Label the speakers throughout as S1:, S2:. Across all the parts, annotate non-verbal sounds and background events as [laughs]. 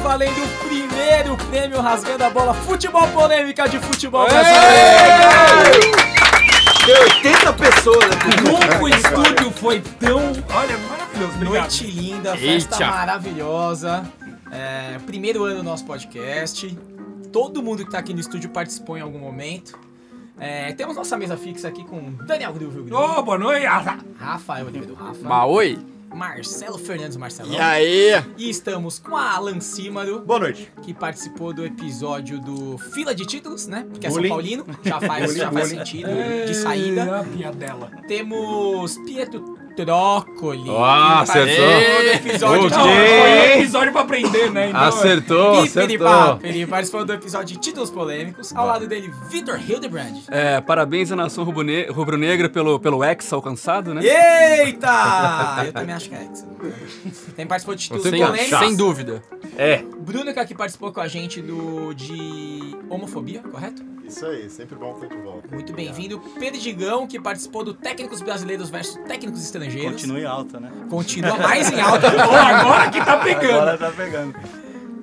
S1: valendo o primeiro prêmio Rasgando a Bola Futebol Polêmica de Futebol Brasileiro.
S2: Ei! Tem 80 pessoas aqui.
S1: Nunca o estúdio foi tão
S3: Olha, maravilhoso. Obrigado.
S1: noite linda, festa
S4: Eita.
S1: maravilhosa. É, primeiro ano do nosso podcast. Todo mundo que tá aqui no estúdio participou em algum momento. É, temos nossa mesa fixa aqui com Daniel Gruvio, Gruvio,
S3: Ô, boa noite. Ah,
S1: Rafael Oliveira do Rafa,
S4: Maoi?
S1: Marcelo Fernandes Marcelão.
S4: E aí?
S1: Tá E estamos com a Alan Címaro,
S2: Boa noite.
S1: que participou do episódio do Fila de Títulos, né? Porque é São
S2: Bullying.
S1: Paulino, já faz, já faz sentido de saída.
S3: A piadela.
S1: Temos Pietro Trócoli.
S5: Ah,
S1: que participou
S4: acertou.
S1: do episódio de
S5: Ok.
S3: Não, foi um episódio pra aprender, né? Então,
S5: Acertou,
S1: E Filipa,
S5: acertou.
S1: Filipa participou do episódio de Títulos Polêmicos. Ao lado dele, Vitor Hildebrand.
S5: É, parabéns à nação rubro-ne- rubro-negra pelo, pelo ex alcançado, né? [laughs]
S1: Eita! Eu também acho que é isso. Tem participou de Títulos
S5: Sem-
S1: Polêmicos.
S4: Sem dúvida.
S5: É.
S1: Bruno, que aqui participou com a gente do de homofobia, correto?
S6: Isso aí, sempre bom ter de volta.
S1: Muito bem-vindo. Perdigão, que participou do Técnicos Brasileiros versus Técnicos Estrangeiros.
S7: Continue alta, né? [laughs]
S1: Continua mais em alta.
S3: Ó, agora que tá pegando.
S7: Agora tá pegando.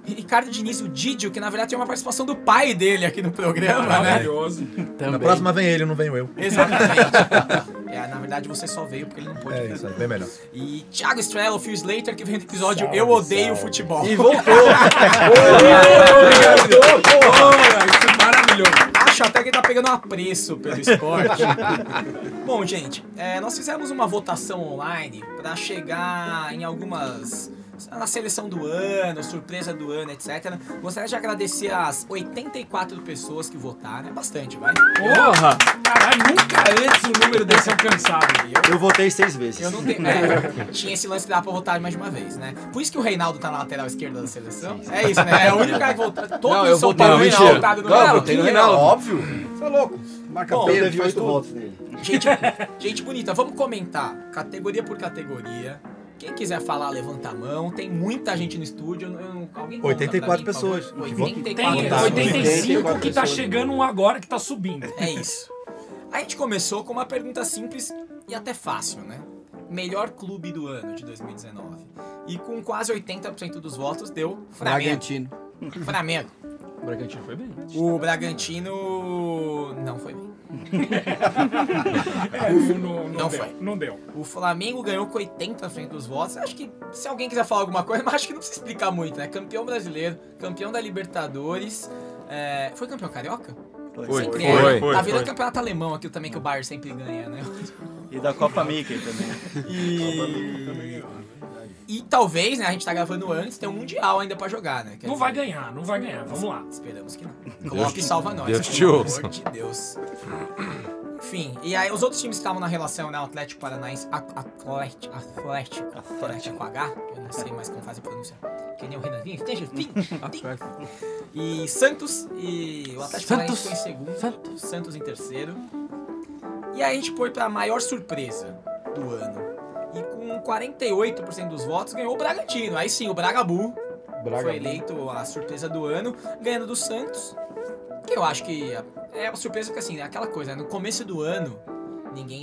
S1: E Ricardo Diniz, o Didio, que na verdade tem uma participação do pai dele aqui no programa, né?
S3: Maravilhoso.
S4: Também.
S6: vem ele, não venho eu. [laughs]
S1: Exatamente. [laughs] É, na verdade, você só veio porque ele não pôde.
S6: É isso aí, bem melhor.
S1: E Thiago Estrela, o Phil Slater, que vem do episódio Eu Odeio Futebol.
S2: E
S1: [laughs]
S2: voltou.
S3: Olha, isso é maravilhoso.
S1: Acho até que ele tá pegando um apreço pelo esporte. [laughs] Bom, gente, é, nós fizemos uma votação online pra chegar em algumas. na seleção do ano, surpresa do ano, etc. Gostaria de agradecer as 84 pessoas que votaram. É bastante, vai.
S5: Porra!
S3: Caralho, nunca antes o número desse alcançado.
S7: Eu votei seis vezes.
S1: Eu não tenho. é,
S5: [laughs]
S2: [laughs]
S1: tinha esse lance que dava pra votar mais de uma vez, né? Por isso que o Reinaldo tá na lateral esquerda da seleção. É isso, né? É o único cara que voltou. Todos
S5: Não,
S1: os
S5: eu
S1: São
S5: votei
S1: Paulo
S5: no
S1: tinham
S5: Reinaldo.
S1: votado no
S5: Não, eu
S1: Reinaldo.
S5: votei no
S1: Quem é?
S5: Reinaldo.
S2: Óbvio.
S7: Você é louco. Marca
S1: Bom,
S7: Pedro
S1: teve
S7: de oito
S1: tudo.
S7: votos dele.
S1: Gente, gente bonita, vamos comentar categoria por categoria. Quem quiser falar, levanta a mão. Tem muita gente no estúdio. eu não- alguém conta
S6: 84
S1: pra mim, por favor.
S6: pessoas. Que vão-
S3: Tem
S1: 84
S6: Votaram.
S3: 85 que tá
S7: 84
S3: chegando um agora que tá subindo.
S1: É isso. A gente começou com uma pergunta simples e até fácil, né? Melhor clube do ano de 2019. E com quase 80% dos votos deu Flamengo.
S4: Bragantino.
S1: Flamengo.
S5: O Bragantino foi bem.
S1: O Bragantino não foi bem.
S3: [laughs] É, não, não,
S1: Não
S3: deu.
S1: foi.
S3: Não deu.
S1: O Flamengo ganhou com 80% dos votos. Acho que se alguém quiser falar alguma coisa, [laughs] mas acho que não precisa explicar muito, né? Campeão brasileiro, campeão da Libertadores. é, Foi campeão carioca?
S7: Foi.
S1: Sempre
S5: foi,
S1: é.
S5: foi,
S1: Tá virando
S5: foi.
S1: campeonato alemão aqui também, que o Bayern sempre ganha, né?
S7: E da Copa Mickey também.
S1: E... e talvez, né? A gente tá gravando antes, tem um Mundial ainda pra jogar, né? Quer
S3: Não
S1: dizer,
S3: vai ganhar, não vai ganhar. Vamos lá.
S1: Esperamos que não. Coloque e salva nós.
S5: Deus te
S1: pelo
S5: ouça.
S1: amor de Deus. Enfim, e aí os outros times que estavam na relação, né? Atlético Paranaense, At- Atlético, Atlético, Atlético H, eu não sei mais como faz a pronúncia. Que nem o Renanzinho, tem [laughs] enfim. E Santos e o Atlético Paranaense foi em segundo, Santos. em terceiro. E aí a gente foi pra maior surpresa do ano. E com 48% dos votos ganhou o Bragantino. Aí sim, o Bragabu foi eleito a surpresa do ano, ganhando do Santos. Que eu acho que é uma surpresa porque assim, é aquela coisa, né? no começo do ano, ninguém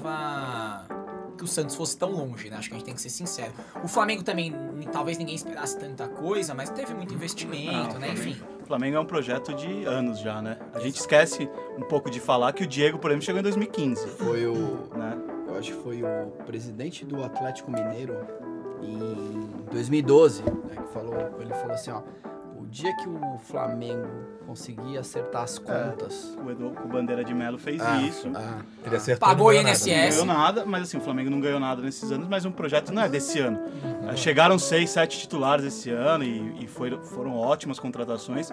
S1: esperava que o Santos fosse tão longe, né? Acho que a gente tem que ser sincero. O Flamengo também, n- talvez ninguém esperasse tanta coisa, mas teve muito investimento,
S7: Ah,
S1: né?
S7: o Flamengo.
S1: Enfim.
S7: O Flamengo é um projeto de anos já, né? A gente esquece um pouco de falar que o Diego, por exemplo, chegou em 2015,
S4: Foi o.
S7: né?
S4: Eu acho que foi o presidente do Atlético Mineiro em 2012, né, que falou, ele falou assim, ó, o dia que o Flamengo conseguir acertar as contas.
S7: É, O Edu com bandeira de Melo fez isso.
S4: Ah,
S6: Ele acertou.
S1: Pagou
S6: não
S1: o
S6: ganhou nada.
S7: Não ganhou
S1: INSS.
S7: nada, mas assim, o Flamengo não ganhou nada nesses anos, mas um projeto não é desse ano. Ah, Chegaram seis, sete titulares esse ano e, e foram, foram ótimas contratações,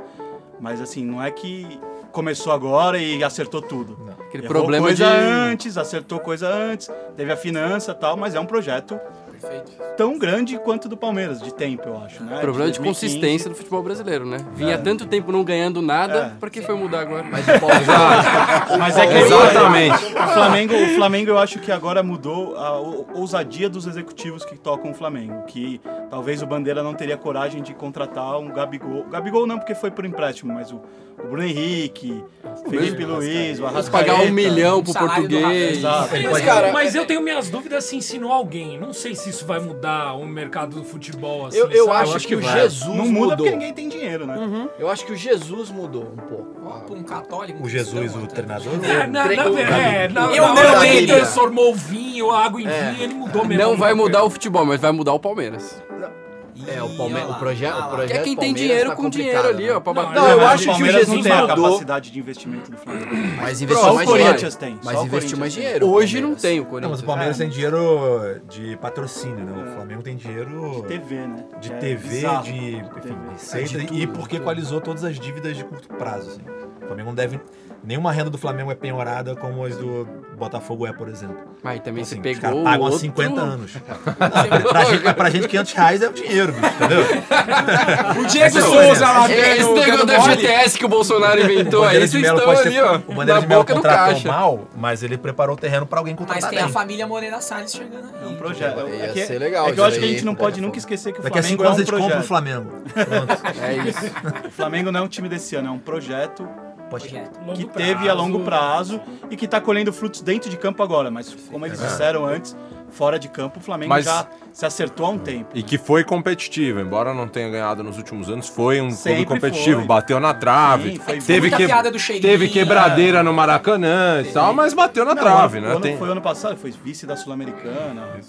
S7: mas assim, não é que começou agora e acertou tudo.
S5: Aquele
S7: Errou
S5: problema de.
S7: coisa antes, acertou coisa antes, teve a finança e tal, mas é um projeto
S1: Perfeito.
S7: tão grande quanto do Palmeiras, de tempo, eu acho, né?
S5: Problema de
S7: 2015.
S5: consistência do futebol brasileiro, né? Vinha tanto tempo não ganhando nada,
S7: É.
S5: pra que foi mudar agora?
S4: mas o Palmeiras,
S7: [laughs] Mas é que
S5: Exatamente.
S7: O Flamengo, o Flamengo eu acho que agora mudou a ou- ousadia dos executivos que tocam o Flamengo, que talvez o Bandeira não teria coragem de contratar um Gabigol. Gabigol não, porque foi por empréstimo, mas o, o Bruno Henrique, Felipe
S4: né,
S7: Luiz, o
S5: Mas
S7: Arrascaeta.
S5: pagar um milhão pro
S1: Salário do
S5: português.
S1: Rafael.
S7: Exato.
S3: Mas,
S4: Mas, cara,
S3: mas eu tenho minhas dúvidas se ensinou alguém. Não sei se se isso vai mudar o mercado do futebol, assim,
S4: Eu,
S1: é
S4: eu
S3: sabe?
S4: acho, que, o Jesus
S7: Não muda
S4: mudou.
S7: porque ninguém tem dinheiro, né?
S4: Eu acho que o Jesus mudou um pouco.
S1: Uhum. Pra um católico.
S6: O Jesus, o treinador?
S1: [laughs]
S3: É, na, na, é, na,
S1: Eu
S3: na
S1: não
S3: hora que ele
S1: iria.
S3: transformou o vinho, a água em vinho, ele mudou mesmo.
S5: Não vai mudar o futebol, mas vai mudar o Palmeiras.
S4: É, o Palme- o projeto- o
S5: Que
S4: projeto-
S5: é quem tem
S4: Palmeiras
S5: dinheiro
S4: tá
S5: com dinheiro
S4: complicado,
S5: ali,
S4: né?
S5: ó, pra
S3: Não,
S5: bater.
S4: Não, eu
S7: Mas
S4: acho que o
S7: Palmeiras
S4: Jesus
S7: não tem a
S4: mudou.
S7: capacidade de investimento do Flamengo.
S4: Mas
S7: Só
S4: investiu
S7: o
S4: mais
S7: Corinthians
S4: dinheiro.
S7: tem,
S4: Mas
S7: só o
S4: investiu
S7: Corinthians
S4: mais dinheiro.
S5: Hoje não
S4: Palmeiras. Ah.
S5: tem
S6: Não,
S5: o
S6: mas
S5: Corinthians. É.
S6: o Palmeiras tem dinheiro de patrocínio,
S4: É.
S6: né? O Flamengo tem dinheiro
S7: De TV, né?
S6: de
S7: É
S6: TV,
S7: bizarro.
S6: de enfim,
S7: TV.
S6: receita,
S4: É, de
S6: e
S4: tudo,
S6: porque
S4: tudo.
S6: equalizou todas as dívidas de curto prazo. assim. O Flamengo não deve. Nenhuma renda do Flamengo é penhorada como as do Botafogo é, por exemplo.
S5: Mas também
S6: Assim,
S5: se
S6: os
S5: pegou
S6: caras
S5: o
S6: pagam há
S5: outro...
S6: 50 anos.
S4: [laughs]
S6: pra, gente, pra gente, 500 reais é o dinheiro, bicho, entendeu?
S4: [laughs]
S1: O Diego Souza lá
S5: É, Esse
S1: dentro.
S5: negócio
S1: dando
S5: da
S1: mole.
S5: FTS que o Bolsonaro inventou aí,
S6: Bandeira
S5: vocês
S6: de Melo
S5: estão
S6: pode ter-
S5: ali, ó,
S6: O Bandeira
S5: na
S6: de Melo
S5: boca do
S6: contratou
S5: caixa.
S6: mal, mas ele preparou o terreno pra alguém
S1: Mas
S6: contratar
S1: tem a
S6: bem.
S1: família Moreira Salles chegando aí.
S7: tá É um projeto.
S1: então,
S4: Ia
S7: É que-
S4: ser legal
S7: É que eu acho
S4: isso
S7: que a gente
S4: aí,
S7: não
S4: cara.
S7: pode nunca esquecer que o
S6: Daqui a 5
S7: Flamengo é
S6: anos a
S7: um
S6: gente compra o
S7: projeto. [laughs]
S6: Flamengo. Pronto.
S5: É isso.
S7: O Flamengo não é um time desse ano, é um projeto
S6: Pode
S1: Projeto.
S3: Longo
S7: que
S3: prazo.
S7: teve a longo prazo e que tá colhendo frutos dentro de campo agora. Mas como eles disseram antes, fora de campo o Flamengo
S8: Mas-
S7: já se acertou há um tempo.
S8: E que foi competitivo, embora não tenha ganhado nos últimos anos, foi um
S7: Sempre
S8: clube competitivo,
S7: foi.
S8: bateu na trave,
S7: Sim, foi
S8: teve,
S1: muita
S8: que,
S1: piada do cheirinho.
S8: teve quebradeira no Maracanã e tal, mas bateu na
S7: Não,
S8: trave,
S7: ano-
S8: né?
S7: ano-
S8: Tem-
S7: Foi ano passado, foi vice da Sul-Americana,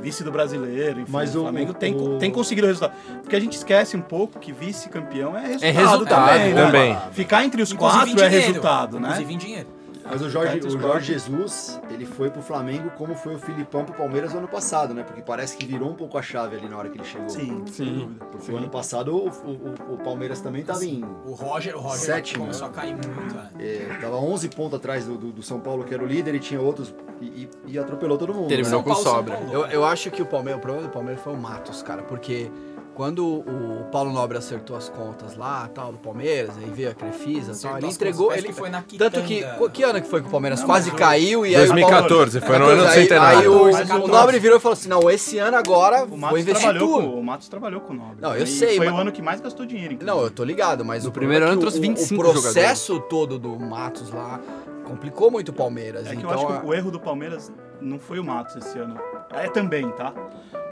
S7: vice do brasileiro, enfim,
S2: Mas
S7: o
S2: o-
S7: Flamengo tem,
S2: o-
S7: tem conseguido resultado. Porque a gente esquece um pouco que vice-campeão é resultado,
S5: resultado
S7: também. né?
S8: também.
S7: Ficar entre os
S1: Inclusive em
S7: quatro é
S1: dinheiro.
S7: resultado, né?
S1: Inclusive em dinheiro.
S2: Mas o Jorge,
S7: Tantos
S2: o
S7: quatro.
S2: Jorge Jesus, ele foi pro Flamengo como foi o Filipão pro Palmeiras no ano passado, né? Porque parece que virou um pouco a chave ali na hora que ele chegou.
S7: Sim, sem dúvida.
S2: Porque o ano passado o, o- o- o Palmeiras também tava em.
S1: O Roger, o Roger
S2: Sétimo,
S1: começou a
S2: né?
S1: cair muito. né?
S2: eh, tava 11 pontos atrás do, do- do São Paulo, que era o líder, e tinha outros. E, e- e atropelou todo mundo.
S5: Terminou
S2: né?
S5: com sobra.
S1: Paulo.
S4: Eu, eu acho que o Palmeiras, o problema do Palmeiras foi o Matos, cara, porque quando o Paulo Nobre acertou as contas lá, tal, do Palmeiras, aí veio a Crefisa,
S1: Acertou
S4: tal, ele
S1: as
S4: entregou,
S1: contas,
S4: ele
S1: parece que foi na
S4: tanto que
S1: quitanda.
S4: qu- que ano que foi que o Palmeiras quase caiu e aí o Paulo-
S8: 2014, foi no ano do
S4: aí, aí
S8: centenário.
S4: o,
S1: Mas
S4: o
S1: o
S4: Nobre virou e falou assim: "Não, esse ano agora
S7: O
S4: vou
S7: Matos,
S4: investir
S7: trabalhou
S4: tudo".
S7: com, o Matos trabalhou com o Nobre.
S4: Não, eu
S7: E
S4: sei,
S7: Foi
S4: mas-
S7: o ano que mais gastou dinheiro, inclusive.
S4: Não, eu tô ligado, mas
S5: No
S4: o
S5: primeiro
S4: problema
S5: ano
S4: é
S5: trouxe
S4: que o-
S5: 25
S4: O processo todo do Matos lá complicou muito o Palmeiras,
S7: É que
S4: então
S7: eu acho que
S4: a-
S7: o erro do Palmeiras não foi o Matos esse ano. É também, tá?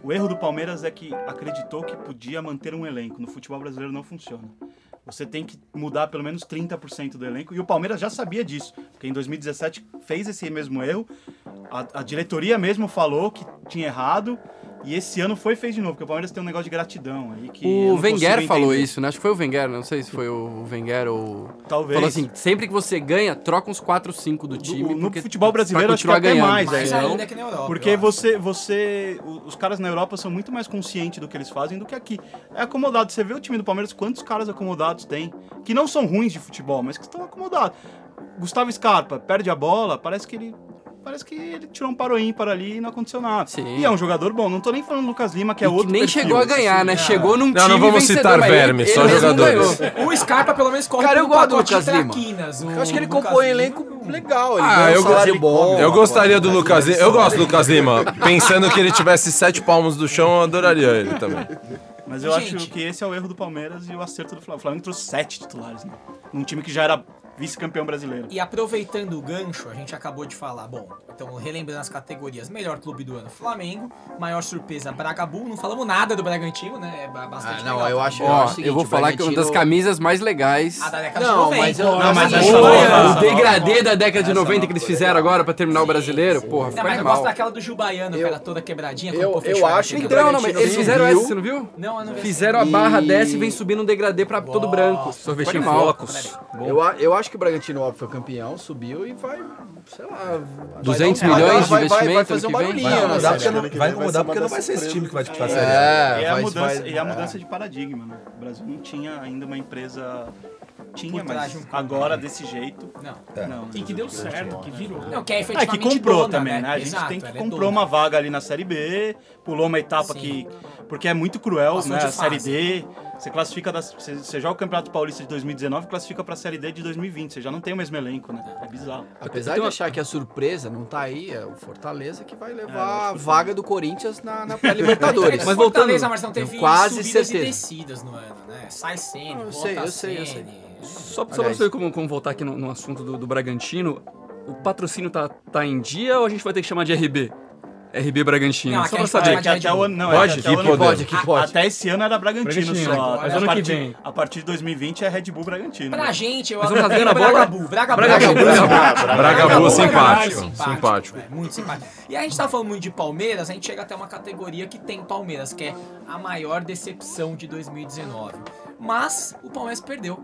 S7: O erro do Palmeiras é que acreditou que podia manter um elenco. No futebol brasileiro não funciona. Você tem que mudar pelo menos 30% do elenco. E o Palmeiras já sabia disso. Porque em 2017 fez esse mesmo erro. A, a diretoria mesmo falou que tinha errado. E esse ano foi e fez de novo. Porque o Palmeiras tem um negócio de gratidão aí que. eu
S5: O
S7: não consigo
S5: Wenger falou
S7: entender.
S5: isso, né? Acho que foi o Wenger, não sei se foi o Wenger ou...
S7: Talvez.
S5: Falou [laughs] assim, sempre que você ganha, troca uns 4, 5 do time.
S7: No- no
S5: porque-
S7: futebol brasileiro,
S5: pra
S7: acho que
S5: continuar
S7: até
S5: ganhando.
S7: mais,
S1: Mas
S7: é,
S1: ainda é que na Europa.
S7: Porque
S1: eu acho.
S7: você, você. o- Os caras na Europa são muito mais conscientes do que eles fazem do que aqui. É acomodado. Você vê o time do Palmeiras, quantos caras acomodados tem, que não são ruins de futebol, mas que estão acomodados. Gustavo Scarpa perde a bola, parece que ele. Parece que ele tirou um paroim para ali e não aconteceu nada.
S5: Sim.
S7: E é um jogador bom. Não tô nem falando do Lucas Lima, que é
S5: E que
S7: outro.
S5: nem
S7: perfil,
S5: chegou a ganhar,
S7: assim,
S5: né?
S7: é.
S5: Chegou num
S8: Não,
S5: time
S8: não vamos
S5: vencedor,
S8: citar
S5: mas
S8: verme, só
S5: mesmo
S8: jogadores.
S5: ganhou.
S1: O Scarpa pelo menos corre
S4: Cara,
S1: com
S4: eu gosto do
S1: pacote
S4: Lucas Lima.
S1: traquinas. O
S4: Eu acho que ele
S1: Lucas
S4: compõe um
S1: Lima-
S4: elenco legal, ele
S8: Ah,
S4: ganha um
S8: eu,
S4: salário
S8: gostaria,
S4: bom.
S8: eu gostaria do Lucas Lima. Eu gosto do Lucas Lima. Pensando que ele tivesse sete palmos do chão, eu adoraria ele também.
S7: Mas eu
S1: Gente.
S7: acho que esse é o erro do Palmeiras e o acerto do Flamengo. O Flamengo trouxe sete titulares, né? Num time que já era vice-campeão brasileiro.
S1: E aproveitando o gancho, a gente acabou de falar, bom, então relembrando as categorias, melhor clube do ano, Flamengo, maior surpresa, Bragabu, não falamos nada do Bragantino, né, é ba- bastante
S4: Ah, não,
S1: legal.
S4: eu acho-
S9: é
S5: Ó,
S4: o seguinte,
S5: eu vou
S4: o
S5: falar que uma das
S4: Bragantino-
S5: camisas mais legais...
S1: A da década de
S4: Não,
S1: 90.
S4: mas eu, não, mas
S7: mas
S4: acho
S7: essa
S4: boa.
S7: não,
S5: Porra,
S7: essa
S5: o degradê da década de 90 que eles fizeram agora pra terminar o brasileiro, porra,
S1: Não,
S5: foi
S1: mas eu gosto
S5: animal.
S1: daquela do Gil Baiano, que
S4: Eu-
S1: era toda quebradinha.
S4: eu-
S1: com o
S4: eu acho que-
S5: Então, não, mas eles fizeram essa, você não viu?
S1: Não, eu não vi.
S5: Fizeram a barra
S4: E-
S5: dessa e vem subindo um degradê pra todo branco.
S1: sorvetinho
S5: Foi animal.
S1: flocos.
S4: Eu, a- eu acho que o Bragantino óbvio, foi campeão, subiu e vai, sei lá. vai
S5: 200
S4: dar um-
S5: milhões de
S4: vai- vai- Vai
S5: investimento
S4: fazer um
S5: ano que vem?
S4: barulhinho,
S6: Vai
S4: né?
S6: mudar
S4: sabe?
S6: porque não
S2: Ano que
S6: vai,
S2: vem vai
S6: mudar
S2: ser
S6: porque
S2: uma
S6: não vai ser esse
S2: surpresa.
S6: time que vai disputar a
S4: É,
S6: Série A.
S7: E é a
S4: vai-
S7: mudança,
S4: vai-
S7: e a mudança de paradigma, né? O Brasil não tinha ainda uma empresa. Tinha,
S1: Por trás
S7: mas
S1: de um clube.
S7: agora desse jeito.
S1: Não.
S6: É.
S7: Não. né?
S3: E que deu certo, que virou.
S1: Não, que é
S7: Ah,
S1: efetivamente
S7: que comprou
S1: dona,
S7: também, né? A gente
S1: Exato,
S7: tem que
S1: ela é
S7: comprou
S1: dona.
S7: uma vaga ali na Série B, pulou uma etapa
S1: Sim.
S7: que. Porque é muito cruel,
S1: Passou
S7: né?
S1: de
S7: A Série
S1: fase.
S7: D, você classifica. Das, você, você joga o Campeonato Paulista de 2019 e classifica pra Série D de 2020. Você já não tem o mesmo elenco, né? É bizarro.
S4: Apesar de achar que a surpresa não tá aí, é o Fortaleza que vai levar a vaga do Corinthians na, na
S1: Libertadores. [laughs]
S4: pré-Libertadores.
S1: Mas voltando, a Marcelo teve
S4: tenho quase
S1: subidas
S4: certeza.
S1: e descidas no ano, né? Sai Sene,
S4: Ah, Eu
S1: volta
S4: sei, eu sei, eu
S1: Sene.
S5: Só, só pra
S4: Aliás.
S5: saber como, como voltar aqui no, no assunto do, do Bragantino, o patrocínio tá, tá em dia ou a gente vai ter que chamar de RB? RB Bragantino.
S1: Não, aqui
S5: Só
S1: a
S5: pra
S1: gente
S5: saber.
S1: vai-
S7: É que até o ano. Não, é
S8: Pode,
S7: que até o
S8: que
S7: ano-
S8: pode,
S1: que
S8: pode.
S7: Até esse ano era Bragantino
S3: Bragantino,
S7: só.
S3: mas
S7: a
S3: ano que
S7: partir-
S3: vem.
S7: A partir de 2020 é Red Bull Bragantino.
S1: Pra gente, eu é
S5: Mas vamos fazer
S1: adoraria
S5: na bola-
S1: Bragabu. Bragabu.
S5: Bragabu.
S8: Bragabu
S1: Bragabu,
S8: simpático.
S1: caralho,
S8: Simpático.
S1: é, muito simpático. E a gente tá falando muito de Palmeiras, a gente chega até uma categoria que tem Palmeiras, que é a maior decepção de 2019. Mas o Palmeiras perdeu.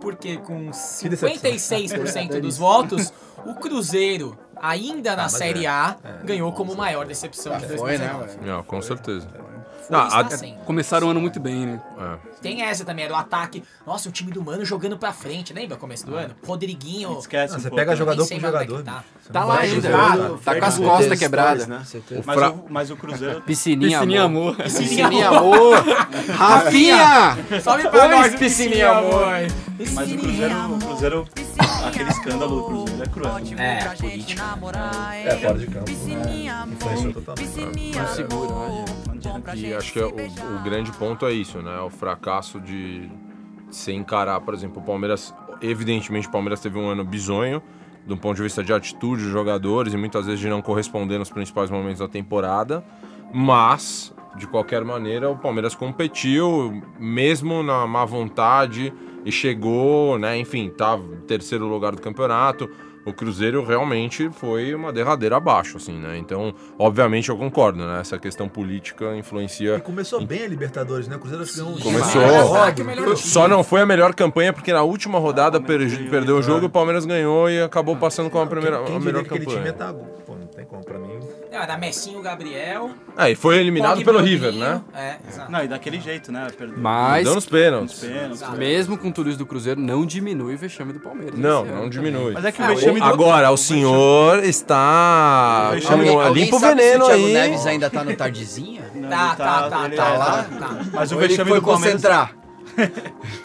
S1: Porque com
S6: [laughs]
S1: 56% dos votos, o Cruzeiro, ainda
S6: É
S1: na
S6: mas
S1: Série
S6: é.
S1: A, ganhou como maior decepção
S6: né,
S1: de 2019.
S8: Não, com certeza.
S1: né, Foi,
S8: Não,
S1: está
S8: a-
S1: sendo.
S5: Começaram o ano muito bem, né?
S8: É.
S1: Tem essa também, era o ataque. Nossa, o time do Mano jogando pra frente, lembra começo do ano? Rodriguinho.
S7: Esquece.
S6: Não,
S7: um
S6: você
S7: pouco,
S6: pega
S7: né?
S6: jogador
S1: sei
S6: por
S1: mais onde é que
S6: jogador.
S1: tá.
S6: bicho.
S4: Tá lá
S6: Vai
S4: ainda.
S6: jogar.
S4: Tá com as
S2: Foi
S4: costas
S2: Deus,
S4: quebradas.
S2: né?
S4: Certeza.
S7: Mas o, mas o Cruzeiro.
S4: Piscininha,
S5: Piscininha
S4: amor.
S5: amor.
S4: Piscininha, amor.
S1: [laughs]
S4: Rafinha!
S1: Salve pra
S4: Oi,
S1: nós,
S4: piscininha,
S1: piscininha, amor.
S7: Mas o Cruzeiro. O Cruzeiro. Aquele escândalo do Cruzeiro é cruel. né?
S1: É,
S6: É, fora de campo. né? Influenciou totalmente.
S8: E acho que é o, o grande ponto é isso, né? O fracasso de se encarar, por exemplo, o Palmeiras. Evidentemente, o Palmeiras teve um ano bizonho, do ponto de vista de atitude dos jogadores e muitas vezes de não corresponder nos principais momentos da temporada. Mas, de qualquer maneira, o Palmeiras competiu, mesmo na má vontade, e chegou, né? Enfim, tá em terceiro lugar do campeonato. O Cruzeiro realmente foi uma derradeira abaixo, assim, né? Então, obviamente, eu concordo, né? Essa questão política influencia
S6: E começou bem a Libertadores, né? O Cruzeiro acho que ganhou um
S8: Começou. Só não foi a melhor campanha, porque na última rodada per- perdeu o jogo, o Palmeiras ganhou e acabou passando com a, primeira,
S6: Quem,
S8: a
S6: quem
S8: melhor
S6: diria que aquele time é
S8: campanha.
S6: tabu? Pô, não tem como. Pra mim,
S1: Não, era É, Messinho, Gabriel.
S6: tá-
S8: É, e foi eliminado
S1: Pogba,
S8: pelo
S1: Bruninho.
S8: River, né?
S1: É, exato.
S7: Não, e daquele jeito, né? Perdeu.
S4: Mas,
S8: Deu nos pênaltis.
S7: Pênalti.
S4: mesmo com tudo isso do Cruzeiro, não diminui o vexame do Palmeiras.
S8: Não,
S4: esse
S8: não
S4: ano
S8: diminui.
S7: Mas é que
S4: Ah,
S7: o vexame do-
S8: Agora, o
S7: vexame-
S8: senhor está
S7: Deixa eu ver.
S8: com
S4: também.
S8: limpo
S4: sabe se
S8: veneno
S4: o Thiago
S8: aí.
S4: Neves ainda tá no tardezinha?
S7: Não,
S1: Tá,
S7: ele
S1: tá, tá,
S7: ele-
S1: tá,
S7: é,
S1: lá.
S7: tá.
S1: Tá.
S7: Mas o
S4: Ou ele
S7: vexame
S4: foi
S7: do Palmeiras.
S4: concentrar?
S7: [laughs]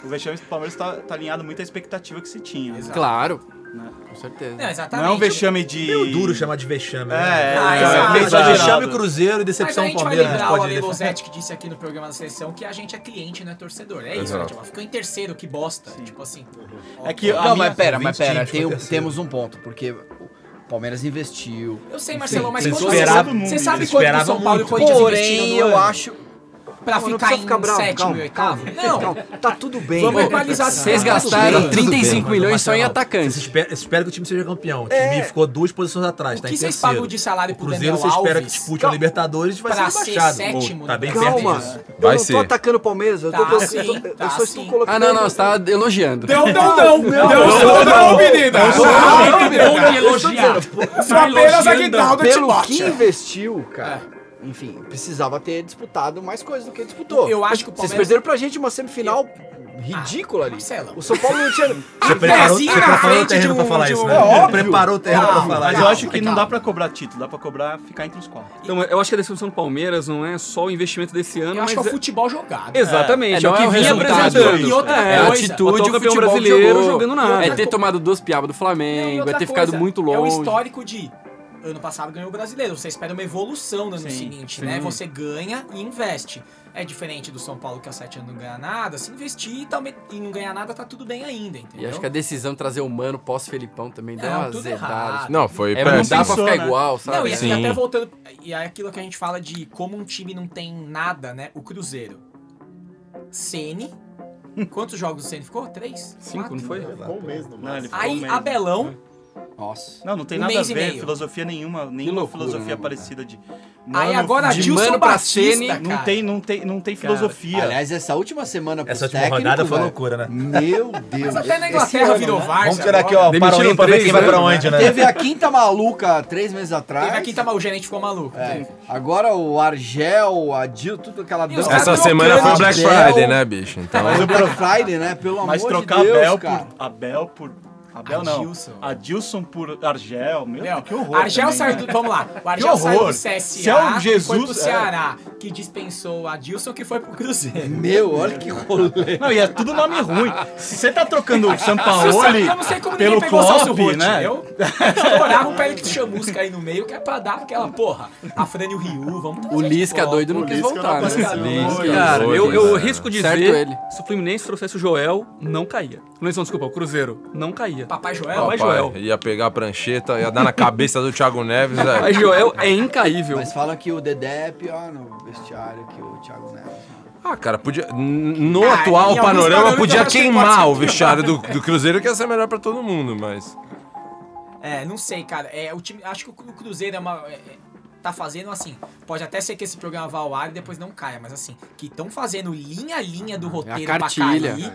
S7: O vexame do Palmeiras tá, tá alinhado muito à expectativa que se tinha. né?
S4: Claro,
S7: Né?
S4: com certeza.
S1: Não,
S7: Não
S1: exatamente.
S7: é um vexame de.
S6: meio duro chamar de vexame.
S7: É,
S6: né?
S7: é,
S1: Ah,
S7: então,
S1: exato.
S6: Porque só
S7: exagerado.
S6: vexame o Cruzeiro e
S1: Mas a
S6: decepção o
S1: gente vai
S6: Palmeiras. a gente
S1: lembrar o
S6: pode
S1: Ale
S6: defender.
S1: Losetti que disse aqui no programa da seleção que a gente é cliente, não é torcedor. É isso,
S8: Exato.
S1: né? Tipo, ficou em terceiro, que bosta. Tipo assim.
S7: É que a
S4: Não,
S7: minha-
S4: mas pera,
S6: são
S4: mas
S6: 20
S4: pera,
S6: times,
S4: tem
S6: foi
S4: um-
S6: terceiro.
S4: temos um ponto, porque o Palmeiras investiu.
S1: Eu sei, Marcelo, mas
S6: Sim,
S1: quando
S6: eles
S1: você
S6: esperavam
S1: sabe, você
S6: muito,
S1: sabe
S6: eles
S1: quanto que o
S6: esperavam
S1: São Paulo e
S6: muito.
S1: o Corinthians investiram
S4: Porém,
S1: no
S4: eu
S1: ano
S4: acho.
S1: pra ficar em sétimo e oitavo? Não,
S2: Tá tudo bem.
S1: vamos equalizar.
S4: Vocês
S1: Tá tudo
S4: gastaram
S1: bem. É.
S4: 35
S6: Mas,
S4: milhões só
S6: Marcelo,
S4: em
S6: Vocês
S4: atacantes.
S6: esperam espera que o time seja campeão. O time ficou duas posições atrás,
S1: O
S6: tá
S1: que
S6: em
S1: vocês
S6: terceiro.
S1: pagam de salário
S6: o
S1: pro
S6: Cruzeiro
S1: Daniel
S6: você espera que
S1: Alves?
S6: dispute a Libertadores e vai ser
S1: Pra ser
S6: rebaixado.
S1: sétimo
S6: Ou tá bem
S1: no
S6: perto
S2: Calma.
S6: disso.
S8: Vai
S2: eu não
S8: ser.
S2: tô atacando o Palmeiras. Eu, tô-
S1: Tá
S2: eu tô-
S1: sim,
S2: eu tô- eu
S1: tá
S2: só
S1: sim.
S2: estou colocando.
S4: Ah, não, não, você tá elogiando.
S1: Não, não, não, não, não, não, menina.
S3: Muito bom de elogiar.
S9: é
S3: Só
S1: Apenas é a guitarra do
S4: Pelo
S1: Timóteo.
S4: que investiu, cara. Enfim, precisava ter disputado mais coisas do que disputou.
S1: Eu acho que o
S4: Vocês
S1: Palmeiras...
S4: perderam pra gente uma semifinal ridícula ali.
S1: Marcelo.
S4: O São Paulo não
S1: [laughs]
S4: tinha.
S6: Você preparou,
S1: pezinho
S6: você
S1: na
S6: preparou
S1: frente
S6: o terreno
S1: de
S6: pra
S1: um-
S6: falar
S1: de
S6: isso,
S1: um-
S6: né?
S1: Óbvio.
S6: Preparou o terreno pra
S1: Calma,
S6: falar
S7: Mas
S6: isso.
S7: eu
S1: Calma,
S7: acho que não
S1: calma.
S7: dá pra cobrar título, dá pra cobrar ficar entre os quatro.
S5: Então, eu acho que a decepção do Palmeiras não é só o investimento desse ano,
S1: Eu
S5: mas
S1: acho que é o
S5: é-
S1: futebol jogado.
S5: Exatamente, é,
S4: não
S5: o que
S4: é o
S5: vinha
S4: resultado.
S5: apresentando.
S1: E outra
S5: é a
S1: coisa,
S5: atitude,
S4: botou
S5: o campeão
S4: futebol,
S5: brasileiro
S4: jogou.
S5: jogando nada.
S4: É ter tomado duas piabas do
S1: Não, e
S4: Flamengo, é
S1: outra
S4: ter ficado
S1: coisa,
S4: muito
S1: É o
S4: longe.
S1: histórico de ano passado ganhou o brasileiro. Você espera uma evolução no ano
S7: Sim,
S1: seguinte, né? Você ganha e investe. É diferente do São Paulo que há sete anos não ganha nada. Se investir e, também- e não ganhar nada, tá tudo bem ainda, entendeu?
S4: E acho que a decisão de trazer o Mano pós-Felipão também deu
S1: Não,
S4: uma
S1: tudo
S4: zedada.
S1: errado.
S8: Não, foi
S4: É, não
S8: péssimo.
S4: dá pra
S7: Pensou,
S4: ficar
S7: né?
S4: igual, sabe?
S1: Não, e aqui
S8: Sim.
S1: até voltando. E é aquilo que a gente fala de como um time não tem nada, né? O Cruzeiro. Sene. Quantos jogos o Sene ficou? Três?
S5: Cinco, não foi?
S2: Ficou um mês no
S7: Não, ele ficou um
S1: Aí,
S7: mês.
S1: Abelão.
S4: Nossa.
S7: Não, não tem
S1: um
S7: nada a
S1: mês e
S7: ver,
S1: meio.
S7: filosofia nenhuma, nenhuma
S4: loucura, né,
S7: filosofia
S4: mano?
S7: parecida de.
S1: aí
S7: Mano,
S1: agora
S4: de
S1: Dilson
S4: Mano pra
S1: Batista,
S4: Sene,
S1: cara.
S7: Não tem, não tem, não tem filosofia.
S4: Aliás, essa última semana pros
S6: Essa última
S4: técnicos,
S6: rodada foi
S4: velho.
S6: loucura, né?
S4: Meu Deus.
S1: Mas até na
S4: Esse
S1: Inglaterra
S4: ano,
S1: virou
S4: né?
S1: Várzea.
S6: Vamos tirar aqui,
S1: agora.
S6: ó, para
S5: Demitiram
S6: onde pra ver
S5: três,
S6: quem vai
S5: né?
S6: pra onde, né?
S4: Teve a quinta maluca três meses atrás.
S1: Teve aqui, tava, o gerente ficou maluco.
S4: É. Agora o Argel, a Dil, tudo aquela
S1: E os caras
S8: Essa
S1: trocando
S8: semana foi Black
S4: Abel.
S8: Friday, né, bicho? Então,
S4: Mas o Black Friday, né? Pelo amor
S7: Mas
S4: de
S7: trocar
S4: Deus,
S7: Abel
S4: cara.
S7: por. Abel por. Abel não.
S1: Adilson.
S7: Adilson por Argel. Meu
S1: Meu,
S7: Deus, que horror.
S1: Argel
S7: também,
S1: saiu
S7: né?
S1: do. Vamos lá. O Argel saiu do
S7: horror.
S1: CSA
S7: Se é o Jesus-
S1: foi pro
S7: é.
S1: Ceará, que dispensou o Adilson, que foi pro Cruzeiro.
S4: Meu, olha que
S1: [laughs]
S4: rolê.
S7: Não, e é tudo nome ruim. Se você tá trocando o Sampaoli
S1: eu não sei como ninguém
S7: pelo
S1: pegou o Celso
S7: Klopp,
S1: Rotti,
S7: né?
S1: eu estourava o Pélix um Chamusca aí no meio, que é pra dar aquela porra. A Fran e o Ryu, vamos trazer
S4: O
S1: de
S4: Lisca
S1: volta.
S4: doido não
S2: O
S4: quis
S2: Lisca não
S4: voltar, né?
S2: apareceu,
S4: Lisca.
S8: Lisca.
S5: Cara, eu, eu
S8: Doido, né?
S5: risco dizer,
S4: Certo ele.
S5: se o Fluminense trouxesse o Joel, não caía. Fluminense, não, desculpa, o Cruzeiro, não caía. fazer.
S1: Papai Joel.
S5: Papai é Joel.
S8: Ia pegar a prancheta, ia dar na cabeça do Thiago Neves,
S5: Mas
S8: velho.
S5: Joel é incaível.
S4: Mas falam que o Dedé é pior no vestiário que o Thiago Neves. né?
S8: Ah, cara, podia. n- No
S1: Ah, em
S8: atual
S1: alguns
S8: panorama,
S1: parâmetros
S8: podia
S1: acho que pode
S8: queimar
S1: ser
S8: o vestiário do, do Cruzeiro, que ia ser melhor pra todo mundo, mas.
S1: É, não sei, cara. É, o time, acho que o Cru- o Cruzeiro é uma, é, é, tá fazendo assim. Pode até ser que esse programa vá ao ar e depois não caia, mas assim, que estão fazendo linha a linha do
S3: É
S1: roteiro pra
S4: É cartilha.
S1: cair.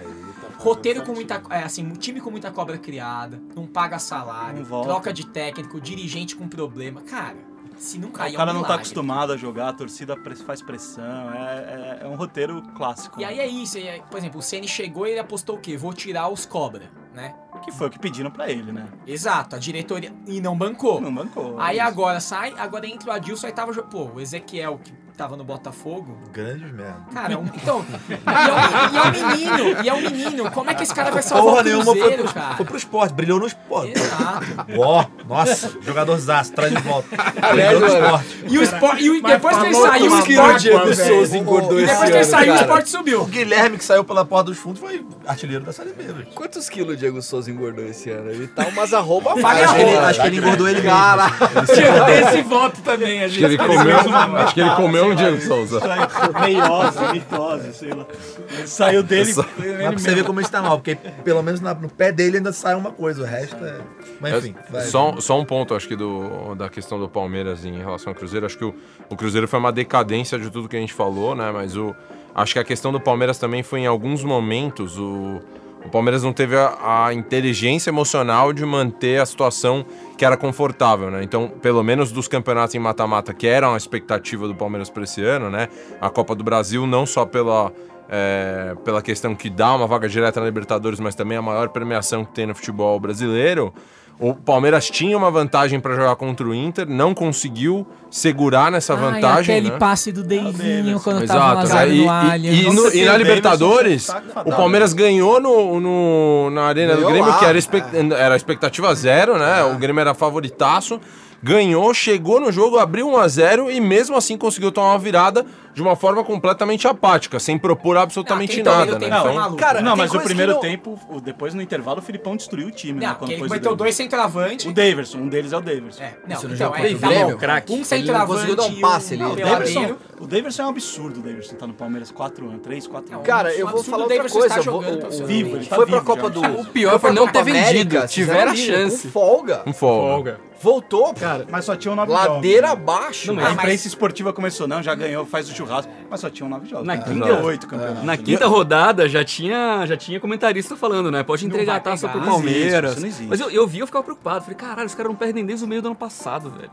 S1: Roteiro com muita. É, assim, um time com muita cobra criada, não paga salário,
S7: Não volta.
S1: troca de técnico, dirigente com problema. Cara, se não cair,
S7: O cara
S1: é um
S7: não tá
S1: milagre.
S7: acostumado a jogar, a torcida pres- faz pressão, é, é- é um roteiro clássico.
S1: E aí é isso, e aí, por exemplo, o Ceni chegou e ele apostou o quê? Vou tirar os cobra, né?
S7: Que foi o que pediram pra ele, né?
S1: Exato, a diretoria. E não bancou.
S7: Não bancou.
S1: Aí
S7: Isso.
S1: agora sai, agora entra o Adilson, aí tava. jo- Pô, o Ezequiel, que tava no Botafogo.
S6: Grande merda.
S1: Cara, é um- então. e, é um, e é um menino, e é um menino. Como é que esse
S6: [laughs]
S1: cara vai salvar
S6: Porra
S1: o
S6: nenhuma foi
S1: Cruzeiro,
S6: pro,
S1: cara?
S6: foi pro esporte, brilhou no esporte.
S1: Exato.
S6: Ó, nossa, jogador zaço, traz de volta. brilhou no esporte.
S1: E, o Sport, e, o-
S3: Mas
S1: depois que ele
S3: falou
S1: saiu,
S3: com
S1: o
S3: uma
S1: Sport.
S3: mágoa, velho.
S2: engordou
S1: E depois que ele saiu, o Sport subiu.
S6: O Guilherme, que saiu pela porta dos fundos, foi artilheiro da Série B. velho.
S3: Quantos quilos o Diego Souza engordou esse ano? Ele tá umas arroba
S1: Falei
S6: Acho que ele-
S1: a
S6: acho que ele engordou ele mesmo.
S5: Tirou esse voto também, a
S8: Acho que ele
S6: tá
S5: gente.
S8: comeu, acho que ele comeu um Diego Souza.
S7: Saiu Meiose, mitose, sei lá. Ele saiu dele.
S8: Só-
S7: ele
S6: Mas pra você ver como isso tá mal, porque pelo menos na- no pé dele ainda sai uma coisa, o resto é. Mas enfim,
S8: É,
S6: vai.
S8: só, só um ponto, acho que, do, da questão do Palmeiras em relação ao Cruzeiro. Acho que o, o Cruzeiro foi uma decadência de tudo que a gente falou, né? Mas o, acho que a questão do Palmeiras também foi, em alguns momentos, o, o Palmeiras não teve a, a inteligência emocional de manter a situação que era confortável, né? Então, pelo menos dos campeonatos em mata-mata, que era uma expectativa do Palmeiras para esse ano, né? A Copa do Brasil, não só pela. é, pela questão que dá uma vaga direta na Libertadores, mas também a maior premiação que tem no futebol brasileiro, o Palmeiras tinha uma vantagem pra jogar contra o Inter, não conseguiu segurar nessa vantagem. né?
S1: passe do
S7: Davinho
S1: quando
S8: Exato. né? E, [laughs] e- e no- e na Libertadores,
S3: Tá
S8: o Palmeiras ganhou no, no- na Arena
S2: Ganhou
S8: do Grêmio,
S2: lá,
S3: né?
S8: que era, expect- era expectativa zero, né?
S3: É.
S8: O Grêmio era favoritaço. Ganhou, chegou no jogo, abriu 1 a 0 e mesmo assim conseguiu tomar uma virada de uma forma completamente apática, sem propor absolutamente
S7: Ah,
S8: nada, né?
S1: Não,
S8: Então-
S1: cara,
S7: Não,
S3: tem
S7: mas o
S3: coisa que
S7: primeiro
S3: não-
S7: tempo, o- depois no intervalo, o Filipão destruiu o time, né?
S1: não,
S7: Quando
S1: que ele
S7: pôs o
S1: meteu dois
S7: Daverson.
S1: centroavante.
S7: O Daverson, um deles é o Daverson.
S1: É, não,
S4: Isso no
S1: então,
S4: jogo
S1: é,
S4: contra
S1: tá
S4: o Grêmio,
S1: bom.
S4: craque.
S1: Um
S4: Ele não
S1: centroavante
S4: conseguiu dar um
S1: e
S4: passe ali.
S1: Não,
S7: O
S1: o
S7: Daverson,
S1: peladeiro.
S7: o Daverson é um absurdo, o Daverson tá no Palmeiras 4 anos, 3, 4 anos. É
S3: Cara,
S1: um
S3: eu vou
S1: absurdo
S3: falar
S1: o
S3: outra
S1: Daverson
S3: coisa.
S1: tá
S3: eu vou- o-
S1: jogando
S3: o-
S1: profissionalmente.
S7: Vivo, ele tá
S3: foi pra
S7: vivo
S3: Copa
S7: já.
S3: do.
S7: O
S5: pior foi não
S3: Copa
S5: ter
S3: América,
S5: vendido,
S4: um
S5: tiveram
S3: fizeram
S5: a
S3: isso,
S5: chance.
S3: Com folga.
S8: Um folga.
S3: Voltou,
S7: Cara, mas só tinham 9 jogos.
S3: ladeira
S7: né?
S3: abaixo.
S7: A imprensa esportiva começou, não, já ganhou, faz o churrasco, mas só tinham 9 jogos.
S5: Na
S7: Tem
S5: quinta-
S7: 38 campeonatos.
S5: Na
S7: né?
S5: quinta rodada já tinha, já tinha comentarista falando, né? Pode entregar a
S1: vai
S5: taça
S1: pegar.
S5: pro
S1: Não
S7: existe,
S5: Palmeiras.
S7: isso não existe.
S5: Mas eu, eu vi, eu ficava preocupado. Falei, caralho, os caras não perdem desde o meio do ano passado, velho.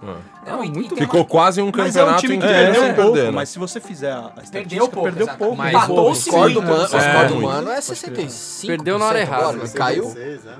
S1: É.
S5: É
S1: Não, e-
S5: muito
S1: e tem
S8: Ficou quase um
S7: Mas é um
S8: campeonato
S7: time que
S8: inteiro
S7: perdeu
S8: sem
S7: pouco,
S8: perder. né?
S7: mas se você fizer a a
S1: Perdeu
S7: estatística,
S1: pouco.
S7: perdeu
S1: exato.
S7: pouco.
S1: Mas
S7: Empatou
S1: o
S7: o
S4: score do
S1: segundo.
S4: Mano, o
S8: É,
S4: score do
S8: muito.
S4: Mano é 65.
S5: Perdeu na hora errada.
S8: né?
S4: Agora, caiu.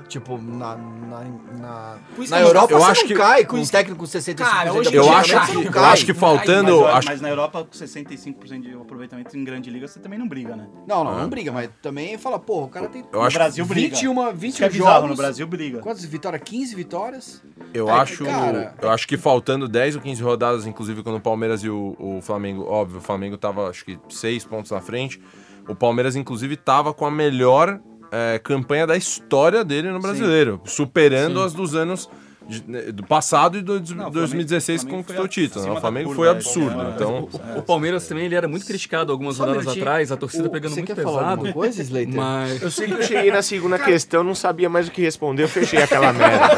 S4: Tipo, na, na, na,
S1: Por isso
S4: na
S1: que eu
S4: Europa
S8: eu
S4: você
S8: acho
S4: não
S8: que-
S4: cai com um técnico com 65%
S1: Cara, hoje
S4: de
S1: em
S8: Eu
S1: dia,
S8: acho
S4: aproveitamento,
S1: né?
S4: você
S8: que,
S4: não
S1: Não
S8: eu
S4: cai.
S8: acho que
S7: Mas,
S8: faltando.
S7: eu-
S8: acho-
S7: mas na Europa, com 65% de aproveitamento em grande liga, você também não briga, né?
S4: Não,
S8: Ah.
S4: não, não briga, mas também fala, pô, o cara tem
S8: Eu acho,
S7: no Brasil briga.
S4: 21,
S7: Isso que é
S4: 21
S7: bizarro,
S4: jogos.
S7: no Brasil briga.
S4: Quantas vitórias? 15 vitórias?
S8: eu,
S4: É que,
S8: acho
S4: cara-
S8: eu acho que faltando 10 ou 15 rodadas, inclusive quando o Palmeiras e o, o Flamengo. Óbvio, o Flamengo tava acho que 6 pontos na frente. O Palmeiras, inclusive, tava com a melhor eh, campanha da história dele no brasileiro, superando as dos anos. de- né, do passado e do, de
S7: Não, o Flamengo-
S8: 2016
S7: Flamengo
S8: conquistou o
S7: foi
S8: título. né?
S7: acima
S8: O
S7: da
S8: Flamengo
S7: curva,
S8: foi
S7: é,
S8: absurdo.
S7: é,
S8: Então,
S7: é.
S5: O Palmeiras também ele era muito criticado algumas
S4: Só um
S5: rodadas
S4: minutinho.
S5: atrás, a torcida
S4: O-
S5: pegando
S4: você
S5: muito
S4: quer falar
S5: pesado.
S4: alguma coisa, Slater?
S5: Mas
S3: Eu sei que eu cheguei na segunda questão, não sabia mais o que responder, eu fechei aquela merda.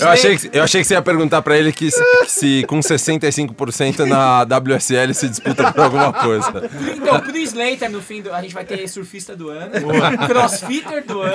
S8: eu, achei que, eu achei que você ia perguntar pra ele que se, que se com 65% na WSL se disputa por alguma coisa.
S1: Então, pro Slater, no fim do. A gente vai ter surfista do ano, crossfitter do ano.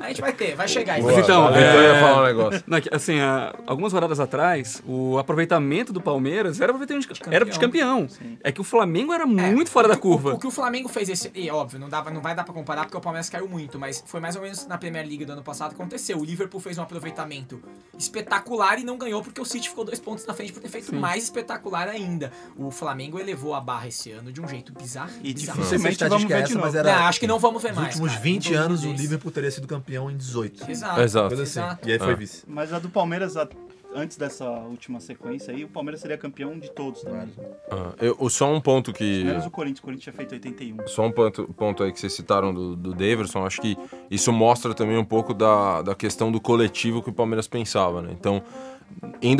S1: A gente vai ter, vai chegar.
S5: Mas
S1: Slater.
S5: então,
S8: Então,
S5: é-
S8: eu ia falar um negócio.
S5: Não, que- assim, a- algumas rodadas atrás, o aproveitamento do Palmeiras era aproveitamento um de, era de campeão. É que o Flamengo era muito fora da
S1: O que o-
S5: curva.
S1: O que o Flamengo fez esse. E óbvio, não, dava, não vai dar pra comparar porque o Palmeiras caiu muito, mas foi mais ou menos na Premier League do ano passado que aconteceu. O Liverpool fez um aproveitamento espetacular e não ganhou porque o City ficou dois pontos na frente por ter feito mais espetacular ainda. O Flamengo elevou a barra esse ano de um jeito bizarro.
S7: E
S1: bizarro.
S6: Não sei se a
S7: dificilmente vamos
S6: estatística é
S7: ver de
S6: essa,
S7: novo.
S6: mas era.
S1: Não, acho que não vamos ver
S6: Nos
S1: mais.
S6: últimos
S1: cara.
S6: 20
S1: Em
S6: anos, o
S1: 2010.
S6: Liverpool teria sido campeão em 18.
S1: Exato.
S8: Exato.
S6: Coisa assim.
S1: Exato.
S6: E aí foi
S8: Ah.
S6: vice.
S7: Mas a do Palmeiras, a, antes dessa última sequência aí, o Palmeiras seria campeão de todos também.
S8: Ah, eu, só um ponto que.
S7: Menos o Corinthians. O Corinthians tinha feito 81.
S8: Só um ponto, ponto aí que vocês citaram do, do Daverson, acho que isso mostra também um pouco da, da questão do coletivo que o Palmeiras pensava, né? Então, em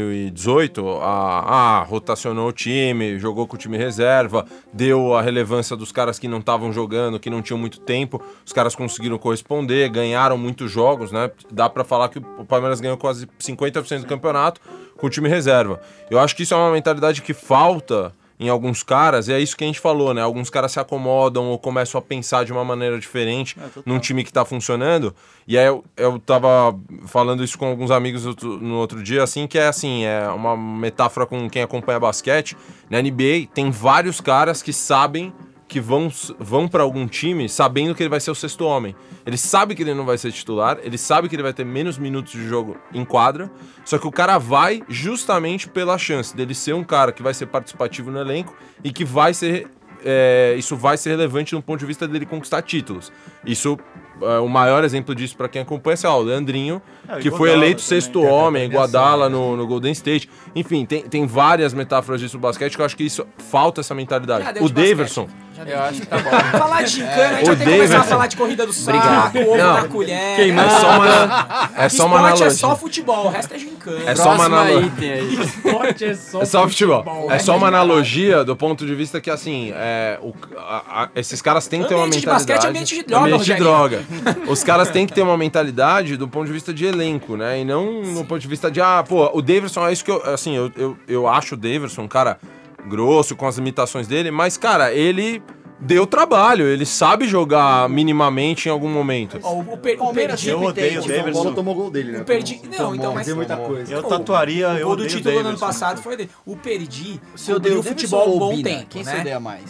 S8: 2018, a, a rotacionou o time, jogou com o time reserva, deu a relevância dos caras que não estavam jogando, que não tinham muito tempo, os caras conseguiram corresponder, ganharam muitos jogos, né? Dá pra falar que o Palmeiras ganhou quase 50% do campeonato com o time reserva. Eu acho que isso é uma mentalidade que falta em alguns caras, e é isso que a gente falou, né? Alguns caras se acomodam ou começam a pensar de uma maneira diferente num time que tá funcionando. E aí eu, eu tava falando isso com alguns amigos outro- no outro dia, assim, que é assim, é uma metáfora com quem acompanha basquete. Na NBA tem vários caras que sabem que vão, vão para algum time sabendo que ele vai ser o sexto homem. Ele sabe que ele não vai ser titular, ele sabe que ele vai ter menos minutos de jogo em quadra, só que o cara vai justamente pela chance dele ser um cara que vai ser participativo no elenco e que vai ser. é, isso vai ser relevante no ponto de vista dele conquistar títulos. Isso, é, o maior exemplo disso para quem acompanha é sei lá, o Leandrinho,
S7: É, o
S8: que foi
S7: Iguodala
S8: eleito
S7: também, é
S8: sexto
S7: tem
S8: homem, Guadala
S7: né?
S8: no, no Golden State. Enfim, tem, tem várias metáforas disso no basquete que eu acho que isso falta essa
S1: Já
S8: mentalidade.
S1: deu
S8: O
S1: de basquete.
S8: Daverson,
S1: Já
S4: Eu
S1: deu.
S4: acho que tá bom.
S1: Falar de gincana, a gente
S8: O
S1: vai ter que começar a
S8: Davidson.
S1: falar de corrida do saco,
S8: Obrigado.
S1: ovo
S8: Não.
S1: na colher.
S8: é só uma, é só uma
S1: Esporte
S8: analogia.
S1: é só futebol, o resto é gincana.
S8: É só uma
S4: Próxima
S8: analogia.
S4: item aí.
S9: Esporte é só.
S8: É só futebol. É só uma
S9: né?
S8: analogia do ponto de vista que, assim, é, o- a- a- esses caras têm que ter uma
S1: Ambiente de
S8: mentalidade.
S1: basquete é ambiente de droga,
S8: Ambiente de
S1: Rogério. [laughs]
S8: droga. Os caras têm que ter uma mentalidade do ponto de vista de elenco, né? E não no ponto de vista de, ah, pô, o Davidson é isso que eu. Assim, eu, eu, eu acho o Davidson um cara grosso com as limitações dele, mas, cara, ele. Deu trabalho, ele sabe jogar minimamente em algum momento.
S1: Ó, o, per- o
S4: Palmeiras
S1: perdi.
S7: Eu odeio o
S2: O São Paulo
S7: Davidson.
S2: tomou gol dele, né?
S1: Eu perdi- não,
S2: Tomou,
S1: então, mas-
S2: Tem muita coisa.
S7: Eu tatuaria,
S1: O
S7: eu
S1: gol do
S7: odeio o
S1: título do ano
S7: Davidson.
S1: passado foi dele. O perdi.
S4: Se eu odeio
S1: o futebol bom
S4: tem.
S1: tempo,
S4: Quem se
S1: né?
S4: odeia mais?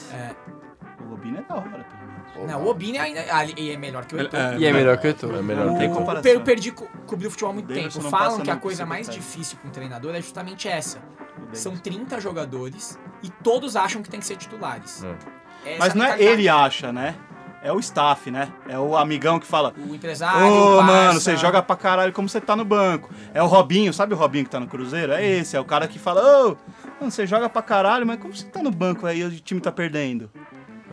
S7: O Lobinho é da hora, pelo menos.
S1: Não, o Obina ainda ali- e é melhor que o Heitor.
S5: É,
S4: E é melhor que eu tô.
S8: É melhor
S7: Não
S8: que
S7: tem
S8: como.
S1: O
S7: comparação.
S1: per- o Perdi co- cobriu o futebol há muito
S7: Davidson
S1: tempo.
S7: não
S1: Falam
S7: passa
S1: que a
S7: nem
S1: coisa
S7: por
S1: mais
S7: secretário.
S1: difícil para um treinador é justamente essa.
S7: Odeio.
S1: São 30 jogadores e todos acham que tem que ser titulares.
S8: Hum.
S1: Essa
S7: Mas não é
S1: mentalidade.
S7: ele acha, né? É o staff, né? É o amigão que fala.
S1: O
S7: Ô,
S1: empresário. o
S7: mano,
S1: parça.
S7: você joga pra caralho como você tá no banco. É o Robinho, sabe o Robinho que tá no Cruzeiro? É esse, é o cara que fala, ô, mano, você joga pra caralho, mas como você tá no banco aí e o time tá perdendo?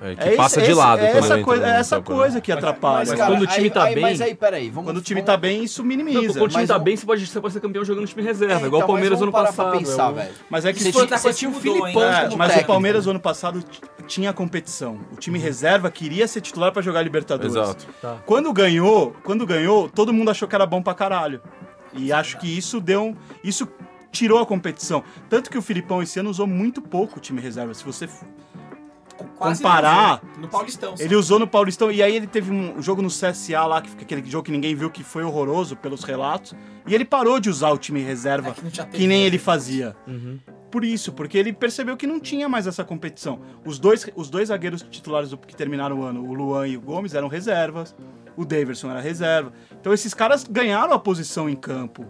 S8: É, que
S7: É esse-
S8: passa de
S7: esse-
S8: lado.
S7: É
S8: quando
S7: essa
S8: entra
S7: coisa,
S8: no
S7: é essa
S8: campo, né?
S7: coisa que atrapalha.
S5: mas quando o time tá
S4: aí,
S5: bem-
S4: Mas aí, peraí, vamos.
S7: Quando o time tá
S4: vamos-
S7: bem, isso
S5: Não,
S7: minimiza.
S5: quando o time
S4: mas
S5: tá
S4: vamos-
S5: bem, você pode, você pode ser campeão jogando no time reserva,
S4: É,
S5: igual o
S4: então,
S5: Palmeiras
S4: mas
S5: ano
S4: vamos parar
S5: passado.
S4: Pra pensar,
S5: é o-
S4: velho.
S7: Mas é que
S1: Você
S7: isso foi-
S4: tá
S1: tinha- você tinha o Filipão
S4: Filipão
S1: ainda, né?
S4: como
S7: mas
S4: técnico.
S7: o Palmeiras no ano passado t- tinha competição. O time reserva queria ser titular pra jogar Libertadores.
S8: Exato.
S7: Quando ganhou, quando ganhou, todo mundo achou que era bom pra caralho.
S1: é
S7: E acho que isso deu um, isso tirou a competição. Tanto que o Filipão esse ano usou muito pouco o time reserva. Se você f-
S1: Quase
S7: comparar-
S1: não, né? No Paulistão.
S7: ele usou no Paulistão e aí ele teve um jogo no CSA lá que fica aquele jogo que ninguém viu que foi horroroso pelos relatos, e ele parou de usar o time reserva
S1: É que não tinha
S7: que nem
S1: TV,
S7: ele
S1: né?
S7: fazia. Por isso, porque ele percebeu que não tinha mais essa competição. Os dois, os dois zagueiros titulares do- que terminaram o ano, o Luan e o Gomes, eram reservas. O Daverson era reserva. Então esses caras ganharam a posição em campo.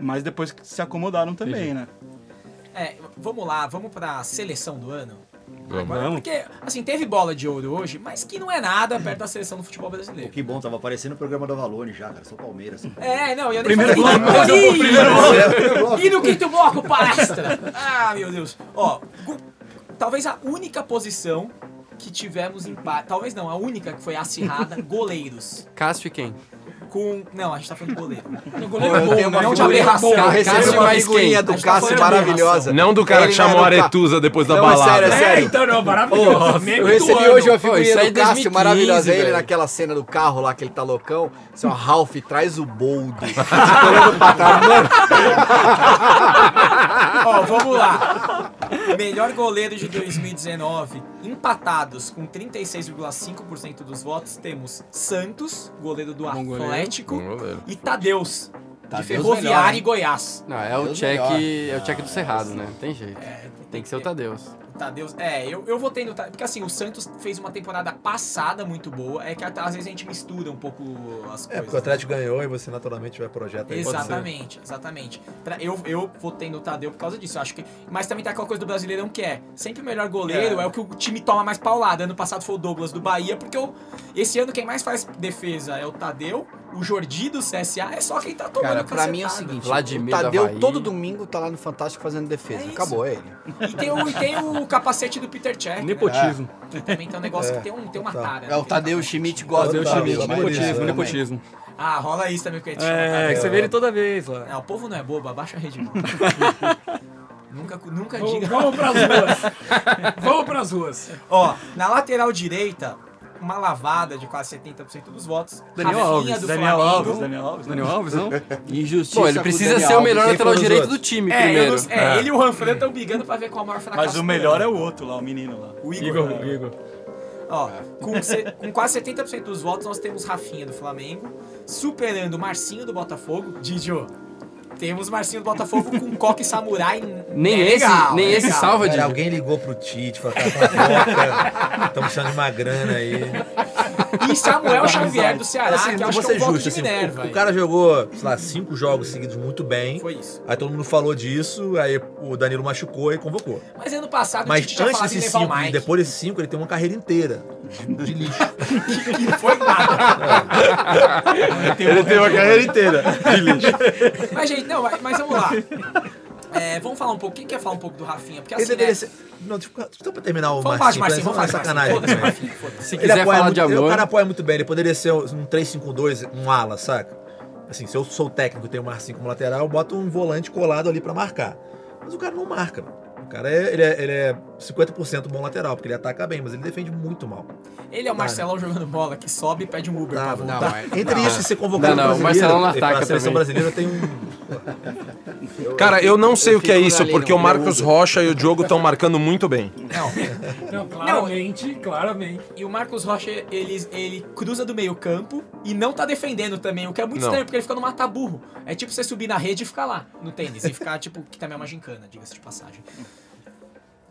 S7: Mas depois que se acomodaram também, né?
S1: É, vamos lá, vamos pra seleção do ano.
S8: Vamos.
S1: Agora, porque, assim, teve bola de ouro hoje, mas que não é nada perto da seleção do futebol
S2: Pô,
S1: brasileiro.
S2: que bom, tava aparecendo o programa da Valone já, cara. Sou Palmeiras.
S1: É, não, eu nem
S7: Primeiro
S1: falei-
S7: bloco, mas
S1: Ih,
S2: né?
S1: [laughs]
S2: bloco.
S1: E no quinto bloco, palestra! Ah, meu Deus. Ó, gu- talvez a única posição que tivemos empate. Talvez não, a única que foi [laughs] acirrada, goleiros.
S4: Cássio e quem?
S1: Com. Não, a gente tá falando de goleiro.
S9: O goleiro é
S1: Eu
S9: bom,
S1: tenho uma
S9: né?
S1: não de
S9: O goleiro é
S1: aberração.
S9: bom.
S1: Eu
S9: Cara,
S1: recebi
S9: Cássio
S1: uma
S9: mais quem?
S4: é
S1: figurinha do Cássio maravilhosa.
S8: Não do cara que chamou a
S4: um
S8: Aretusa depois da balada.
S9: É, então, não, maravilhoso. Meme
S10: Eu
S9: do
S10: recebi
S9: ano.
S10: hoje uma
S4: Pô, isso
S10: figurinha
S8: é
S4: aí é
S10: do Cássio
S4: 2015,
S10: maravilhosa. Ele
S4: velho.
S10: naquela cena do carro lá, que ele tá loucão.
S4: é
S10: Assim, ó, Ralph, traz o
S1: [laughs]
S10: boldo. Tá olhando pra trás.
S6: né?
S10: Mano,
S1: Ó, vamos lá. Melhor goleiro de 2019, empatados com 36,5% dos votos, temos Santos, goleiro do
S4: Bom goleiro.
S1: Atlético,
S8: Bom goleiro.
S1: e Tadeus, de
S4: Tadeus
S1: Ferroviário
S4: melhor, hein?
S1: e Goiás.
S4: Não, é o
S2: Deus
S4: check,
S2: melhor.
S4: é o check do Cerrado, né? Não tem jeito.
S1: É,
S4: Tem que ser o Tadeus.
S1: Tadeus, é, eu, eu votei no Tadeus, porque assim, o Santos fez uma temporada passada muito boa, é que às vezes a gente mistura um pouco as coisas. né?
S6: É, porque o Atlético ganhou e você naturalmente vai projetar aí, pode ser.
S1: Exatamente, exatamente. Pra- eu, eu votei no Tadeu por causa disso. eu acho que, mas também tá aquela coisa do brasileirão que é sempre o melhor goleiro é. o que o time toma mais paulada. Ano passado foi o Douglas do Bahia, porque o- esse ano quem mais faz defesa é o Tadeu. O Jordi do CSA é só quem tá tomando
S4: Cara, pra mim é o
S1: cacetada.
S4: seguinte,
S10: Vladimir
S4: o
S10: da
S4: Tadeu
S10: Bahia.
S4: todo domingo tá lá no Fantástico fazendo defesa.
S1: É isso.
S4: Acabou é ele.
S1: E tem, o, e tem um
S4: [laughs]
S1: o capacete do Peter Check.
S5: Nepotismo.
S1: Né? Que Também tem um negócio que tem, um, tem uma tara.
S4: É, o
S1: Tem uma
S4: Tadeu
S1: tara.
S4: Schmidt gosta
S5: Tadeu
S4: do
S5: Schmidt,
S4: Tadeu, é mas-
S5: nepotismo,
S4: também.
S5: nepotismo.
S1: Ah, rola isso também, porque
S5: É, que você vê ele toda vez lá.
S1: o povo não é bobo, abaixa a rede. não. nunca nunca
S9: Vamos,
S1: diga.
S9: vamos pras
S1: [laughs]
S9: ruas. vamos pras ruas.
S1: Ó, na lateral direita, uma lavada de quase 70% dos votos.
S5: Daniel
S1: Rafinha
S5: Alves,
S1: do
S5: Daniel
S1: Flamengo.
S5: Alves,
S7: Daniel Alves, né?
S5: Daniel Alves, não?
S4: Injustiça.
S5: Bom, ele
S4: com
S5: precisa
S4: Daniel
S5: ser o
S4: Alves.
S5: melhor
S4: Quem
S5: lateral
S4: foram os
S5: direito do
S4: outros?
S5: time
S1: É, eu
S5: primeiro.
S1: não- é, ele e o Ranfran estão brigando pra ver qual é o maior fracasso.
S7: Mas o melhor é o outro lá, o menino lá.
S1: o Igor.
S5: Igor,
S1: né?
S5: Igor.
S1: Ó,
S6: É.
S1: com, se- com quase 70% dos votos, nós temos Rafinha do Flamengo, superando Marcinho do Botafogo. Didio, temos Marcinho do Botafogo com coque samurai.
S5: Nem
S1: É
S5: esse,
S1: legal,
S5: nem
S1: é
S5: esse
S1: legal.
S5: salva de.
S6: Cara, alguém ligou pro Tite, falou, "Tá [laughs] cara, estamos precisando de uma grana aí.
S1: E Samuel Xavier do Ceará,
S6: Assim,
S1: que eu
S6: vou
S1: acho que é
S6: ser
S1: um voto
S6: justo,
S1: de
S6: assim,
S1: Minerva.
S6: o, o cara jogou, sei lá, cinco jogos seguidos muito bem.
S1: Foi isso.
S6: Aí todo mundo falou disso, aí o Danilo machucou e convocou.
S1: Mas ano passado o
S6: Mas
S1: Ah, Tite tinha
S6: antes
S1: falado em
S6: desses
S1: levar
S6: cinco
S1: o
S6: e
S1: Mike.
S6: depois desses cinco, ele tem uma carreira inteira. De lixo.
S1: [laughs] que foi nada.
S6: É.
S3: Ele tem uma carreira inteira.
S1: Mas, gente, não, mas mas vamos lá. É, vamos falar um pouco. Quem quer falar um pouco do Rafinha? Porque
S6: Ele
S1: assim,
S6: deveria
S1: né,
S6: ser. Não, desculpa, só pra terminar o
S1: Vamos falar de
S6: Marcinho,
S1: Marcinho,
S6: pra
S1: vamos
S6: não é
S1: falar
S6: sacanagem.
S1: de Marcinho.
S6: também.
S1: Foda-se, Marcinho, foda-se.
S5: Se
S6: Ele é
S5: quiser
S6: apoia
S5: falar
S6: muito,
S5: de
S6: ele- o
S5: amor.
S6: cara apoia muito bem, ele poderia ser um 3-5-2, um ala, saca? Assim, se eu sou técnico e tenho o Marcinho como lateral, eu boto um volante colado ali pra marcar. Mas o cara não marca, mano. O cara é, ele é, ele é 50% bom lateral, porque ele ataca bem, mas ele defende muito mal.
S1: Ele
S5: Tá.
S1: é o Marcelão jogando bola, que sobe e pede um Uber pra
S6: Tá,
S1: voltar.
S6: tá. Entre isso e ser convocado
S5: é- Não, não, o
S6: brasileiro,
S5: Marcelão não
S6: e pra
S5: ataca
S6: seleção
S5: também.
S6: brasileira tem um...
S8: Cara, eu não sei o que é
S4: fico
S8: isso,
S4: ali,
S8: porque
S4: não,
S8: o Marcos Rocha e o Diogo estão marcando muito bem.
S9: [laughs] Não, claramente, claramente.
S1: E o Marcos Rocha, ele, ele cruza do meio campo e não tá defendendo também, o que é muito
S8: Não.
S1: estranho, porque ele fica no mataburro. É tipo você subir na rede e ficar lá, no tênis. E ficar, tipo, que também é uma gincana, diga-se de passagem.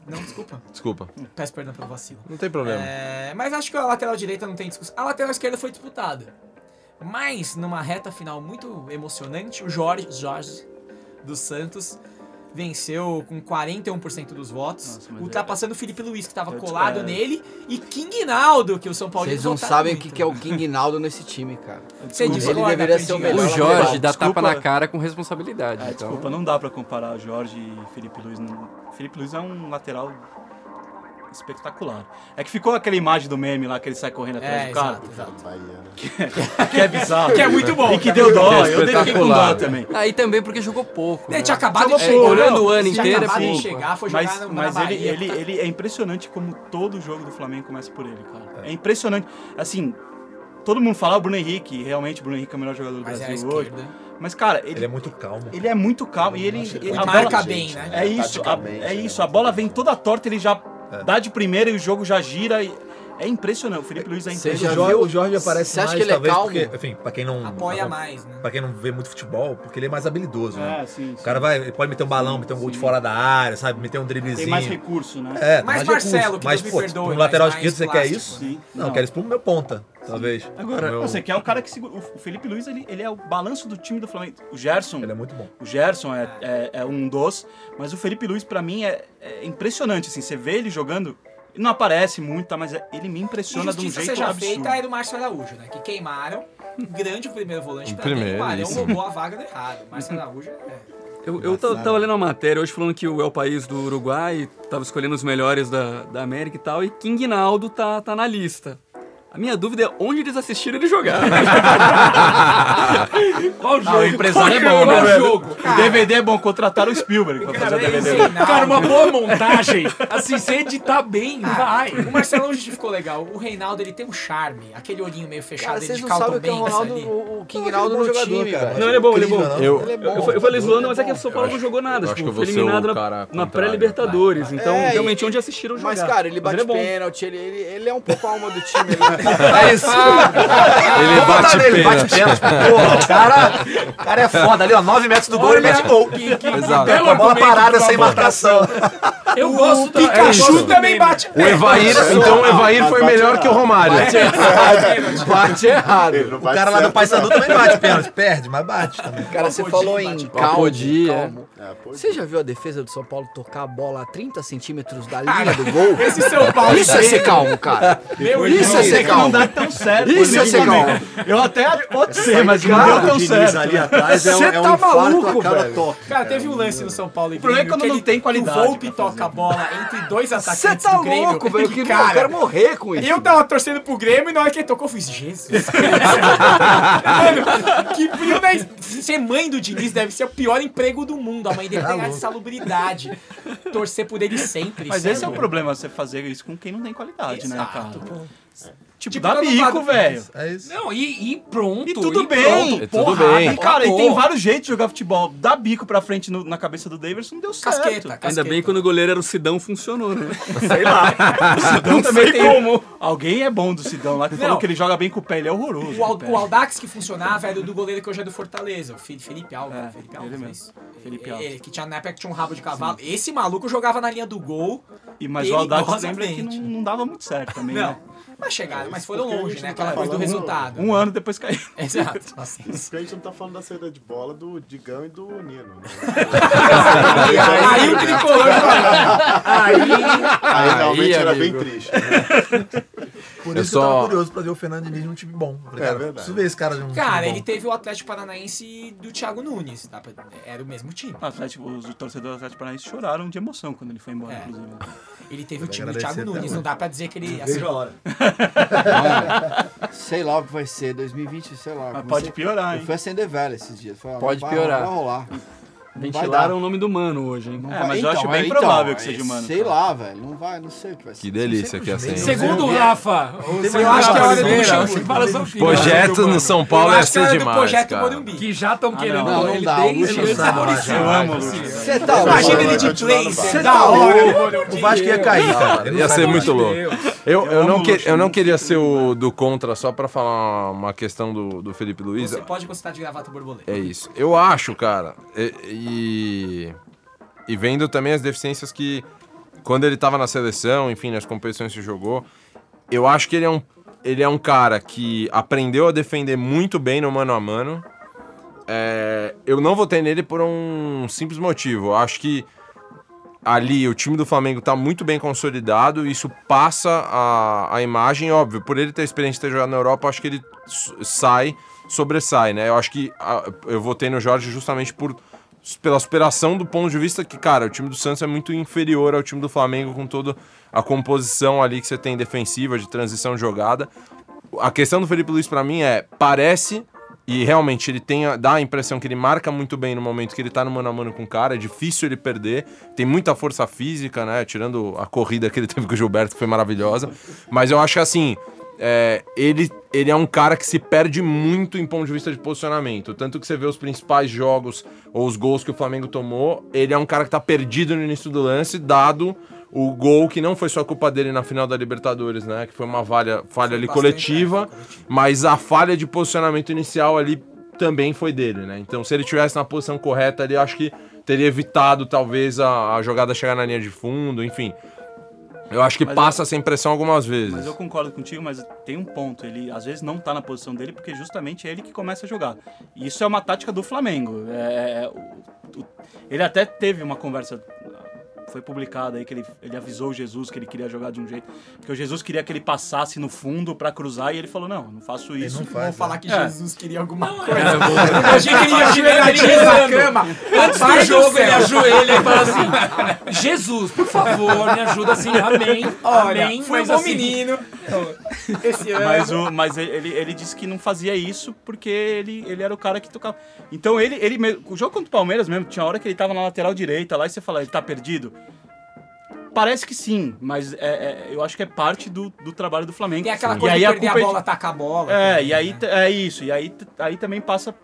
S1: Não, desculpa.
S8: Desculpa.
S1: Peço perdão pelo vacilo.
S8: Não tem problema.
S1: É, mas acho que a lateral direita não tem discussão. A lateral esquerda foi disputada. Mas, numa reta final muito emocionante, o Jorge, Jorge dos Santos venceu com 41% dos votos,
S7: Nossa, mas é
S1: ultrapassando o Felipe Luiz, que estava
S7: Eu te-
S1: colado
S7: é.
S1: nele, e King Naldo, que o São Paulo
S4: Vocês não sabem o que, que é o King Naldo nesse time, cara.
S1: Você discorda,
S4: Ele deveria ser o
S1: Pedrinho?
S4: melhor
S5: O Jorge dá
S7: Desculpa.
S5: tapa na cara com responsabilidade.
S7: É,
S5: então.
S7: desculpa, não dá pra comparar Jorge e Felipe Luiz. não. Felipe Luiz é um lateral espetacular. É que ficou aquela imagem do meme lá que ele sai correndo atrás
S1: É,
S7: do cara,
S1: exato, exato.
S7: [laughs] que é bizarro.
S1: Que é muito bom.
S7: E que é deu dó, eu dei- fiquei com dó
S5: é Espetacular.
S7: também.
S5: Aí Ah, também porque jogou pouco.
S1: Ele
S5: né?
S1: tinha acabado
S5: É,
S1: de chegar.
S5: olhando o ano
S1: tinha
S5: inteiro, é
S1: acabado de
S5: pouco.
S1: chegar, foi jogar
S7: Mas,
S1: na- na
S7: mas ele,
S1: Bahia.
S7: ele, ele é impressionante como todo jogo do Flamengo começa por ele, cara. É, impressionante. Assim, todo mundo fala "Ah, o Bruno Henrique, realmente o Bruno Henrique é o melhor jogador do
S1: Mas é a
S7: Brasil hoje.
S1: esquerda.
S7: Mas, cara,
S6: Ele
S7: ele,
S6: é muito calmo.
S7: ele é muito calmo e ele. ele- a
S1: marca
S7: bola-
S1: bem, né?
S7: É isso, a,
S2: Taticamente,
S7: é
S2: né?
S7: isso. A bola vem toda torta, ele já
S6: É.
S7: dá de primeira e o jogo já gira. e- é impressionante. O Felipe Luiz é
S6: O
S4: Você já
S7: impressionante.
S6: Jorge,
S4: viu?
S6: o Jorge aparece
S4: Você acha
S6: mais,
S4: que ele é
S6: talvez,
S4: calmo?
S6: porque, enfim, pra quem não...
S1: Apoia mais, né?
S6: Pra quem não vê muito futebol, porque ele é mais habilidoso, né?
S7: É, sim,
S6: O
S7: sim.
S6: cara vai, ele pode meter um balão, meter um gol de fora da área, sabe? Meter um
S7: Tem
S6: driblezinho.
S7: mais recurso, né?
S6: É, tem
S1: Mais
S6: recurso.
S1: Marcelo, que
S6: mas,
S1: Deus me
S6: pô,
S1: perdoe,
S6: Um
S1: mas né?
S6: lateral
S1: mais
S6: esquerdo, você quer
S1: plástico,
S6: isso?
S7: Sim.
S6: Não, eu quero isso pro meu ponta, talvez.
S7: Agora,
S6: Pro meu-
S7: você quer o cara que segura. O Felipe Luiz, ele, ele é o balanço do time do Flamengo. O Gerson.
S6: Ele é muito bom.
S7: O Gerson é, é- é um dos, mas o Felipe Luiz, pra mim, é, é impressionante. Assim, você vê ele jogando, ele não aparece muito, tá? mas é- ele me impressiona de um
S1: Injustiça
S7: jeito
S1: seja
S7: absurdo.
S1: feita é do Márcio Araújo, né? Que queimaram um grande primeiro volante
S8: Um
S1: pra mim. O
S8: primeiro,
S1: Marão
S8: isso.
S1: roubou a vaga do errado.
S7: [laughs]
S1: Márcio Araújo é.
S5: Eu, eu tava, tava lendo uma matéria hoje falando que o El País do Uruguai tava escolhendo os melhores da, da América e tal, e King Naldo tá, tá na lista. A minha dúvida é onde eles assistiram
S8: [laughs]
S5: ele jogar.
S7: [laughs]
S5: Qual jogo?
S7: Ah, o
S5: Qual
S7: empresário é bom,
S5: jogo?
S7: né,
S5: Qual
S7: velho?
S5: jogo?
S7: O DVD é bom contratar o Spielberg pra fazer o
S1: Cara, é
S7: DVD.
S1: isso.
S9: Cara, uma boa montagem. Assim, se editar bem, vai.
S1: O Marcelão ficou legal. O Reinaldo, ele tem um charme. Aquele olhinho meio fechado,
S4: Cara,
S1: ele
S4: vocês
S1: de
S4: não
S1: Carlton
S4: sabem o que é o
S1: Banks
S4: Ronaldo,
S1: ali.
S4: o o King
S6: Não, ele é
S4: Naldo
S6: um
S4: no
S6: bom jogador,
S4: time,
S6: cara.
S4: velho.
S5: Não, ele é bom, ele é
S6: Incrível,
S5: bom.
S6: não?
S8: Eu-
S4: Ele é bom.
S5: Eu, fa- eu falei zoando, mas é que
S4: Ele
S5: o
S4: bom.
S5: São Paulo não jogou
S8: eu
S5: nada.
S8: acho
S5: Tipo,
S8: que
S5: foi
S8: você é o
S5: eliminado
S8: cara
S5: na, na
S8: contrário.
S5: pré-Libertadores. Então,
S4: É,
S5: realmente, onde assistiram jogar.
S4: Mas, cara, ele
S5: Mas
S4: bate
S5: é bom.
S4: pênalti, ele, ele, ele é um pouco a alma do time. Ele...
S5: É isso.
S8: Ele
S4: Ah, tá
S8: bate
S10: Ele
S8: pena.
S10: bate pênalti. Porra, o cara, o cara é foda ali, ó. 9 metros do gol, ele mete gol.
S9: Que, que
S8: Exato.
S9: belo
S10: Com a bola
S9: argumento
S10: parada
S9: pra
S10: sem
S9: botar.
S10: marcação.
S9: Eu gosto
S1: O Pikachu também bate
S8: O Evair, então o Evair foi melhor que o Romário.
S10: Bate errado.
S3: Ele não
S6: O
S3: bate
S6: cara lá do
S3: certo.
S6: Paysandu também bate pênalti. Perde, mas bate também.
S4: Cara, você falou em calmo. Apodi, é. calmo.
S3: É, pô,
S4: Você já viu a defesa do São Paulo tocar a bola a 30 centímetros da linha do gol?
S7: [laughs]
S1: Esse São Paulo.
S4: Isso é ser calmo, cara. Isso é ser
S7: Não
S4: calmo.
S7: dá tão certo.
S4: Isso
S7: né,
S4: é ser
S7: Flamengo?
S4: calmo.
S7: Eu até pode ser, mas não deu tão certo. né?
S2: ali atrás é um,
S4: Cê
S2: é um
S4: tá
S2: infarto
S4: maluco,
S2: a cada
S4: velho.
S2: toque.
S1: Cara, teve um lance no São Paulo e
S7: problema é
S1: Grêmio
S7: quando
S1: que
S7: não
S1: ele-
S7: tem
S1: que
S7: qualidade
S1: O Volpe toca a bola entre dois
S4: Você
S1: atacantes
S4: tá
S1: do Grêmio.
S4: louco, velho. Que,
S1: cara,
S4: eu quero morrer com isso.
S1: eu tava torcendo pro Grêmio e na hora que ele tocou, eu fiz, Jesus. [laughs] Mano, que frio da... Ser mãe do Diniz deve ser o pior emprego do mundo. A mãe
S4: Tá
S1: dele tem a salubridade. Torcer por ele sempre.
S7: Mas
S1: sempre.
S7: esse é o problema, você fazer isso com quem não tem qualidade, né, cara?
S1: Exato, pô.
S7: Tipo,
S1: Tipo,
S7: dá
S1: tá no
S7: bico,
S1: lado-
S7: velho.
S6: É isso.
S9: Não, e, e pronto.
S7: E tudo bem.
S9: pronto,
S8: E tudo
S9: porrada,
S8: bem.
S7: E, cara, e tem
S9: porra.
S7: vários jeitos de jogar futebol. Dá bico pra frente no- na cabeça do Davidson, não deu certo.
S4: tá?
S1: Casqueta, casqueta.
S5: Ainda bem que quando o goleiro era o Sidão, funcionou,
S4: [laughs]
S5: né?
S7: [laughs] Sidão também tem. Como. Alguém é bom do Sidão lá que falou
S1: Não.
S7: que ele joga bem com o pé, ele é horroroso.
S1: O,
S7: com
S1: Al-
S7: o pé.
S1: o Aldax que funcionava era o do goleiro que hoje é do Fortaleza, o Fi- Felipe Alves.
S7: É,
S1: né? Felipe Alves,
S7: ele
S1: não é
S7: mesmo.
S1: isso?
S7: Felipe
S1: Ele-
S7: Alves.
S1: ele- que tinha, na época que tinha um rabo de cavalo. Esse maluco jogava na linha do gol.
S7: E, mas o Aldax lembra que
S1: Perigosamente.
S7: não, não dava muito certo também,
S1: Não.
S7: né?
S1: Mas chegaram, mas foram longe, né? Aquela coisa do resultado.
S7: Um ano depois caiu.
S1: [laughs] [laughs] Exato. Nossa, isso.
S3: Porque a gente não tá falando da saída de bola do Digão e do Nino. né?
S1: Aí o tricolor.
S3: Aí realmente era
S10: amigo.
S3: bem triste.
S1: né?
S6: Por
S8: É
S6: isso que eu
S8: só-
S6: tava curioso pra ver o Fernando Diniz num time bom. Eu Falei,
S3: É
S6: cara,
S3: verdade.
S6: preciso ver esse cara num
S1: Cara,
S6: time
S1: ele
S6: bom.
S1: teve o Atlético Paranaense do Thiago Nunes. tá? Era o mesmo time.
S7: O Atlético, os torcedores do Atlético Paranaense choraram de emoção quando ele foi embora,
S1: É.
S7: inclusive.
S1: Ele teve o
S6: Vai
S1: time do
S6: agradecer
S1: Thiago
S6: até
S1: Nunes.
S6: hoje.
S1: Não dá pra dizer que ele. assim,
S2: Veja a hora.
S4: Sei lá o que vai ser, 2020, sei lá.
S7: Mas
S4: comecei-
S7: pode piorar,
S4: Eu
S7: hein?
S4: fui acender velho esses dias. Falei, ah,
S10: Pode
S4: vai-
S10: piorar.
S5: [laughs]
S4: Vai rolar.
S5: Ventilaram o nome do mano hoje, hein?
S7: É,
S4: Então,
S7: mas eu acho bem provável que
S4: é,
S7: seja humano.
S4: Sei lá, velho. Não vai, não sei o que vai ser.
S8: Que delícia que é assim.
S9: Segundo o Rafa, o
S6: mais uma
S9: seu
S5: é
S9: Rafa
S6: hora
S1: do
S9: Oliveira,
S1: Luxemburgo.
S9: você fala só que-
S8: Projeto no São Paulo
S1: eu
S8: é
S1: acho que era
S8: ser
S1: do
S8: demais,
S1: projeto
S8: cara.
S1: Morumbi.
S9: que já estão querendo
S4: não, não
S9: ele
S4: dá,
S9: desde-
S4: o Luxemburgo
S9: ele
S4: não dá,
S9: desapareceu.
S7: Eu amo, Luxo.
S4: Você tá louco?
S1: Imagina ele
S3: vai
S1: de
S3: continuar no
S1: Blazer.
S6: Você
S1: Da
S6: tá
S1: hora,
S6: louco?
S1: mano, eu
S6: O Vasco ia cair, cara. Ele não
S8: Ia ser
S6: sabe onde
S8: muito
S6: tem.
S8: louco. Eu, eu,
S7: amo
S8: não,
S7: o
S8: que-
S7: Luxemburgo,
S8: eu não queria ser o do contra só pra falar uma questão do, do Felipe Luiz.
S1: Você pode gostar de gravata borboleta.
S8: É isso. Eu acho, cara. E, e, e vendo também as deficiências que quando ele tava na seleção, enfim, nas competições que jogou, eu acho que ele é um ele é um cara que aprendeu a defender muito bem no mano a mano. É, eu não votei nele por um simples motivo. Eu acho que ali o time do Flamengo tá muito bem consolidado, isso passa a, a imagem, óbvio, por ele ter experiência de ter jogado na Europa, eu acho que ele s- sai, sobressai, né? Eu acho que ah, eu votei no Jorge justamente por pela superação do ponto de vista que, cara, o time do Santos é muito inferior ao time do Flamengo com toda a composição ali que você tem defensiva, de transição de jogada. A questão do Felipe Luiz pra mim é, parece e realmente ele tem a- dá a impressão que ele marca muito bem no momento que ele tá no mano a mano com o cara, é difícil ele perder, tem muita força física, né? Tirando a corrida que ele teve com o Gilberto, que foi maravilhosa. Mas eu acho que assim, é, ele, ele é um cara que se perde muito em ponto de vista de posicionamento. Tanto que você vê os principais jogos ou os gols que o Flamengo tomou, ele é um cara que tá perdido no início do lance, dado o gol que não foi só culpa dele na final da Libertadores, né? Que foi uma falha, falha ali
S1: bastante,
S8: coletiva, mas a falha de posicionamento inicial ali também foi dele, né? Então, se ele tivesse na posição correta ali, eu acho que teria evitado talvez a, a jogada chegar na linha de fundo, enfim. Eu acho que
S7: Mas eu-
S8: passa essa impressão algumas vezes.
S7: Mas eu concordo contigo, mas tem um ponto. Ele às vezes não tá na posição dele porque justamente é ele que começa a jogar. E isso é uma tática do Flamengo. É, o- o- ele até teve uma conversa. Foi publicada aí que ele, ele avisou o Jesus que ele queria jogar de um jeito. Porque o Jesus queria que ele passasse no fundo pra cruzar e ele falou: Não, eu não faço
S6: Ele
S7: isso.
S6: não
S1: Vão
S6: faz. né?"
S1: falar que
S7: É.
S1: Jesus queria alguma
S9: é,
S1: coisa. [laughs] Eu achei que ele ia ajoelhadinho na cama.
S9: Antes do
S1: Pai do
S9: jogo, ele
S1: céu.
S9: ajoelha e fala assim: Jesus, por favor, me ajuda assim, amém.
S1: Olha,
S9: amém,
S1: fui um
S9: mas
S1: bom
S9: assim, [laughs]
S1: menino. Esse ano.
S7: Mas, o, mas ele, ele disse que não fazia isso porque ele, ele era o cara que tocava. Então ele, ele mesmo, o jogo contra o Palmeiras mesmo, tinha hora que ele tava na lateral direita lá e você fala, ele tá perdido? Parece que sim, mas é- é- eu acho que é parte do, do trabalho do Flamengo.
S1: Tem aquela
S7: E
S1: coisa
S7: aí
S1: de
S7: a é
S1: perder a, tá
S7: culpa é de-
S1: bola, tacar a bola.
S7: É,
S1: também,
S7: e aí
S1: né?
S7: t- é isso. E aí, t- aí também passa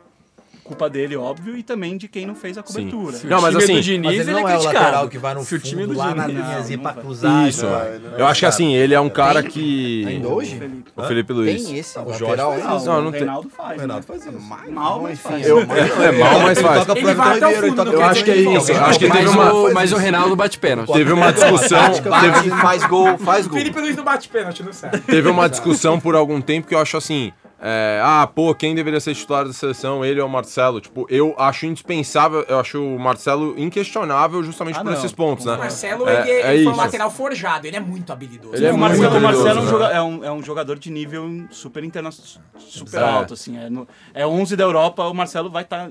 S7: culpa dele, óbvio, e também de quem não fez a cobertura.
S8: Sim. Não, mas
S5: time
S8: assim,
S5: do Diniz,
S6: Mas ele, não é, o
S5: criticado.
S6: lateral que vai no
S5: Se o time
S6: fundo,
S5: do
S6: lá na
S5: Diniz-
S6: linhazinha
S7: Não,
S6: pra
S7: não
S6: cruzar.
S8: Isso,
S6: né?
S8: é. Eu acho que assim, ele é um cara que.
S4: Ainda hoje?
S8: O Felipe Luiz.
S4: Tem esse
S6: O Jorge um
S4: lateral.
S6: faz
S4: aí?
S7: o
S8: Não, não tem-
S7: Reinaldo faz.
S6: O Renato
S7: né?
S6: faz isso.
S7: Mal, mas faz.
S8: É mal, mas faz.
S6: toca pro
S9: Ele vai
S6: Everton
S9: até o
S6: Ribeiro, ele
S9: fundo,
S6: toca
S9: não
S8: Eu
S9: quer
S8: acho
S9: dizer
S8: que é
S9: ele
S8: isso. Eu
S9: volta.
S8: acho que teve
S6: Mas
S8: uma,
S6: faz
S9: Mas o
S6: isso.
S9: Reinaldo bate pênalti.
S8: teve
S1: [laughs]
S8: uma discussão.
S1: é
S10: Bate, faz gol, faz gol.
S1: Felipe Luiz não bate pênalti, não serve.
S8: Teve
S1: [laughs]
S8: uma discussão por algum tempo que eu acho assim. é, ah, pô, quem deveria ser titular da seleção? Ele ou o Marcelo? Tipo, eu acho indispensável, eu acho o Marcelo inquestionável justamente
S7: Ah,
S8: por
S7: não.
S8: esses pontos, né?
S7: O
S1: O Marcelo,
S8: É-
S1: ele, ele
S8: é
S1: foi
S8: isso.
S1: um lateral forjado, ele é muito habilidoso.
S8: Ele é
S7: o Marcelo,
S8: muito
S7: o Marcelo é, um
S8: habilidoso,
S7: joga-
S8: né?
S7: é um, é um jogador de nível super internacional, super
S8: É.
S7: alto, assim. É, no- é 11 da Europa, o Marcelo vai estar...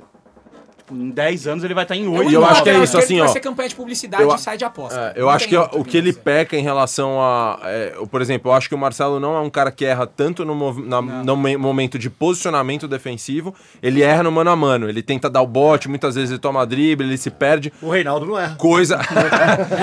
S7: em 10 anos ele vai estar em 8.
S8: E eu
S1: um
S8: acho que é isso,
S1: lateral esquerdo
S8: assim,
S1: que
S8: ó.
S1: Vai ser campanha de publicidade
S8: Eu-
S1: e sai de aposta.
S8: É, eu
S1: Não
S8: acho
S1: tem
S8: que
S1: outra
S8: o que ele
S1: dizer.
S8: peca em relação a. é, eu, por exemplo, eu acho que o Marcelo não é um cara que erra tanto no, mov- na- no me- momento de posicionamento defensivo, ele erra no mano a mano. Ele tenta dar o bote, muitas vezes ele toma drible, ele se perde.
S2: O Reinaldo não erra.
S8: Coisa.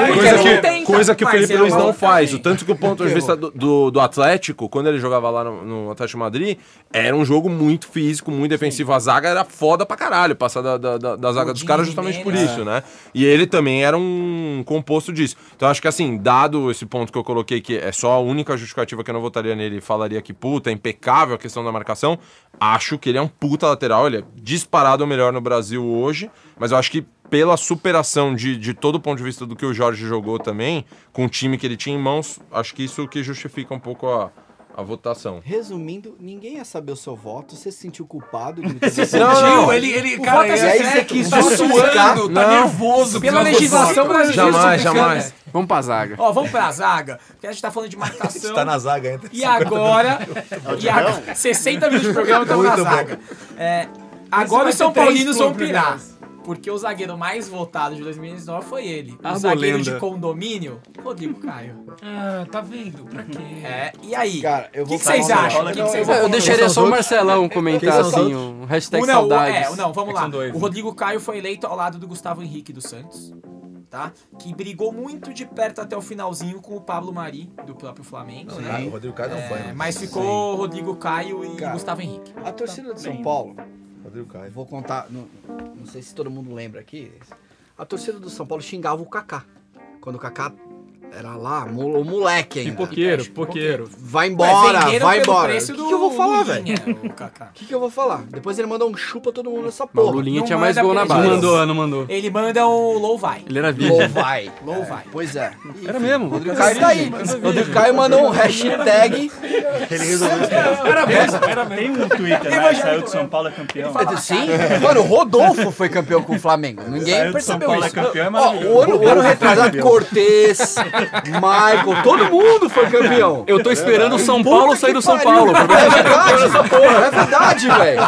S1: ele
S8: coisa, que,
S1: tenta,
S8: coisa que o
S1: mas
S8: Felipe
S1: ele
S8: Luiz
S1: errou
S8: não faz. O
S1: também.
S8: tanto que o ponto de vista do, do, do Atlético, quando ele jogava lá no, no Atlético de Madrid, era um jogo muito físico, muito defensivo. A zaga era foda pra caralho, passar da, da, da- da zaga dos
S1: Godinho,
S8: caras justamente por
S1: Jimenez.
S8: isso, né? E ele também era um composto disso. Então acho que assim, dado esse ponto que eu coloquei, que é só a única justificativa que eu não votaria nele e falaria que, puta, é impecável a questão da marcação, acho que ele é um puta lateral, ele é disparado o melhor no Brasil hoje, mas eu acho que pela superação de, de todo o ponto de vista do que o Jorge jogou também, com o time que ele tinha em mãos, acho que isso que justifica um pouco a, a votação.
S4: Resumindo, ninguém ia saber o seu voto, você se sentiu culpado [laughs] de me ter votado.
S8: Não, não,
S9: Ele, ele,
S1: O
S9: cara,
S1: voto é
S9: ele
S1: secreto.
S9: tá suando, tá
S8: Não.
S9: nervoso.
S1: Pela
S9: porque
S1: legislação
S9: você-
S8: Jamais,
S1: brasileira. isso é complicado,
S8: jamais.
S1: né?
S5: Vamos pra zaga.
S1: Ó, vamos pra zaga, porque a gente tá falando de marcação.
S6: Tá na zaga ainda.
S1: E agora,
S4: É
S1: e agora 60 minutos de programa estamos na
S6: Muito bom.
S1: zaga. É, agora os
S9: vai
S1: São
S9: ter três
S1: Paulinos vão pirar.
S9: programas.
S1: Porque o zagueiro mais votado de 2019 foi ele. O
S5: Arboleda.
S1: zagueiro de condomínio, Rodrigo Caio.
S9: Ah, tá vendo? Pra quê?
S1: É, e aí?
S4: Cara, eu
S1: O
S4: vou
S1: que que vocês
S4: falar um
S1: acham? O
S4: negócio.
S1: que que vocês
S5: Eu
S1: acham?
S5: deixaria só o
S9: um
S5: Marcelão comentar
S6: Quem são os
S5: assim,
S6: outros?
S5: um hashtag
S1: O não, o-
S5: saudades.
S1: é, o não, vamos
S9: É que
S1: lá.
S9: são dois,
S1: O
S9: né?
S1: Rodrigo Caio foi eleito ao lado do Gustavo Henrique dos Santos, tá? Que brigou muito de perto até o finalzinho com o Pablo Mari, do próprio Flamengo,
S6: Não,
S1: né?
S6: o Rodrigo Caio não foi.
S1: É,
S6: né?
S1: mas ficou Rodrigo Caio e
S4: Cara.
S1: Gustavo Henrique.
S4: A torcida de São Paulo,
S6: Rodrigo Caio.
S4: eu vou contar, não, não sei se todo mundo lembra aqui, a torcida do São Paulo xingava o Kaká. Quando o Kaká era lá, mo- o moleque ainda.
S5: Pipoqueiro, pipoqueiro.
S4: Vai embora,
S1: Venderam
S4: vai
S1: pelo
S4: embora. O
S1: preço
S4: que,
S1: do
S4: que eu vou falar, velho?
S1: Lulinha, o Kaká.
S4: O que, que eu vou falar? Depois ele mandou um chupa todo mundo nessa
S5: Mas o
S4: porra.
S5: Lulinha
S1: Não
S5: tinha mais
S1: manda
S5: gol na
S1: pra
S5: base.
S1: ele.
S5: Não mandou,
S9: não mandou.
S1: Ele manda o low vai.
S5: Ele era virgem.
S4: Low vai.
S1: Low vai.
S4: Pois é.
S5: Era mesmo. Rodrigo
S4: Caio tá aí. Rodrigo Caio mandou um hashtag.
S7: Tem um Twitter, né? Saiu de São Paulo é campeão.
S4: Sim, mano, o Rodolfo foi campeão com o Flamengo.
S7: Saiu
S4: Ninguém
S7: de São
S4: percebeu
S7: Paulo é
S4: isso.
S7: campeão é
S4: Ó,
S7: maravilhoso.
S4: o ano, o ano retrasado, Cortez, Michael, todo mundo foi campeão.
S5: [laughs] Eu tô esperando o São Paulo sair do São Paulo.
S4: É verdade, porra, é verdade, velho.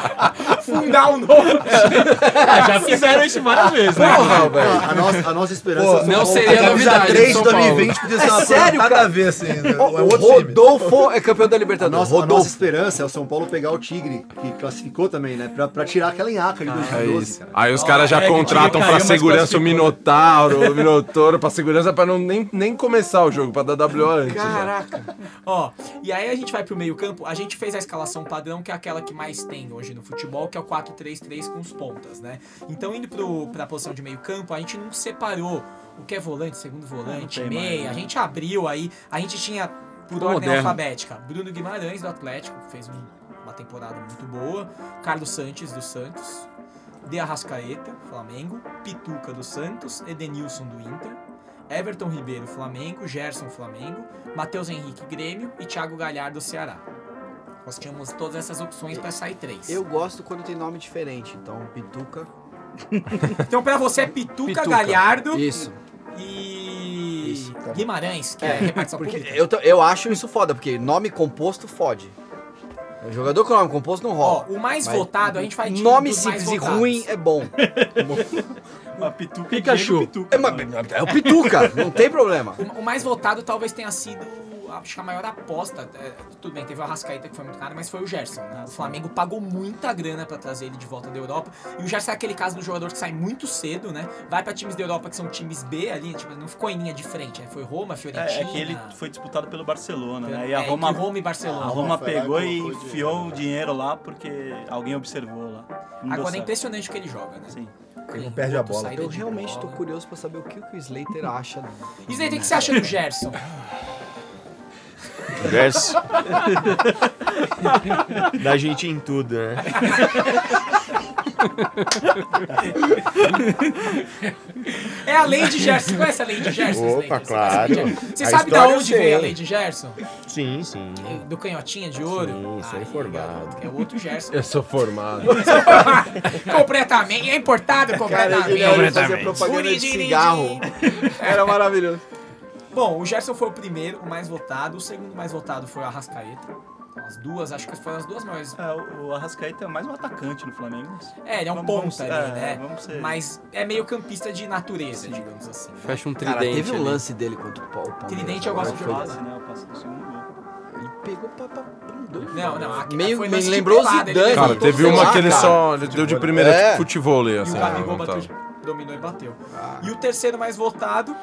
S1: Fundar um
S9: [laughs]
S1: novo.
S9: Ah,
S2: Ah,
S9: Já fizeram isso várias vezes, né?
S4: Porra, velho.
S2: A nossa, a nossa esperança.
S6: Pô,
S2: é São
S5: Não
S2: Paulo.
S5: seria
S6: Camisa
S5: novidade. né,
S6: 3
S5: 3
S6: é de 2020
S1: [laughs]
S6: podia ser
S4: É
S6: uma coisa
S4: sério,
S6: nada
S4: cara?
S6: a ver assim. né? É
S4: O
S6: outro time.
S4: Rodolfo é campeão da
S2: A
S4: Libertadores.
S2: nossa, a nossa
S4: Rodolfo.
S2: esperança é o São Paulo pegar o Tigre, que classificou também, né? Pra, pra tirar aquela enhaca de 2012, cara.
S8: É Aí os caras já
S9: é, que o time
S8: contratam
S9: caiu,
S8: pra
S9: mas
S8: segurança o
S9: classificou, né?
S8: Minotauro, o Minotouro, pra segurança pra não, nem, nem começar o jogo, pra dar W antes. né?
S4: Caraca.
S1: Ó, e aí a gente vai pro meio-campo. A gente fez a escalação padrão, que é aquela que mais tem hoje no futebol, que é o 4-3-3 com os pontas, né? Então, indo pro, pra posição de meio-campo, a gente não separou o que é volante, segundo volante,
S7: tem mais,
S1: meia. A gente abriu aí. A gente tinha, por
S5: Ficou
S1: ordem
S5: moderno.
S1: alfabética, Bruno Guimarães do Atlético, que fez um- uma temporada muito boa. Carlos Sanches do Santos. De Arrascaeta, Flamengo. Pituca do Santos. Edenilson do Inter. Everton Ribeiro, Flamengo. Gerson, Flamengo. Matheus Henrique Grêmio e Thiago Galhardo Ceará. Nós tínhamos todas essas opções pra sair três.
S4: Eu gosto quando tem nome diferente, então Pituca.
S1: Então pra você é Pituca,
S5: Pituca.
S1: Galhardo
S4: Isso.
S1: e
S4: Isso, tá bom.
S1: Guimarães, que é,
S4: É,
S1: repartição
S4: [laughs] porque
S1: pública.
S4: eu, tô- eu acho isso foda, porque nome composto fode. O jogador com nome composto não
S1: Ó,
S4: rola.
S1: o mais
S4: Vai.
S1: votado, a gente vai tirando
S4: nome
S1: dos mais
S4: simples e
S1: votados.
S4: ruim
S7: [laughs]
S4: é bom.
S7: Uma pituca
S5: Pikachu.
S7: Diego Pituca. [laughs]
S4: É, uma- é o Pituca, não tem problema.
S1: O, o mais votado talvez tenha sido o- acho que a maior aposta, é, tudo bem, teve o Arrascaeta que foi muito caro, mas foi o Gerson. né? O Flamengo pagou muita grana pra trazer ele de volta da Europa. E o Gerson é aquele caso do jogador que sai muito cedo, né? Vai pra times da Europa que são times B ali, tipo, não ficou em linha de frente, né? Foi Roma, Fiorentina.
S7: É, é que ele foi disputado pelo Barcelona, né? E
S1: É,
S7: a
S1: que
S7: Roma,
S1: Roma e Barcelona.
S7: A Roma
S2: foi lá e
S7: pegou e
S2: colocou o
S7: enfiou o dinheiro lá porque alguém observou lá. Não
S1: Agora
S7: deu
S1: é
S7: certo. é
S1: impressionante o que ele joga, né?
S7: Sim.
S1: Ele
S6: não perde a bola.
S4: Eu realmente tô curioso pra saber o que, que o Slater acha. né?
S1: Isso aí, o que você acha do Gerson?
S3: Gerson. Da gente em tudo, né?
S1: É a Lady Gerson. Conhece a Lady Gerson?
S3: Opa,
S1: Slater? Você
S3: claro.
S1: conhece a Lady Gerson? Você
S3: A
S1: sabe da
S3: história eu
S1: onde veio a
S3: sei.
S1: Lady Gerson?
S3: Sim, sim.
S1: Do canhotinha de ouro?
S3: Sim, sou
S1: Aí,
S3: formado.
S1: garoto, É o outro Gerson.
S8: Eu sou formado.
S1: completamente. É importado completamente.
S10: fazer propaganda de cigarro.
S1: Era maravilhoso. Bom, o Gerson foi o primeiro, o mais votado. O segundo mais votado foi o Arrascaeta. Então, As duas, acho que foram as duas maiores.
S7: É, o- o Arrascaeta é mais um atacante no Flamengo. mas-
S1: É, ele é um
S7: Vamos-
S1: ponta ali,
S7: é,
S1: né?
S7: vamos ser-
S1: Mas é meio campista de natureza, digamos assim.
S5: Fecha um tridente.
S4: Cara, teve um
S5: ali.
S4: lance dele contra o Paulo.
S1: Tridente eu gosto de jogar.
S7: Passe, né? O passe do segundo gol.
S4: Ele pegou pra, pra, pra um dois.
S1: Não, não. aqui
S4: Meio-
S1: foi
S4: me
S1: lance de
S4: lembrou o
S1: pelada, ele
S4: Zidane.
S1: levou
S8: Cara,
S1: todos
S8: teve
S1: os
S8: uma
S1: lados.
S8: que ele só ele deu de primeira,
S10: É.
S8: tipo futevôlei,
S1: E o
S8: assim.
S1: Gabigol
S8: né,
S1: bateu,
S8: vontade.
S1: de- dominou e bateu.
S7: Ah.
S1: E o terceiro mais votado,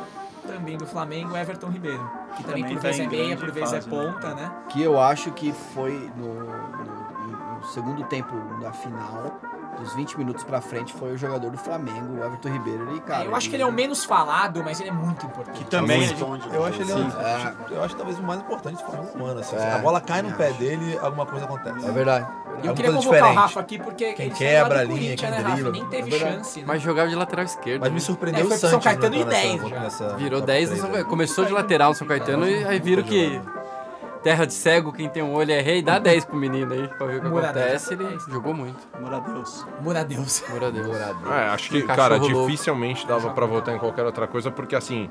S1: também do Flamengo, Everton Ribeiro. Que também,
S7: Também
S1: por
S7: tá
S1: vez
S7: em
S1: é meia,
S7: grande
S1: por vez é
S7: fase, né?
S1: ponta, né?
S4: Que eu acho que foi no, no- no segundo tempo da final, dos 20 minutos pra frente, foi o jogador do Flamengo, o Everton Ribeiro. Ele, cara,
S1: eu acho que ele é o menos falado, mas ele é muito importante.
S7: Que também.
S6: Eu acho
S7: é
S6: ele um- eu acho talvez o mais importante de forma humana. Assim, se a bola cai no pé dele, alguma coisa acontece.
S4: É verdade.
S1: E eu
S6: alguma
S1: queria
S6: coisa
S1: convocar o
S6: diferente.
S1: Rafa aqui, porque
S6: Quem
S1: ele
S6: quebra
S1: foi lá
S6: a
S1: do
S6: linha,
S1: Corinthians,
S6: quem
S1: né, Rafa?
S6: dribla.
S1: Nem teve
S6: É verdade.
S1: chance, né?
S5: Mas jogava de lateral esquerdo. né?
S6: Mas me
S1: É,
S6: surpreendeu
S1: foi
S6: o
S1: pro São
S6: Santos. né,
S1: Caetano
S6: jogando
S1: e né?
S6: nessa-
S1: 10 já.
S6: nessa-
S5: Virou
S6: top
S5: 10 no
S6: três,
S5: São
S6: né?
S5: Caetano. Começou de lateral São Caetano e aí viram que terra de cego, quem tem um olho é rei, dá 10 pro menino aí pra ver o que
S1: Moura Deus.
S5: acontece. Ele jogou muito,
S7: Amor a Deus.
S1: Moradeus.
S5: por Deus.
S8: É, acho que,
S5: Cachorro
S8: cara,
S5: louco.
S8: dificilmente dava pra votar em qualquer outra coisa, porque assim,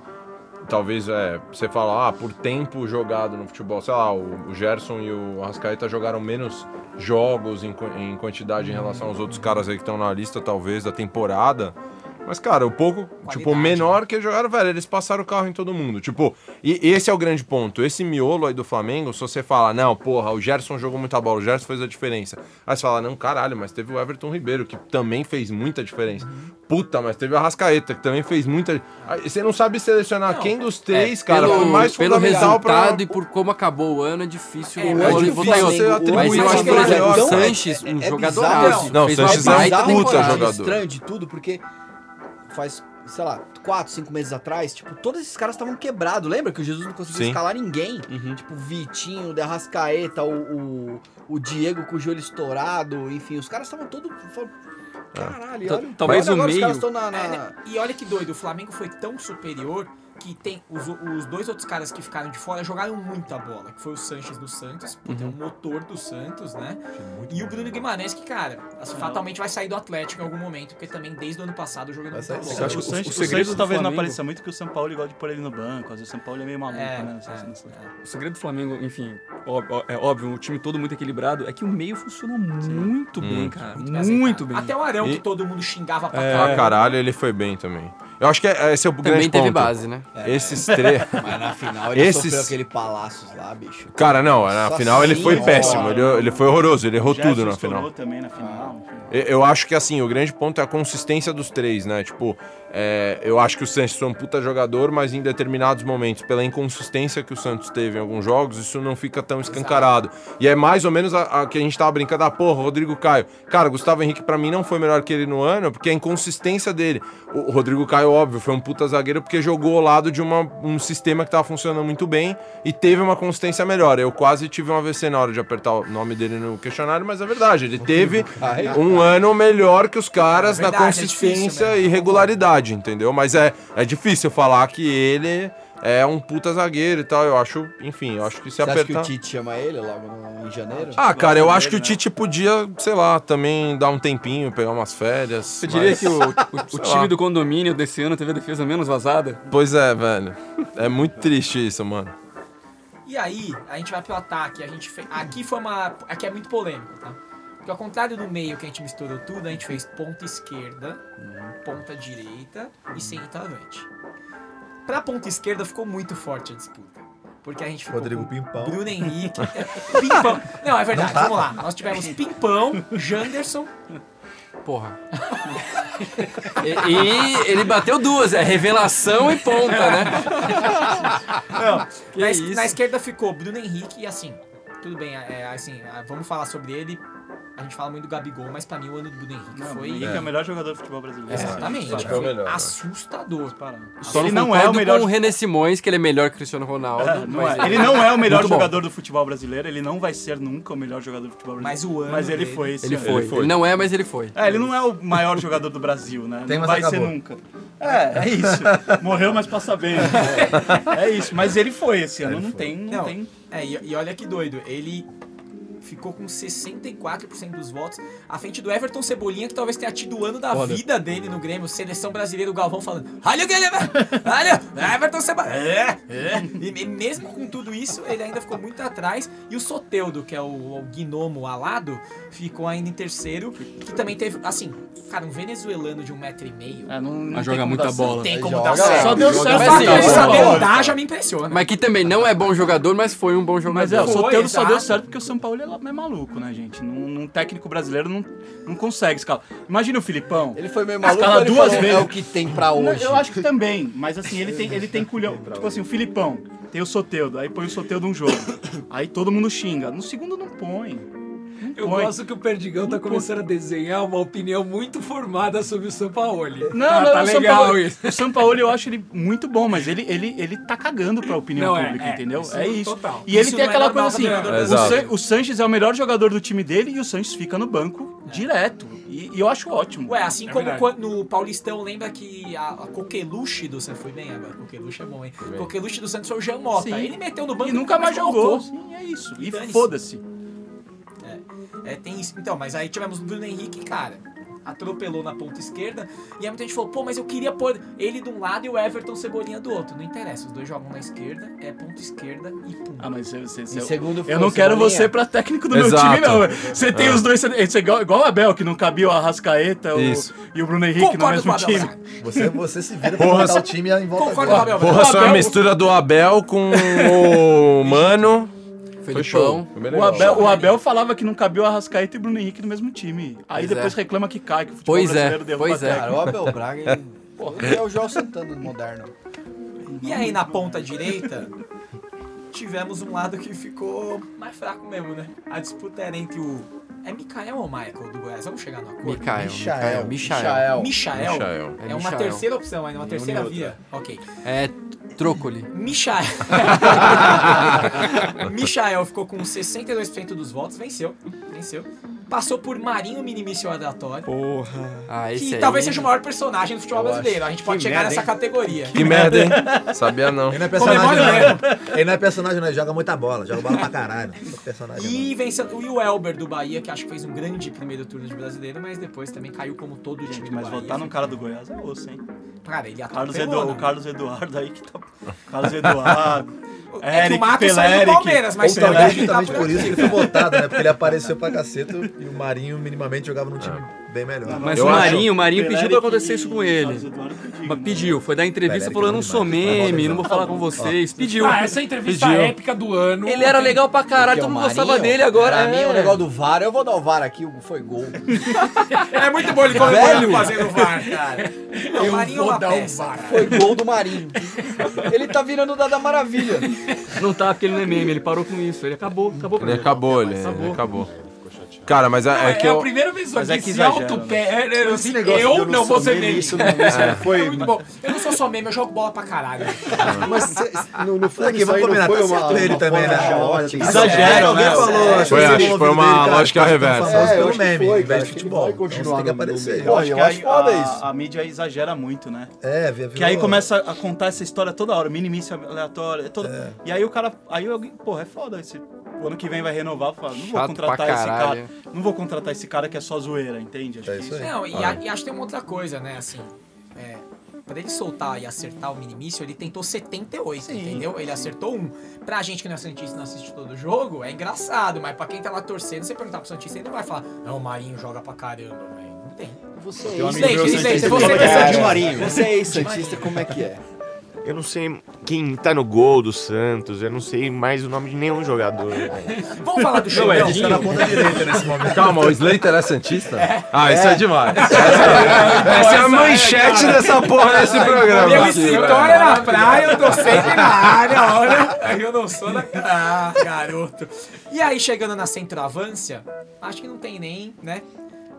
S8: talvez é, você fala, ah, por tempo jogado no futebol, sei lá, o, o Gerson e o Arrascaeta jogaram menos jogos em, quan- em quantidade em relação aos outros caras aí que estão na lista, talvez, da temporada. Mas, cara, o pouco, tipo, menor que jogaram, velho, eles passaram o carro em todo mundo. Tipo, e esse é o grande ponto. Esse miolo aí do Flamengo, se você fala, não, porra, o Gerson jogou muita bola, o Gerson fez a diferença. Aí você fala, não, caralho, mas teve o Everton Ribeiro, que também fez muita diferença. Puta, mas teve o Arrascaeta, que também fez muita. Aí Você não sabe selecionar quem dos três, cara, foi mais
S5: é, pelo
S8: fundamental pra.
S5: resultado e por como acabou o ano, é difícil
S1: É,
S5: o
S1: mas
S5: Rony
S8: difícil
S5: votar em outro.
S8: você
S5: Mas
S8: atribuir
S5: eu
S8: uma
S5: acho que, por
S1: é
S5: exemplo,
S8: melhor.
S5: o
S8: Então,
S5: Sanches, um
S4: é
S5: jogador
S4: bizarro.
S8: Não, o Sanches é um
S5: baita
S8: puta
S5: temporada.
S8: jogador.
S4: estranho de tudo, porque faz, sei lá, 4, 5 meses atrás, tipo, todos esses caras estavam quebrados. Lembra que o Jesus não conseguiu
S8: Sim.
S4: escalar ninguém? Tipo, o Vitinho, o Derrascaeta, o, o, o Diego com o joelho estourado, enfim, os caras estavam todos. tipo, falando,
S8: Ah.
S4: Caralho,
S5: Ta-
S4: olha,
S5: talvez
S4: olha
S5: o
S4: agora os
S5: meio-
S4: caras estão na. na-
S1: É, né? E olha que doido, o Flamengo foi tão superior que tem os, os dois outros caras que ficaram de fora jogaram muita bola, que foi o Sanches do Santos, puta, é o motor do Santos, né? E o Bruno Guimarães, que, cara, assim, fatalmente vai sair do Atlético em algum momento, porque também desde o ano passado jogando
S6: Vai
S1: muita
S6: sair sim.
S1: bola.
S7: O,
S6: o-
S5: o
S7: Sanches, o
S5: segredo
S7: Sanches
S5: do
S7: talvez não
S5: Flamengo-
S7: apareça muito que o São Paulo gosta de pôr ele no banco. Às vezes o São Paulo é meio maluco,
S1: É,
S7: né?
S1: é,
S7: Não sei se-
S5: O segredo do Flamengo, enfim, ó- ó- é óbvio, o time todo muito equilibrado, é que o meio funcionou muito bem, cara.
S1: Muito
S5: Muito,
S1: bem acertado.
S5: bem.
S1: Até o Arão,
S8: E-
S1: que todo mundo xingava pra
S8: Ah, caralho, ele foi bem também. Eu acho que é- esse é o
S5: é. Também
S8: grande ponto.
S5: teve
S8: É.
S5: base, né?
S4: É.
S8: Esses três.
S4: [laughs] Mas na final ele
S8: Esses-
S4: sofreu aquele palácios lá, bicho.
S8: Cara, não, na
S4: Nossa
S8: final ele foi
S4: senhora.
S8: péssimo, ele, é, ele foi horroroso, ele errou
S7: Gerson
S8: tudo na
S7: estourou
S8: final.
S7: também na final. enfim.
S8: Eu- Eu acho que assim, o grande ponto é a consistência dos três, né? Tipo, é, eu acho que o Santos foi um puta jogador, mas em determinados momentos, pela inconsistência que o Santos teve em alguns jogos, isso não fica tão escancarado. E é mais ou menos a, a que a gente tava brincando, ah, porra, Rodrigo Caio. Cara, Gustavo Henrique pra mim não foi melhor que ele no ano, porque a inconsistência dele. O o Rodrigo Caio, óbvio, foi um puta zagueiro porque jogou ao lado de uma- um sistema que tava funcionando muito bem e teve uma consistência melhor. Eu quase tive um AVC na hora de apertar o nome dele no questionário, mas é verdade, ele teve um ano melhor que os caras
S1: É verdade,
S8: na
S1: é difícil
S8: consistência
S1: mesmo.
S8: e regularidade, entendeu? Mas é, é difícil falar que ele é um puta zagueiro e tal. Eu acho, enfim, eu acho que se
S4: Você acha que
S8: apertar.
S4: o Tite chama ele logo no- em janeiro?
S8: Ah, cara, eu
S7: gosta
S8: acho que o
S7: dele, né?
S8: Tite podia, sei lá, também dar um tempinho, pegar umas férias.
S5: Você diria
S8: mas- [laughs]
S5: que o, o- o
S8: Sei lá.
S5: time do condomínio desse ano teve a defesa menos vazada?
S8: Pois é, velho. É muito triste isso, mano.
S1: E aí, a gente vai pro ataque. A gente fe... Aqui foi uma. Aqui é muito polêmico, tá? Porque ao contrário do meio que a gente misturou tudo, a gente fez ponta esquerda,
S6: Uhum.
S1: ponta direita e sem centroavante. Pra ponta esquerda ficou muito forte a disputa. Porque a gente ficou
S6: Rodrigo
S1: com
S6: Pimpão.
S1: Bruno Henrique.
S6: [laughs]
S1: Pimpão. Não, é verdade,
S6: Não tá,
S1: vamos lá.
S6: tá.
S1: Nós tivemos Pimpão,
S6: [laughs]
S1: Janderson.
S5: Porra. [laughs]
S9: E, e ele bateu duas, é revelação e
S1: [laughs]
S9: ponta, né?
S1: na, es-
S9: isso?
S1: na esquerda ficou Bruno Henrique e assim. Tudo bem, é, assim, ah, vamos falar sobre ele. A gente fala muito do Gabigol, mas pra mim o ano do Bruno Henrique
S7: Não, o
S1: foi.
S7: Henrique é. o melhor jogador de futebol brasileiro.
S1: Exatamente.
S8: Acho que é o
S1: foi
S8: melhor, né?
S1: assustador.
S7: Só
S5: ele
S7: ele não é o melhor
S5: com o René Simões, que ele é melhor que o Cristiano Ronaldo.
S7: Não
S5: mas
S7: é. Ele não é o melhor
S5: Muito bom.
S7: jogador do futebol brasileiro, ele não vai ser nunca o melhor jogador do futebol
S1: Mas
S7: brasileiro.
S1: o ano
S7: Mas ele
S1: dele-
S7: foi esse
S5: Ele
S7: ano.
S5: foi. Ele não é, mas ele foi.
S7: É, ele não é o maior jogador do Brasil, né?
S6: Tem,
S7: não
S6: mas
S7: vai
S6: acabou.
S7: ser nunca. É, é isso. [laughs] Morreu, mas
S5: [laughs]
S7: passa bem. né? É isso, mas ele foi esse ano, não tem, não,
S1: Não,
S7: tem.
S1: É, e, e olha que doido, ele ficou com 64% dos votos, à frente do Everton Cebolinha, que talvez tenha tido o ano da vida dele no Grêmio, seleção brasileira, o Galvão falando, olha o Grêmio, olha, Everton Cebolinha, é, é. E, e mesmo com tudo isso, ele ainda ficou muito atrás, e o Soteudo, que é o, o gnomo alado, ficou ainda em terceiro, que também teve, assim, cara, um venezuelano de um metro e meio,
S7: É, não, não
S5: Mas
S7: tem
S5: joga
S7: como
S5: muita
S7: dar certo.
S5: bola.
S1: tem como
S2: joga,
S1: dar certo.
S9: é Só deu
S1: O
S9: certo
S1: fato
S9: assim,
S1: dele
S9: ó.
S1: saber dar já me impressiona.
S5: é Mas que também não é bom jogador, mas foi um bom
S7: Mas é, o
S5: jogador.
S1: Foi,
S7: Soteldo só
S1: exato.
S7: deu certo porque o São Paulo é é maluco, né, gente? Num, num técnico brasileiro não, não consegue escalar. Imagina o Filipão.
S10: Ele foi meio maluco,
S7: Escala
S10: mas ele
S7: duas
S10: falou,
S7: vezes.
S10: é o que tem pra
S7: Não,
S10: hoje.
S7: Eu acho que também, mas assim, ele
S10: [laughs]
S7: tem, ele tem culhão. Tipo assim, o Filipão tem o Soteudo, aí põe o Soteudo num jogo. Aí todo mundo xinga. No segundo não põe. Não
S9: Eu
S7: põe.
S9: gosto que o Perdigão tá começando a desenhar uma opinião muito formada sobre o Sampaoli.
S7: Não,
S11: Ah,
S9: tá,
S7: não,
S9: tá
S7: o São
S9: legal
S7: Paulo,
S9: isso.
S7: O São Paulo eu acho ele muito bom, mas ele, ele, ele tá cagando pra opinião
S9: Não, é,
S7: pública,
S9: é,
S7: entendeu?
S9: isso
S7: É isso.
S9: total.
S7: E ele
S1: Isso
S7: tem
S1: não é
S7: aquela
S1: normal pra
S7: coisa assim:
S1: treinador
S7: o,
S8: brasileiro.
S7: San- o Sanches é o melhor jogador do time dele e o Sanches fica no banco direto. E, e eu acho ótimo.
S1: Ué, assim
S9: É
S1: como
S9: verdade.
S1: quando no Paulistão, lembra que a, a Coqueluche do Santos foi bem agora. Coqueluche é bom, hein? Coqueluche do Santos foi o Jean Mota.
S7: Sim.
S1: Ele meteu no banco
S7: e nunca mais jogou.
S1: colocou.
S7: Sim, é isso. E
S1: Dane-se.
S7: foda-se.
S1: É, tem isso. Então, mas aí tivemos o Bruno Henrique, cara. Atropelou na ponta esquerda. E aí muita gente falou, pô, mas eu queria pôr ele de um lado e o Everton Cebolinha do outro. Não interessa, os dois jogam na esquerda, é ponta esquerda e pum.
S7: Ah, mas você, você- você-
S10: segundo foi
S7: eu não
S10: o
S7: quero
S10: Cebolinha.
S7: você pra técnico do
S8: Exato.
S7: meu time, não. Você tem os dois. Você, você é igual, igual o Abel, que não cabia o Arrascaeta o-
S8: Isso.
S7: e o Bruno Henrique no mesmo
S1: Abel,
S7: time.
S1: Braga.
S6: Você, você se vira pra montar o time em volta
S1: Concordo com o
S6: dele.
S1: Abel.
S8: Porra,
S1: Braga.
S8: só é a mistura do Abel
S1: [laughs]
S8: com o Mano. Foi show.
S5: Felipão.
S8: Foi bem
S7: Então, O
S8: legal.
S7: Abel, o Abel falava que não cabia o Arrascaeta e o Bruno Henrique no mesmo time. Aí
S10: Pois
S7: depois
S10: é.
S7: reclama que cai, que o futebol
S5: Pois é,
S7: brasileiro derruba
S5: pois é.
S7: técnico.
S10: Cara, o Abel Braga, ele... Porra, ele é o João Santana moderno.
S1: E aí na ponta direita, tivemos um lado que ficou mais fraco mesmo, né? A disputa era entre o. É Mikael ou Michael do Goiás? Vamos chegar no acordo.
S5: Micael.
S10: Michael.
S5: Michael. Michael.
S10: Michael. um
S1: Michael.
S8: Michael.
S1: É,
S5: É
S1: uma
S5: Michael.
S1: terceira opção
S9: um
S1: ainda, uma terceira via. Ok.
S5: É Trócoli.
S9: [laughs]
S8: [laughs]
S1: Michael. Michael ficou com 62% dos votos, venceu. Venceu. Passou por Marinho Minimício Adatório,
S5: Ah, esse
S1: que
S5: aí.
S1: talvez seja o maior personagem do futebol
S10: Eu acho.
S1: brasileiro. A gente pode
S10: Que
S1: chegar
S10: merda,
S1: nessa
S10: hein?
S1: categoria.
S8: Que merda, hein? Sabia não.
S6: Ele não é
S1: Comemora
S6: personagem, não. Ele não é personagem, não. Ele joga muita bola. Joga bola pra caralho. Não é personagem, não.
S1: E vencendo e o Elber do Bahia, que acho que fez um grande primeiro turno de brasileiro, mas depois também caiu como todo o time
S7: Gente,
S1: do
S7: mas
S1: Bahia.
S7: votar num cara do Goiás é osso, hein?
S1: Cara, ele
S7: Carlos
S1: atropelou.
S7: Eduardo,
S1: né?
S7: o Carlos Eduardo aí que tá. Carlos Eduardo.
S1: É
S7: Eric,
S1: Marcos saiu do
S7: Pelé,
S1: Palmeiras, mas
S6: Ou
S1: Pelé
S6: talvez
S1: que tá
S6: justamente por isso que ele foi votado, né? Porque ele apareceu pra caceta e o Marinho minimamente jogava num time bem melhor.
S5: Mas
S8: Eu
S5: o
S8: acho-
S5: Marinho, o Marinho
S7: Pelé
S5: pediu pra
S7: que-
S5: acontecer isso com ele.
S7: Carlos Eduardo que eu digo,
S5: Mas
S7: né?
S5: pediu, foi dar entrevista
S6: Pelé,
S5: falou, eu não
S6: que
S5: sou
S6: demais. Vai
S5: meme,
S6: rodando.
S5: não vou falar com vocês. Pediu.
S9: Ah, essa entrevista
S1: é
S5: Pediu.
S9: épica do ano.
S5: Ele era legal pra caralho, todo mundo gostava dele agora.
S10: Pra mim,
S5: é.
S10: o negócio do VAR, eu vou dar o VAR aqui, foi gol.
S1: É muito bom ele comemorando fazendo o VAR, cara. Não, [laughs] o Marinho é uma
S4: um
S1: peça.
S10: Foi gol do Marinho. Ele tá virando o Dada Maravilha.
S5: Não tá, porque ele não é meme, ele parou com isso. Ele acabou, acabou com
S8: Ele acabou, ele, ele acabou. Cara, mas é, é
S9: É,
S8: que
S9: a
S8: eu.
S9: primeira vez que eu
S7: Mas é
S9: vi
S7: que
S9: se
S7: exagera,
S9: autopé. é, é, Eu, assim,
S2: negócio de
S9: eu
S2: eu não
S9: não
S2: sou
S9: vou ser
S2: meme,
S9: meme.
S2: isso
S11: [laughs]
S9: [laughs]
S1: Foi É muito bom. Eu não sou só meme, eu jogo bola pra caralho.
S2: Mas cê- no, no fundo,
S6: Aqui,
S2: isso aí
S6: vamos
S2: não
S6: combinar,
S2: foi
S6: tá
S2: uma,
S6: certo ele
S2: uma
S6: também,
S2: forma
S6: né?
S2: de ótima.
S7: Exagero,
S6: Alguém
S7: né?
S6: falou, acho
S8: Foi,
S6: que
S8: acho que
S6: ele
S8: foi uma
S6: ouviu dele, cara,
S8: lógica
S6: acho que ele
S8: reversa.
S6: ficou
S2: É,
S6: famoso
S2: eu
S6: pelo
S2: acho que
S6: meme,
S2: foi,
S6: em
S2: cara,
S6: vez de
S2: acho que
S6: futebol.
S2: vai
S6: Então você
S2: continuar
S6: tem que
S2: no- no
S6: aparecer.
S2: meio.
S7: Eu acho
S10: eu
S7: que
S10: acho
S7: aí
S10: foda
S7: a-
S10: isso.
S7: A mídia exagera muito, né?
S6: É, via, via,
S7: Que aí começa a contar essa história toda hora, minimício aleatório, é todo... E aí o cara, aí alguém, porra, é foda esse o ano que vem vai renovar, fala, não vou
S5: Chato
S7: contratar
S5: pra
S7: esse cara,
S5: caralho.
S7: não vou contratar esse cara que é só zoeira, entende? Acho
S6: É
S7: que
S6: isso aí.
S1: Não, e, a- e acho que tem uma outra coisa, né? Assim, é, pra ele soltar e acertar o minimício, ele tentou 78, entendeu? Ele acertou um. Pra gente que não é Santista e não assiste todo o jogo, é engraçado, mas pra quem tá lá torcendo, você perguntar pro Santista, ele não vai falar, não, o Marinho joga pra caramba, velho. Não tem.
S10: Você é
S1: Slade,
S7: meu
S1: Slade,
S7: Santista
S1: você
S7: que
S1: é
S7: é
S1: Santista.
S10: Marinho. Você é ex-santista, como é que é?
S3: Eu não sei quem tá no gol do Santos, eu não sei mais o nome de nenhum jogador. né?
S1: Vamos falar do
S3: Não,
S1: Chorão.
S3: é
S2: Tá
S3: Edinho.
S6: Na ponta direita
S2: né?
S6: nesse momento.
S8: Calma, o Slater é Santista? Ah, isso é, demais. [laughs] Essa é a manchete dessa porra desse programa.
S1: Meu escritório é na praia, eu tô [laughs] sempre na área,
S5: [laughs]
S1: olha. Aí eu não sou da. Ah, garoto. E aí, chegando na centroavância, acho que não tem nem, né?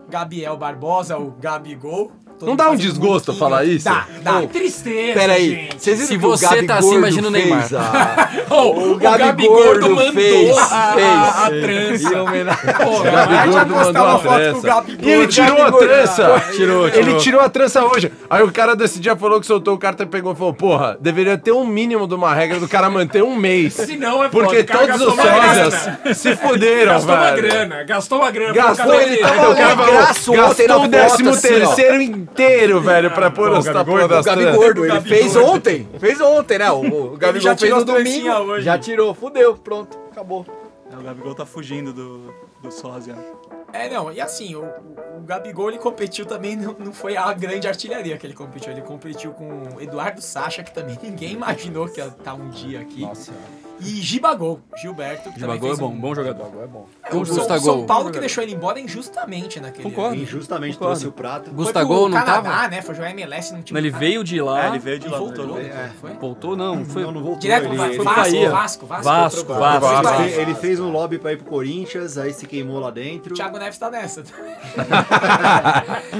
S1: Gabriel Barbosa, o Gabigol. Todo
S8: Não
S1: mundo
S8: dá um
S1: fazendo
S8: desgosto
S1: biquinho.
S8: falar isso?
S1: Dá, dá.
S10: Ô,
S1: Tristeza,
S10: Peraí,
S1: gente.
S10: vocês viram
S9: Se
S10: que o
S9: você
S10: Gabi
S9: tá assim,
S10: Gordo
S9: imagina o Neymar.
S10: fez a-
S1: Oh, o
S10: Gordo
S1: Gabigordo mandou
S10: fez,
S1: a, a, a trança. Pô, vai te
S8: Gabigordo
S1: apostar
S8: mandou
S1: uma
S8: a
S1: foto com o
S8: trança.
S1: Gabigordo.
S8: E ele tirou a
S1: Gabigordo.
S8: trança!
S5: Tirou,
S8: Ele
S5: tirou.
S8: tirou a trança hoje. Aí o cara desse dia falou que soltou o carta e pegou e falou: Porra, deveria ter um mínimo de uma regra do cara manter um mês.
S1: Se não, é foda,
S8: Porque
S1: o cara
S8: todos os
S1: gastou uma grana.
S8: sósias se fuderam,
S1: Gastou uma
S8: velho.
S1: grana, gastou uma grana.
S8: Gastou, ele
S1: tá
S8: tava
S10: Ele graça
S8: gastou,
S10: ontem na
S8: gastou o
S10: foto,
S8: décimo
S10: assim,
S8: terceiro inteiro, velho, pra pôr os tapões
S10: O
S8: das
S10: Gabi
S8: tranças.
S10: Gordo, ele fez ontem. Fez ontem, né? O, o Gabi
S1: já
S10: Gordo fez
S1: tirou
S10: no
S1: as trancinhas
S10: domingo.
S1: hoje.
S10: Já tirou, fudeu, pronto, acabou.
S7: É, O Gabigol tá fugindo do, do sósia.
S1: É, não, e assim, o, o- o Gabigol ele competiu também, não, não foi a grande artilharia que ele competiu. Ele competiu com o Eduardo Sacha, que também [laughs] ninguém imaginou que ia estar um dia aqui.
S4: Nossa,
S1: E Gibagol, Gilberto, que também
S5: Gabigol é
S1: fez
S5: bom,
S1: um-
S5: bom jogador. um
S4: é bom.
S1: É, o São,
S9: Gustagol.
S1: São Paulo
S5: Bom
S1: que
S5: jogador.
S1: deixou ele embora injustamente naquele
S5: Concordo.
S1: ano.
S2: Injustamente
S5: Concordo.
S2: trouxe o prato.
S9: Gustagol não
S1: Canadá,
S9: tava?
S1: né? Foi jogar MLS, não tinha.
S5: Não, ele veio de lá.
S7: É, ele veio de
S1: e
S7: lá.
S1: voltou.
S7: Ele-
S1: né? Foi?
S5: Voltou, não. Foi
S2: É. Não, não voltou.
S1: Direto
S2: ele,
S1: pro Vasco,
S2: ele-
S1: Vasco,
S5: Bahia.
S1: Vasco, Vasco.
S5: Vasco, Vasco.
S2: ele
S1: Vasco.
S2: fez- ele fez um lobby pra ir pro Corinthians, aí se queimou lá dentro.
S1: Thiago Neves tá nessa.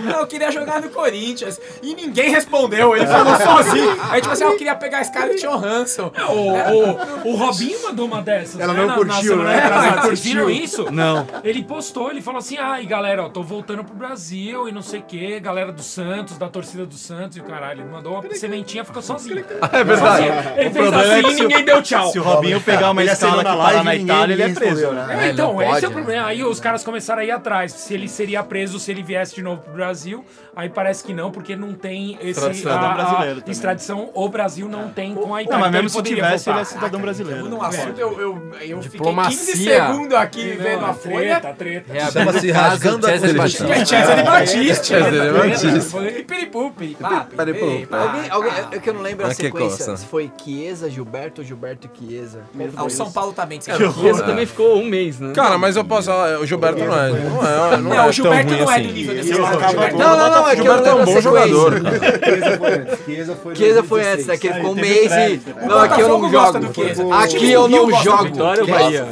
S1: não, eu queria jogar no Corinthians. E ninguém respondeu. Ele falou sozinho. Aí, tipo assim, ah, eu queria pegar esse cara de Johansson.
S11: O, o, o Robinho mandou uma dessas.
S6: Ela não
S11: na-
S6: curtiu,
S11: na semana
S6: né?
S11: retrasada.
S6: Ela não
S11: Vocês
S6: curtiu.
S11: viram isso? Não. Ele postou, ele falou assim: ai, galera, ó, tô voltando pro Brasil e não sei o quê. Galera do Santos, da torcida do Santos e o caralho. Ele mandou uma sementinha, ficou sozinho. assim,
S8: É verdade.
S11: Ele fez
S8: problema é
S11: assim
S8: que
S11: e
S8: se o-
S11: ninguém deu tchau.
S7: Se o Robinho pegar uma
S2: Ele assinou
S7: escala que
S2: na
S7: tá lá
S2: live
S7: na
S2: e ninguém-
S7: Itália, ele é
S2: ninguém
S7: preso,
S2: respondeu,
S7: né?
S11: É,
S10: É,
S11: então,
S10: não
S11: esse
S10: pode,
S11: é o problema. Aí os caras começaram a ir atrás. Se ele seria preso se ele viesse de novo pro Brasil. Aí parece que não, porque não tem esse.
S7: Extradição
S11: a- a
S7: brasileiro também.
S11: extradição, o Brasil não tem com a Itália.
S7: Não, mas
S11: Então
S7: mesmo se
S11: ele poderia
S7: tivesse, ele é
S11: voltar.
S7: cidadão brasileiro.
S1: Eu Ah, então não assunto, eu, eu, eu fiquei 15
S9: Diplomacia.
S1: segundos aqui
S11: Não,
S1: vendo a folha.
S11: Treta, treta.
S6: Chama-se rasgando a
S9: César
S6: Constituição.
S9: Batista.
S1: Tinha de É, Batista.
S8: Batista.
S1: E piripum, piripá,
S8: Peraí, pô.
S1: piripá.
S10: Alguém, alguém, é que eu não lembro a
S8: Mas que coisa.
S10: sequência. Se foi Chiesa, Gilberto, Gilberto, Chiesa. Qual
S1: Ah,
S10: foi
S1: o São
S10: isso?
S1: Paulo também.
S5: E esse também ficou um mês, né?
S8: Cara, mas eu posso. ah, O Gilberto não é. Não é, não é
S1: Não, o
S8: tão
S1: Gilberto
S8: ruim
S1: não é do
S8: assim.
S1: nível desse
S2: Ele
S1: cara.
S2: acaba
S1: Gilberto-
S2: com-
S8: Não, não, não, é que o Gilberto é um
S10: Eu lembro
S8: bom
S10: da
S8: jogador. cara.
S2: [laughs] Chiesa foi antes. Chiesa foi, em
S10: Chiesa foi antes,
S2: 2016.
S10: né?
S1: é
S10: Que ele
S7: Ah,
S10: ficou um
S7: ele teve
S10: mês
S7: crédito.
S10: e.
S7: O
S10: Não, aqui eu não
S1: Botafogo gosta
S10: jogo.
S1: do Chiesa.
S10: Aqui eu não jogo.
S5: Vitória ou Bahia?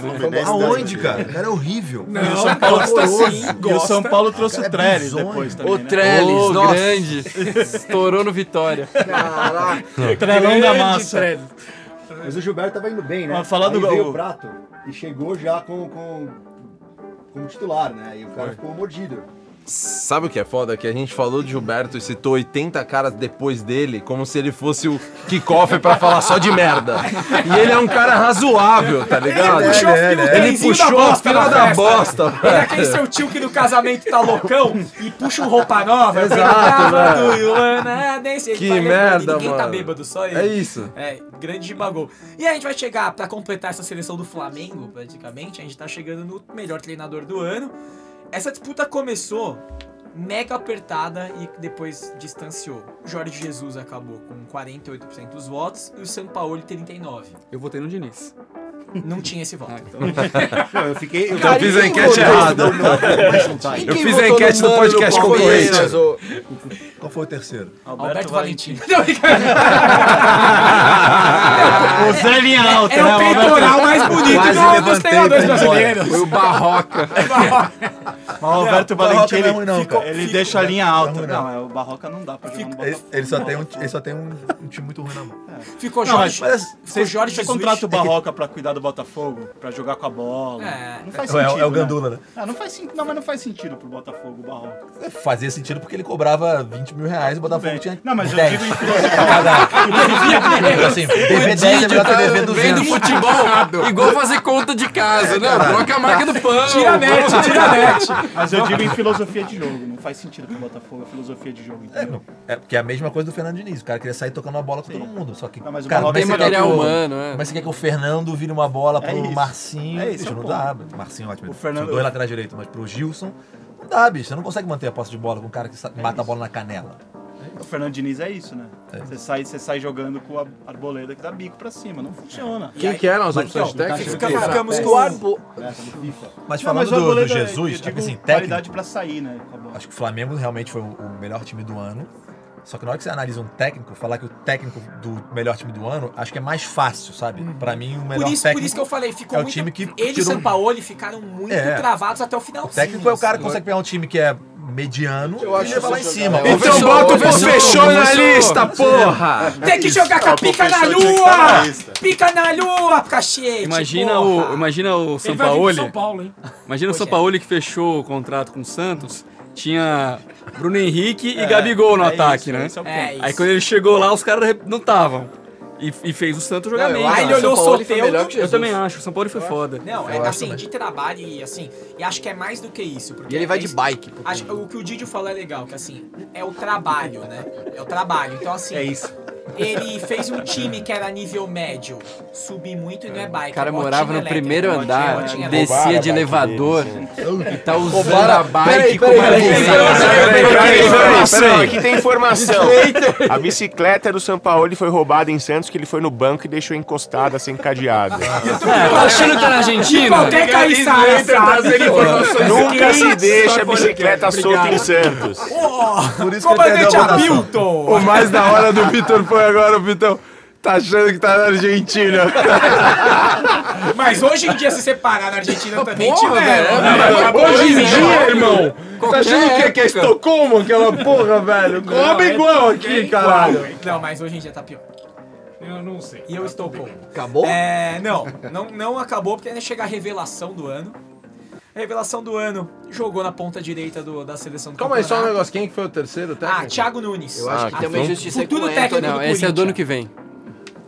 S6: Aonde, cara? O cara é horrível.
S11: Não, São Paulo gosta sim.
S7: E o São Paulo trouxe
S6: Cara,
S7: o
S6: é
S7: Trellis
S6: bizonho.
S7: depois
S9: O
S7: também, né?
S9: Trellis,
S10: Ô,
S9: nossa. Estourou no [laughs] Vitória.
S10: Caraca.
S7: O Trelão da massa.
S11: Trellis.
S2: Mas o Gilberto tava indo bem, né?
S7: Mas falar
S2: Aí
S7: do gol-
S2: veio o Prato e chegou já com, com, como titular, né? E o cara ficou mordido.
S8: Sabe o que é foda? Que a gente falou de Gilberto e citou 80 caras depois dele, como se ele fosse o kickoff pra falar só de merda. E ele é um cara razoável, tá ligado?
S1: Puxou
S6: É,
S1: o fio,
S6: né?
S1: o
S8: Ele
S1: trenzinho da
S8: puxou a
S1: bosta
S8: fila
S1: na
S8: da
S1: festa.
S8: bosta,
S1: Ele
S8: velho.
S1: é aquele seu tio que no casamento tá loucão e puxa um roupa nova.
S8: Exato, velho.
S5: né?
S8: Que
S1: Que
S8: merda,
S1: Ninguém tá
S8: mano.
S1: bêbado, só ele.
S8: É isso.
S1: É, grande gibagol. E a gente vai chegar, pra completar essa seleção do Flamengo, praticamente, a gente tá chegando no melhor treinador do ano. Essa disputa começou mega apertada e depois distanciou. O Jorge Jesus acabou com 48% dos votos e o Sampaoli 39%.
S5: Eu votei no Diniz.
S1: Não tinha esse
S6: Ah,
S1: voto.
S6: então.
S1: é
S2: Não, eu fiquei. Eu,
S8: Então eu fiz a enquete errada. Eu fiz a enquete do podcast concorrente.
S6: Qual foi o terceiro?
S1: Alberto Valentim.
S7: O Zé Linha Alta,
S1: É o
S7: né?
S1: peitoral mais bonito
S10: Quase
S1: do, dos
S10: levantei
S1: treinadores
S10: pra ir embora.
S1: brasileiros.
S9: Foi
S7: [laughs]
S9: o Barroca.
S7: É O Alberto
S6: Barroca
S7: Valentim,
S6: não é ruim,
S7: ele,
S6: não,
S7: ficou-
S6: cara.
S7: ele deixa a linha alta.
S6: ruim,
S7: Não,
S6: não.
S7: é, o Barroca É. não dá pra jogar no
S6: Ele,
S7: Botafogo.
S6: ele só tem, um, ele só tem um, um time muito ruim na mão.
S1: Ficou
S7: Não, mas
S1: Jorge.
S6: Mas é,
S1: ficou
S7: Você,
S1: Jorge
S7: você
S1: Jesus.
S7: contrata o Barroca pra cuidar do Botafogo, pra jogar com a bola.
S1: É.
S7: Não faz
S6: é,
S7: sentido,
S6: é o
S7: né?
S6: Gandula, né?
S7: Ah, não faz sentido. Não, mas não faz sentido pro Botafogo o Barroca.
S6: Fazia sentido porque ele cobrava 20 mil reais e o Botafogo
S7: Bem,
S6: tinha.
S7: Não, mas eu
S6: 10. [laughs]
S7: digo em filosofia.
S6: assim, dever 10 é melhor que dever
S7: tá
S9: Vem do
S6: 200.
S9: [laughs] futebol, igual fazer conta de casa. Não, troca a marca do pão.
S1: Tira a net, tira a net.
S7: [laughs] Mas eu digo em filosofia de jogo. Não faz sentido pro Botafogo a filosofia de jogo,
S6: É,
S7: entendeu?
S6: não. É, porque é a mesma coisa do Fernando Diniz. O cara queria sair tocando uma bola com todo mundo. Só que.
S7: Não, mas o
S6: cara,
S7: Barroca
S6: como é que você
S7: tem
S6: quer
S9: material
S6: que o-
S9: humano, é.
S6: Mas você quer que o Fernando vire uma bola
S7: É
S6: pro
S7: isso.
S6: Marcinho?
S7: É isso,
S6: bicho,
S7: é o
S6: não
S7: ponto.
S6: dá. bicho. Marcinho, ótimo.
S7: O Fernando-
S6: São dois laterais
S7: É
S6: direitos, mas pro Gilson. Não dá, bicho. Você não consegue manter a posse de bola com um cara que sa- mata a bola na canela.
S7: O Fernando Diniz é isso, né? Você sai, você sai jogando com a arboleda que dá bico pra cima, não funciona.
S6: Quem que eram as
S7: Mas,
S6: opções
S7: então,
S6: técnicas?
S7: fica- Ficamos
S6: É.
S7: com o arbo...
S6: tá Mas
S7: tá Não,
S6: falando do,
S7: o
S6: do
S7: arboleda,
S6: Jesus,
S7: eu
S6: tipo
S7: digo,
S6: assim,
S7: qualidade
S6: técnico.
S7: pra sair, né? com a bola.
S6: Acho que o Flamengo realmente foi o, o melhor time do ano. Só que na hora que você analisa um técnico, falar que o técnico do melhor time do ano, acho que é mais fácil, sabe? Pra mim, [laughs] o melhor
S1: Uhum. Por isso,
S6: técnico.
S1: por isso que eu falei, ficou
S6: é o
S1: muito.
S6: time que
S1: ele e
S6: tirou-
S1: Sampaoli ficaram muito
S6: É.
S1: travados até o
S6: O
S1: finalzinho.
S6: técnico é o cara que
S1: assim.
S6: consegue pegar um time que é mediano
S1: Eu acho
S6: e levar lá em
S1: que-
S6: cima.
S1: Então bota o Profechou na lista,
S5: porra!
S6: Tá
S1: Tem que jogar com a pica na lua! Pica na lua, cachete!
S5: Imagina
S1: tipo, porra.
S5: o, imagina o
S1: Ele vai vir pro
S5: Sampaoli.
S1: São Paulo, hein? é.
S5: Imagina o Sampaoli que fechou o contrato com o Santos. Tinha Bruno Henrique e Gabigol no
S7: é
S5: ataque,
S7: isso,
S5: né?
S7: esse é o ponto. É
S5: Aí
S7: isso.
S5: quando ele chegou lá, os caras não estavam. E, e fez o Santos jogar
S1: Não, eu
S5: bem.
S1: acho
S5: cara.
S1: que o Aí ele olhou São o Paulo foi Soteldo. melhor que
S5: Eu
S1: Jesus.
S5: também acho. O São Paulo foi foda.
S1: Não, é assim, de trabalho e assim. E acho que é mais do que isso. Porque
S5: E ele vai
S1: é
S5: de
S1: isso-
S5: bike pro
S1: acho- o que o Didio falou é legal, que assim, é o trabalho, né? É o trabalho. Então, assim.
S9: É isso.
S1: Ele fez um time que era nível médio subir muito e não é bike.
S9: O cara
S1: é botinha
S9: morava no
S1: elétrica,
S9: primeiro
S1: botinha,
S9: andar,
S1: botinha elétrica.
S9: descia de elevador e tá usando
S1: Roubaram-
S9: a bike
S1: Peraí,
S9: como
S1: peraí, peraí,
S9: argumento.
S3: Peraí, peraí, peraí,
S9: Informação.
S3: aqui tem informação. A bicicleta do Sampaoli foi roubada em Santos, que ele foi no banco e deixou encostada sem cadeado.
S5: Tá achando que tá na Argentina?
S1: É. Qualquer caiçara sabe.
S3: Nunca se
S1: Quem
S3: deixa a
S1: sabe
S3: bicicleta
S1: podcast?
S3: solta em
S1: Obrigado.
S3: Santos.
S1: Oh,
S3: Por isso que ele
S1: comandante
S3: perdeu a votação.
S1: Hamilton!
S3: O mais da hora do Vitor foi agora, o Vitão tá achando que tá na Argentina.
S1: Mas hoje em dia, se você parar na Argentina também,
S3: Porra,
S1: tiver. né?
S3: velho, é, Tá hoje em dia, irmão. Tá achando o quê? Que é Estocolmo, [laughs] aquela porra, velho? Cobra é
S1: é
S3: igual aqui, caralho.
S1: Não, mas hoje em dia tá pior.
S11: Eu não sei. Tá
S1: E eu estou bom.
S10: Acabou?
S1: É, não, não, não acabou porque ainda chega a revelação do ano. A revelação do ano jogou na ponta direita do- da seleção do
S10: Calma aí, só um
S1: campeonato.
S10: negócio. Quem que foi o terceiro técnico?
S1: Ah, Thiago Nunes.
S10: Eu acho
S1: Ah,
S10: que tem um uma
S1: então-
S10: injustiça
S1: Futuro
S10: com o
S1: técnico
S10: Anthony.
S1: do
S9: Não, esse é do ano que vem.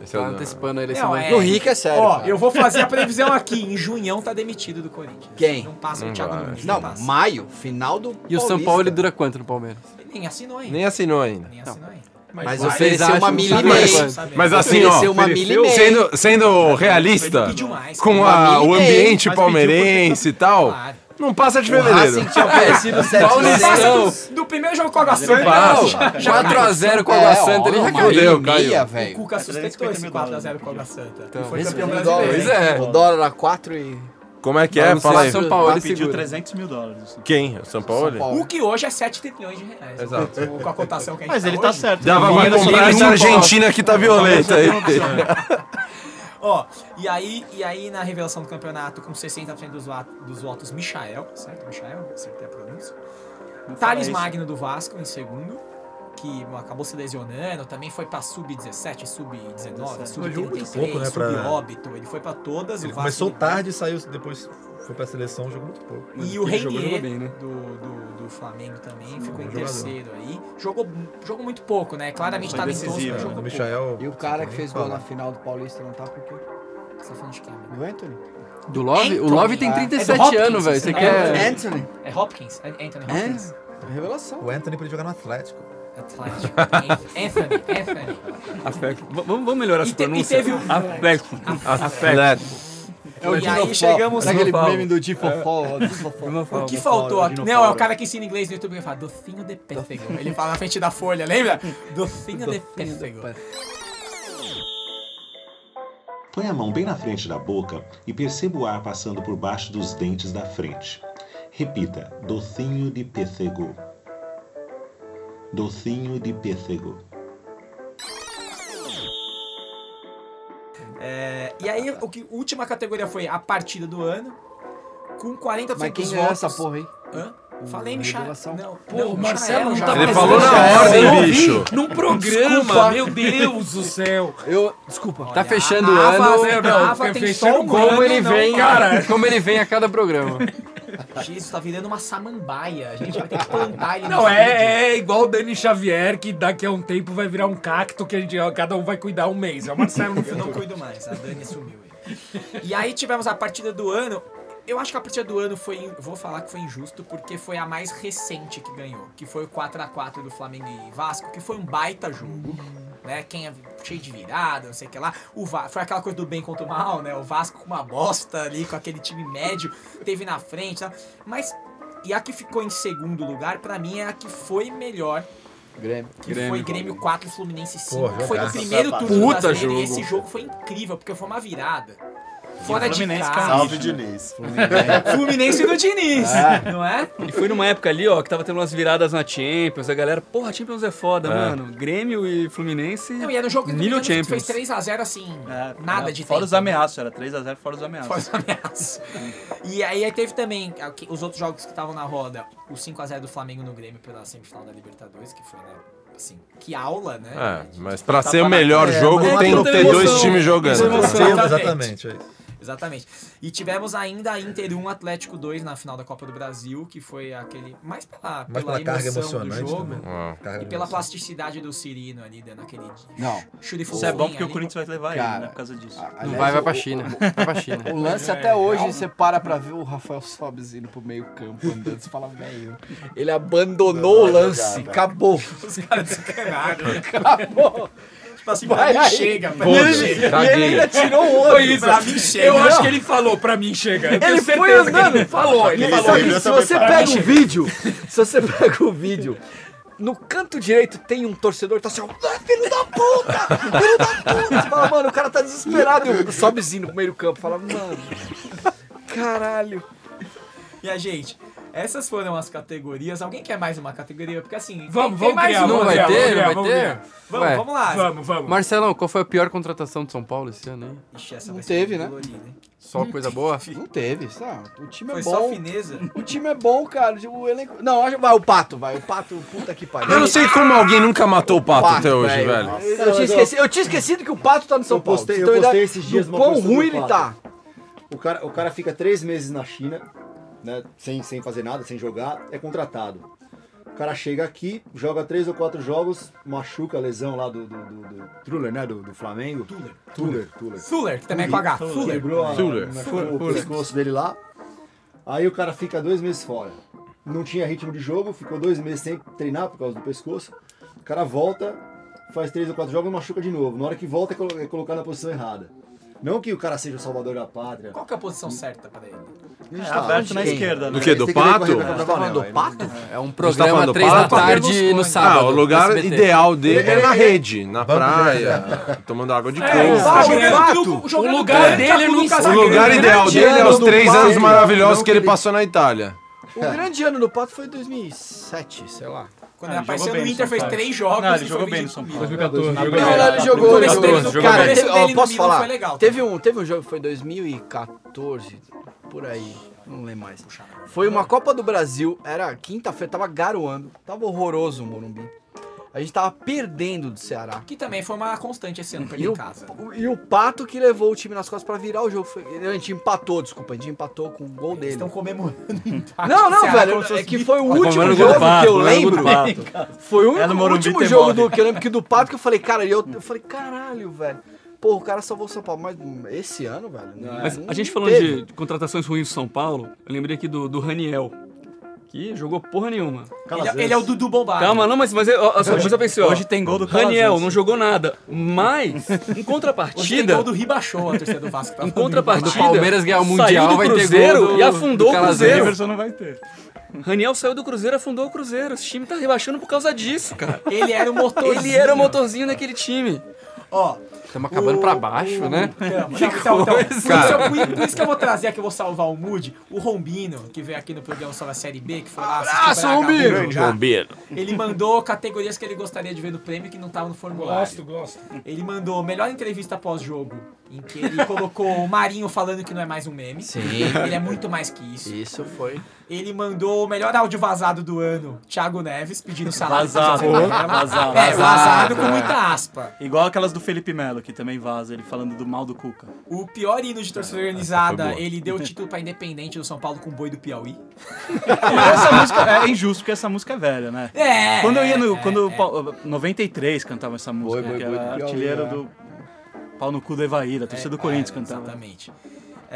S8: é
S9: Tá antecipando a eleição.
S1: Não,
S9: do ano
S1: é-
S9: que vem.
S1: Ó, eu vou fazer a previsão aqui. Em junhão tá demitido do Corinthians.
S10: Quem?
S1: Não
S8: Hum,
S1: passa o
S10: Não
S1: Thiago
S10: vai.
S1: Nunes.
S10: Não,
S1: passa.
S10: maio, final do
S9: E o São
S10: Paulista.
S9: Paulo ele dura quanto no Palmeiras?
S1: Nem assinou ainda.
S8: Nem assinou ainda.
S1: Nem assinou ainda.
S10: Mas
S1: vai.
S10: vocês acham uma milha e meia.
S8: Mas, mas assim, ó,
S10: Ofereceu uma milha e meia.
S8: sendo, sendo realista,
S1: Pediu mais.
S8: com
S1: Uma
S8: a-
S1: milha e
S8: o
S1: meia.
S8: ambiente
S1: Mas pediu
S8: palmeirense e tal, não passa de fevereiro.
S1: Não passa do, do primeiro jogo com a Água Santa.
S8: Passa.
S1: já- já
S9: 4 a
S1: caiu.
S9: 0 com a Água É, Santa, ó, ele já uma caiu.
S8: Fudeu,
S9: milha e meia,
S8: caiu.
S1: O
S9: velho.
S1: Cuca sustentou esse 4x0 com a Água Santa.
S9: Então,
S1: e foi
S9: esse
S1: campeão
S9: mil
S1: brasileiro.
S9: dólares, é.
S10: O dólar a 4 e...
S8: Como é que é?
S9: Não sei
S8: Fala
S9: se
S8: aí.
S9: São Paulo
S7: Ela pediu
S9: segura.
S7: 300 mil dólares.
S8: Quem? O São Paulo?
S1: O que hoje é 7 trilhões de reais.
S8: Exato.
S1: O- Com a cotação que a gente
S7: Mas ele tá
S1: hoje.
S7: certo.
S8: Dá pra vai comprar essa Argentina que tá violenta aí.
S1: Ó, e aí, e aí na revelação do campeonato, com 60% dos, va- dos votos, Michael, certo? Michael, acertei a pronúncia. Thales
S7: isso.
S1: Magno do Vasco em segundo, que bom, acabou se lesionando, também foi pra sub-17, sub-19,
S6: Jogou muito
S1: sub-33,
S6: pouco, né, pra-
S1: sub-óbito, ele foi pra todas.
S6: Ele
S1: o Vasco
S6: começou
S1: ele-
S6: tarde e saiu depois. Foi pra seleção, jogou muito pouco.
S1: E o é
S5: Ele jogou,
S1: Reinier
S5: jogou bem, né?
S1: do, do, do Flamengo também ficou em
S6: jogador.
S1: terceiro aí. Jogou, jogou muito pouco, né? Claramente
S6: Foi
S1: talentoso,
S6: decisivo,
S1: mas
S6: né?
S1: jogou
S6: O
S1: pouco.
S6: Michael.
S10: E o cara que fez gol
S6: falar.
S10: na final do Paulista não tá por quê?
S1: Você tá falando de quem? amigo?
S10: Do Anthony?
S9: Do Love? O
S1: Anthony,
S9: Love tem
S1: é. É
S9: 37
S1: do Hopkins,
S9: anos, velho.
S1: esse
S9: Você
S1: cara.
S9: quer.
S10: Anthony?
S1: É Hopkins? An- Anthony Hopkins?
S5: É
S10: Revelação.
S6: O Anthony pra ele jogar no Atlético.
S1: Atlético. Anthony, Anthony.
S5: Atlético. é V- Vamos vamos melhorar
S1: E
S5: essa
S1: te- e
S5: pronúncia.
S1: teve um- É
S5: Atlético. Atlético.
S1: E aí chegamos
S10: Naquele
S5: Dinofal.
S10: meme do
S6: É.
S10: Difofol.
S1: O que faltou aqui? Não, é o cara que ensina inglês no YouTube que fala docinho de pêssego. Ele fala na frente da folha, lembra? Docinho de pêssego.
S12: Põe a mão bem na frente da boca e perceba o ar passando por baixo dos dentes da frente. Repita: docinho de pêssego. Docinho de pêssego.
S1: É, e aí, o que, a última categoria foi a partida do ano, com 40%
S10: Mas quem
S1: dos
S10: ganhou
S1: votos.
S10: essa porra aí?
S1: Hã? Falei, Michel.
S10: revelação.
S1: Não,
S11: Pô,
S1: não, é
S11: o Marcelo não
S1: Michael
S11: tá
S1: já-
S11: Ele
S1: Mas
S8: falou
S1: eu
S8: na
S1: já-
S8: ordem,
S1: eu ouvi
S8: bicho.
S11: Num programa,
S9: Desculpa.
S11: meu
S1: [laughs]
S11: Deus do céu.
S10: Eu... Desculpa.
S9: Tá
S1: Olha,
S9: fechando o
S1: a Ava-
S9: ano.
S1: a
S11: não,
S1: Ava
S11: porque
S1: tem
S11: fechando
S1: só um
S11: como
S1: ano,
S9: Como ele
S1: não,
S9: vem.
S1: cara.
S9: Como ele vem a cada programa.
S1: Jesus, tá virando uma samambaia. A gente vai ter que plantar ele
S11: Não,
S1: no
S11: é, é igual o Dani Xavier, que daqui a um tempo vai virar um cacto que a gente, cada um vai cuidar um mês. É o Marcelo no
S1: Eu não
S11: futuro.
S1: cuido mais, a Dani sumiu.
S11: [laughs]
S1: aí. E aí tivemos a partida do ano. Eu acho que a partida do ano foi, in- vou falar que foi injusto, porque foi a mais recente que ganhou, que foi o 4x4 do Flamengo e Vasco, que foi um baita jogo, né? Quem é cheio de virada, não sei o que lá. O Va- foi aquela coisa do bem contra o mal, né? O Vasco com uma bosta ali, com aquele time médio, teve na tá? frente, e tal. mas e a que ficou em segundo lugar, pra mim é a que foi melhor
S4: Grêmio.
S1: Que foi Grêmio 4 e Fluminense 5.
S4: Pô,
S1: foi no
S4: jogaço.
S1: primeiro
S4: Puta
S1: turno do brasileiro
S4: jogo.
S1: e esse jogo foi incrível, porque foi uma virada. Fora
S4: o
S1: de
S4: Fluminense
S1: casa.
S4: caiu,
S5: Salve,
S2: Diniz.
S1: [laughs] Fluminense do Diniz, não é?
S5: E foi numa época ali, ó, que tava tendo umas viradas na Champions, a galera, porra, Champions é foda,
S1: É.
S5: mano. Grêmio e Fluminense.
S1: Não, e era um jogo que
S5: nível
S1: que
S5: Champions.
S1: fez 3x0 assim, nada de
S7: Ah, Fora
S1: tempo.
S7: os
S4: né?
S7: ameaços, era
S4: [laughs]
S7: 3x0 fora os ameaços.
S1: Fora os
S7: [laughs]
S1: ameaços. E aí aí teve também a- que- os outros jogos que estavam na roda. O 5x0 do Flamengo no Grêmio pela semifinal da Libertadores, que foi, né? Assim, que aula, né?
S8: É, mas pra ser o melhor
S1: É,
S8: jogo tem que ter dois times jogando.
S6: Exatamente, é isso.
S1: Exatamente. E tivemos ainda a Inter 1 Atlético 2 na final da Copa do Brasil, que foi aquele. Mais pela,
S6: Mais
S1: pela,
S6: pela carga
S1: emoção do
S6: emocionante
S1: jogo.
S6: também. Uau. Carga
S1: E pela
S6: emocionante.
S1: plasticidade do Cirino ali, dando aquele.
S4: Não.
S1: churifuzinho
S7: Isso é bom porque
S1: ali.
S7: o Corinthians vai levar
S4: Cara,
S7: ele, né? Por causa disso.
S4: Aliás, o- o- O lance
S7: É,
S4: até hoje,
S7: calma.
S4: você para pra ver o Rafael Sobes indo pro meio campo andando, você fala, velho, ele abandonou o lance,
S1: jogada.
S4: acabou.
S1: Os caras [laughs] descanaram.
S4: Acabou.
S1: Tipo assim, pra
S4: Vai
S1: mim
S4: aí.
S1: chega. pra
S4: Foda-se.
S1: mim chega.
S4: Caguei. E ele ainda tirou o outro.
S11: Foi isso.
S1: Pra mim chega.
S11: Eu acho
S1: Não.
S11: que ele falou, pra mim chega. Eu tenho
S4: Ele foi
S11: certeza que
S4: andando,
S11: ele
S4: falou. Ele
S11: Ele
S4: falou.
S11: falou, ele
S4: Se
S11: também
S4: você
S11: falou.
S4: pega
S11: Pra
S4: o
S11: mim
S4: vídeo, se você [laughs] pega o vídeo, no canto direito tem um torcedor que tá assim, ó, "Ah, filho da puta, filho da puta. Você fala, mano, o cara tá desesperado. E o sobezinho no meio do campo fala, mano, caralho.
S1: E a gente, essas foram as categorias. Alguém quer mais uma categoria? Porque assim.
S11: Vamos,
S1: tem
S11: vamos
S1: mais
S11: criar,
S1: uma.
S9: Não
S11: vamos
S9: vai
S11: criar,
S9: ter? Não vai
S11: vamos criar,
S9: ter?
S1: vamos criar. Vamos,
S9: Ué.
S1: vamos lá. Vamos, vamos.
S9: Marcelão, qual foi a pior contratação de São Paulo esse ano, hein?
S1: Ixi, essa
S4: Não
S1: vai
S4: teve,
S1: ser
S4: né?
S1: dolorida, hein?
S9: Só coisa boa?
S4: Não teve, sabe? O time é
S1: Foi
S4: bom.
S1: só fineza.
S4: O time é bom, cara. O elenco. Não, acho- vai, o pato, vai. O pato, puta que pariu.
S8: Eu não sei como alguém nunca matou o pato, até hoje, velho.
S4: Eu, tinha esquecido, eu tinha esquecido que o pato tá no São
S2: Eu postei,
S4: Paulo.
S2: eu
S4: Vocês
S2: postei
S4: têm ideia
S2: esses dias
S4: do
S2: uma
S4: quão
S2: postura do
S4: ruim ele
S2: Pato.
S4: tá.
S2: O cara, o cara fica três meses na China, né, sem, sem fazer nada, sem jogar, é contratado. O cara chega aqui, joga três ou quatro jogos, machuca a lesão lá do, do, do, do Tuller, né? Do, do Flamengo. Tuller. Tuller. Tuller.
S1: Tuller, que também é com H. Tuller.
S2: Quebrou a-
S1: Tuller.
S2: machucou o
S1: Tuller.
S2: pescoço dele lá. Aí o cara fica dois meses fora. Não tinha ritmo de jogo, ficou dois meses sem treinar por causa do pescoço. O cara volta, faz três ou quatro jogos e machuca de novo. Na hora que volta é colo- é colocar na posição errada. Não que o cara seja o salvador da pátria.
S1: Qual que é a posição certa pra ele?
S2: A gente
S7: É,
S2: tá falando
S7: aberto
S2: de
S7: na
S2: quem?
S7: esquerda, né?
S8: Do quê? Do
S2: Tem que ver
S8: pato?
S2: com a Rebeca
S8: Você tá
S2: Bravanel,
S8: falando do
S2: aí, né?
S9: pato? É um
S8: Você tá
S9: programa
S8: falando
S9: três da
S8: pato?
S9: tarde no sábado.
S8: Ah, o lugar
S9: SBT.
S8: ideal dele é na
S9: Ele-
S8: rede, na praia, tomando água
S10: É,
S8: de coco.
S11: O lugar dele é no
S8: O lugar ideal dele é os três anos maravilhosos que ele passou na Itália.
S4: O grande ano do pato foi 2007, sei lá.
S1: Quando
S7: Ah,
S1: ele apareceu no Inter, fez três jogos.
S7: Não, ele
S1: e
S7: jogou
S1: foi
S7: bem no
S1: vendido
S7: São
S1: comigo.
S7: Paulo.
S9: 2014,
S4: Não,
S9: jogou
S4: não,
S9: bem.
S4: ele jogou, ele
S9: Começo dele
S4: jogou.
S9: no-
S4: Cara,
S9: começo
S4: teve-
S9: dele
S4: ó,
S9: no
S4: posso
S9: Milan
S4: falar?
S9: foi legal
S4: teve, um, teve um jogo que foi 2014, por aí, não lembro mais. Foi uma Copa do Brasil, era quinta-feira, tava garoando, tava horroroso o Morumbi. A gente tava perdendo do Ceará.
S1: Que também foi uma constante esse ano pra ele
S4: E o,
S1: em casa.
S4: e o Pato que levou o time nas costas pra virar o jogo. Foi- a gente empatou, desculpa, a gente empatou com o gol dele. Estão
S1: comemorando.
S4: Não, não,
S1: Ceará
S4: velho.
S1: como se fosse
S4: É que foi o
S1: vitória.
S4: último
S1: Comemorando o gol
S4: jogo
S1: do Pato,
S4: que eu
S1: comemorando o
S4: lembro.
S1: gol do Pato.
S4: Foi o
S1: É, no
S4: único-
S1: Morumbi
S4: último
S1: tem
S4: jogo
S1: bola.
S4: do, que eu lembro que do Pato que eu falei, cara, eu, eu falei, caralho, velho. Pô, o cara salvou o São Paulo, mas hum, esse ano, velho.
S1: é?
S4: não-
S5: Mas
S4: não
S5: a gente falando
S4: teve.
S5: de, de contratações ruins do São Paulo, eu lembrei aqui do, do Raniel, que jogou porra nenhuma.
S1: Ele, ele é o Dudu Bombado.
S5: Calma, não, mas, mas, eu, ó, só,
S1: Hoje-
S5: mas eu pensei, ó,
S1: hoje tem gol do
S5: Raniel
S1: Calazans.
S5: não jogou nada, mas em
S1: [laughs] Hoje tem
S5: contrapartida...
S1: gol do Ribachou, a torcida do Vasco. Tá
S5: Em contrapartida,
S1: Do
S9: Palmeiras ganhar o Mundial,
S5: saiu do
S9: vai ter
S5: Cruzeiro
S9: gol do-
S5: e afundou o
S9: do Calazans.
S5: Cruzeiro.
S9: Everson
S7: não vai ter.
S5: Raniel saiu do Cruzeiro, afundou o Cruzeiro. Esse time tá rebaixando por causa disso, cara.
S1: Ele era o motorzinho.
S5: Ele era o motorzinho daquele time.
S1: Ó, É,
S9: Estamos acabando pra baixo, né?
S5: [laughs]
S1: Tamo,
S9: Que
S1: tamo, tamo, tamo. então, Por
S9: coisa.
S1: isso eu- Por, por isso que eu vou trazer aqui, eu vou salvar o Moody, o Rombino, que veio aqui no programa sobre a Série B, que foi lá assistir
S9: Abraço,
S1: Bragantino
S9: Rombino!
S1: jogar.
S9: Rombino.
S1: Ele mandou categorias que ele gostaria de ver no prêmio que não tava no formulário.
S11: Gosto, gosto.
S1: Ele mandou melhor entrevista pós-jogo, em que ele colocou o Marinho falando que não é mais um meme.
S4: Sim.
S1: Ele é muito mais que isso.
S4: Isso foi.
S1: Ele mandou o melhor áudio vazado do ano, Thiago Neves, pedindo salário pro
S7: Vazado,
S1: José Manuel.
S7: vazado.
S1: É, vazado com muita aspa.
S7: né? Igual aquelas do Felipe Melo, que também vaza, ele falando do mal do Cuca.
S1: O pior hino de torcida
S7: É, Essa
S1: organizada,
S7: foi boa.
S1: ele deu o título pra Independente do São Paulo com o boi do Piauí.
S7: Mas [laughs] essa música é injusto, porque essa música é velha, né?
S1: É,
S7: Quando eu ia no.
S1: é,
S7: quando o Pau- 93 cantava essa música,
S1: boi,
S7: que
S1: boi
S7: era
S1: do Piauí,
S7: artilheiro
S1: né?
S7: do. Pau no cu do Evaí, da torcida do Corinthians cantava.
S1: É, Exatamente.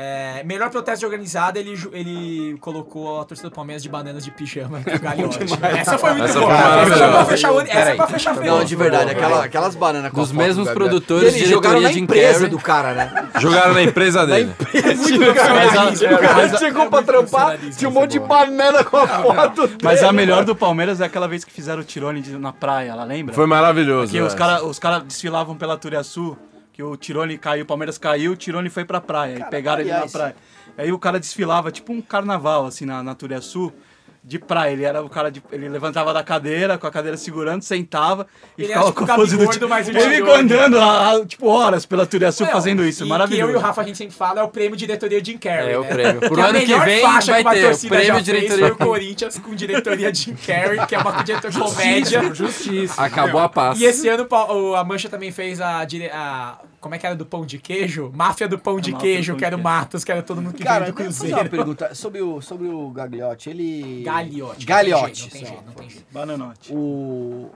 S1: É, melhor protesto de organizada, ele, ju- ele colocou a torcida do Palmeiras de bananas de pijama
S7: É
S1: com o Gagliotti. Essa foi muito
S9: Essa
S1: boa.
S9: foi
S1: essa é pra
S9: maravilhosa.
S1: fechar o ano- essa é pra
S9: Peraí.
S1: fechar feio.
S9: Não, de verdade,
S1: Pô,
S9: aquela-
S1: velho.
S10: Aquelas bananas com a
S9: Dos
S10: foto do
S9: mesmos
S10: Gabriel.
S9: produtores,
S10: E eles jogaram na
S9: diretoria de
S10: empresa
S4: [laughs]
S9: Jim Carrey.
S10: do cara, né?
S8: Jogaram na empresa dele.
S10: Muito
S7: Mas a-
S10: profissionalismo. O cara
S7: mas a-
S10: chegou pra trampar, tinha um monte de banana com a foto dele.
S7: Mas a melhor do Palmeiras é aquela vez que fizeram o Tirone de- na praia, ela lembra?
S8: Foi maravilhoso,
S7: Que os
S8: é.
S7: caras os cara desfilavam pela Turiaçu, que o Tirone caiu, o Palmeiras caiu, o Tirone foi pra praia. e pegaram ele na
S10: aliás.
S7: praia. Aí o cara desfilava, tipo um carnaval, assim, na, na Turiaçu. De praia, ele era o cara de. Ele levantava da cadeira, com a cadeira segurando, sentava e
S1: Ele
S7: ficava
S1: acha que
S7: com
S1: o
S7: a pose do
S1: Gabigol é
S7: tipo,
S1: do mais
S7: Ele ficou
S1: interior, né?
S7: andando, a- a- tipo, horas pela Turiaçu
S1: Não,
S7: fazendo isso,
S1: e
S7: maravilhoso.
S1: Que eu e o Rafa a gente sempre fala é o prêmio diretoria Jim Carrey.
S7: É, o
S1: né?
S7: prêmio. Pro
S1: é a
S7: ano que
S1: melhor
S7: vem
S1: faixa
S7: vai
S1: que uma
S7: ter o
S1: torcida
S7: prêmio
S1: já
S7: diretoria-
S1: Fez, foi o Corinthians com diretoria Jim Carrey, que é uma diretoria de comédia.
S9: Justíssimo, justíssimo. Acabou a paz.
S1: E esse ano o Pa- o- a Mancha também fez a, dire- a- Como é que era do pão de queijo? Máfia do pão de
S4: máfia do
S1: queijo,
S4: pão
S1: que era o
S4: de
S1: Matos, que era todo mundo que veio
S4: Cara,
S1: do
S4: eu queria fazer uma
S1: Cruzeiro. [laughs]
S4: pergunta sobre o, sobre o Gagliotti. Ele.
S1: Gagliotti,
S4: Gagliotti.
S1: não tem jeito, não tem
S4: sei
S1: jeito,
S4: lá.
S1: não tem jeito.
S7: Bananote.
S4: O.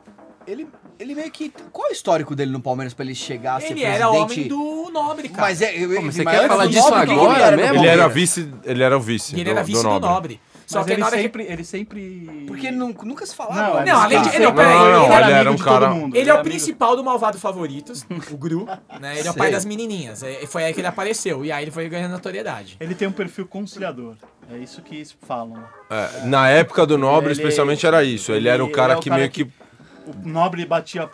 S4: Ele, ele meio que. Qual é o histórico dele no Palmeiras pra ele chegar a ser
S1: Ele
S4: presidente?
S1: era homem do nobre, cara.
S4: Mas é. Eu,
S1: Como, você
S4: mas
S1: quer
S4: antes
S1: falar
S4: do
S1: disso
S4: Nobre, quem que
S1: agora
S4: era no
S1: mesmo?
S8: Ele
S4: Palmeiras?
S8: era vice, ele era o vice.
S1: Ele era vice do Nobre. Só
S7: Mas
S1: que na
S7: ele
S1: hora que-
S7: sempre, ele sempre.
S4: Porque ele nun- nunca se falaram. né?
S1: Não, é além de. Não, peraí.
S8: Não, não,
S1: ele
S8: ele
S1: amigo
S8: era um
S1: de todo
S8: cara-
S1: mundo.
S8: Ele
S1: Ele é
S8: era
S1: o
S8: amigo-
S1: principal do Malvado Favoritos, o Gru. né? Ele é o pai
S7: Sei.
S1: das menininhas. É, Foi aí que ele apareceu. E aí ele foi ganhando notoriedade.
S7: Ele tem um perfil conciliador. É isso que falam.
S8: É, na época do Nobre,
S7: Ele- é
S8: especialmente, era isso. Ele, era o
S7: ele
S8: cara
S7: é o
S8: que
S7: cara
S8: meio
S7: que-
S8: que...
S7: O Nobre batia.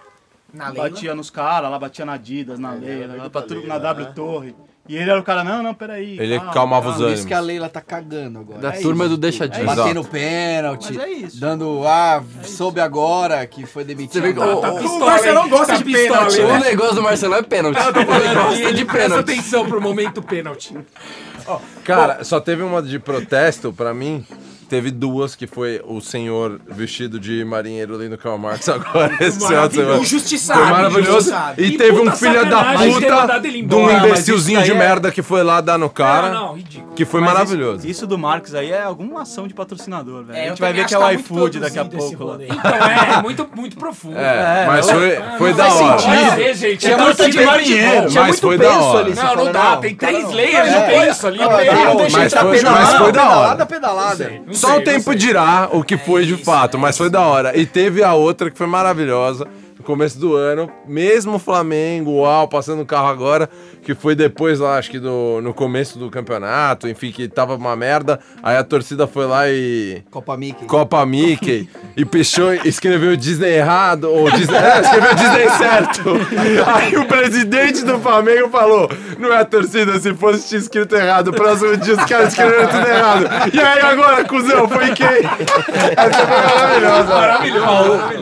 S1: Na Leila.
S7: batia nos caras, lá batia na Adidas, na Leila, lá pra tudo, na
S4: Leila,
S7: W
S4: né?
S7: Torre. E ele era o cara, não, não, peraí.
S8: Ele
S7: calma,
S8: calmava
S7: calma.
S8: os ânimos.
S4: Isso que a Leila tá cagando agora.
S9: Da turma
S4: isso,
S9: do deixa
S4: tipo,
S9: disso.
S4: Batendo
S9: Exato.
S4: pênalti.
S7: Mas é isso.
S4: Dando, ah, soube agora que foi demitido.
S9: Você vê que
S11: tá, Ah,
S9: o- o-
S4: pistola,
S9: Marcelão
S4: hein?
S9: gosta
S4: Tá
S9: de
S4: pistola,
S9: pênalti,
S4: hein?
S9: né? O negócio do Marcelão é pênalti.
S4: Eu tô falando
S9: Ele gosta
S4: que
S9: de
S4: ele
S9: pênalti.
S4: presta
S11: atenção pro momento pênalti.
S8: Cara, só teve uma de protesto pra mim. Teve duas que foi o senhor vestido de marinheiro ali no Karl Marx agora. Esse final de semana.
S1: Injustiçado,
S8: Foi maravilhoso.
S1: injustiçado.
S8: E
S1: Que
S8: teve um
S1: puta
S8: filho da
S1: sacanagem ter
S8: puta
S1: mandado ele
S8: de um
S1: embora.
S8: imbecilzinho
S7: Mas
S8: de
S7: isso daí é-
S8: merda que foi lá dar no cara.
S7: Não, não,
S11: ridículo.
S8: Que foi
S7: Mas
S8: maravilhoso.
S7: Isso, isso do Marcos aí é alguma ação de patrocinador, velho.
S11: É,
S7: a
S11: eu
S7: gente vai
S11: também
S7: ver que é
S11: acho
S7: o
S11: que tá muito
S7: iFood daqui a
S11: produzido esse
S7: pouco. lá.
S11: rolê. Então, é, muito, muito profundo.
S8: É, mas foi-
S11: Ah,
S8: foi
S11: não
S8: da
S11: faz
S8: hora.
S11: sentido.
S8: Tinha-
S11: Olha, gente,
S8: tinha
S11: é
S8: muito
S11: torcida de
S8: dinheiro,
S11: marinheiro.
S8: tinha mas muito foi da penso hora. ali, você
S11: Não,
S8: fala,
S11: não dá.
S8: não,
S11: Tem
S8: cara,
S11: três
S8: não.
S11: layers
S8: É.
S11: de penso ali.
S8: Não, não, mas foi- mas foi da hora.
S4: pedalada.
S8: Só o tempo dirá o que foi de fato, mas foi da hora. E teve a outra que foi maravilhosa no começo do ano, mesmo o Flamengo, uau, passando o carro agora, que foi depois lá, acho que do- no começo do campeonato, enfim, que tava uma merda. Aí a torcida foi lá e.
S4: Copa Mickey.
S8: Copa Mickey. e pichou, escreveu Disney errado, ou Disney. É, escreveu Disney certo. Aí o presidente do Flamengo falou: não é a torcida, se fosse tinha escrito errado. Próximo dia os caras escreveram tudo errado. E aí agora, cuzão, foi
S3: [laughs]
S8: quem? Essa foi maravilhosa.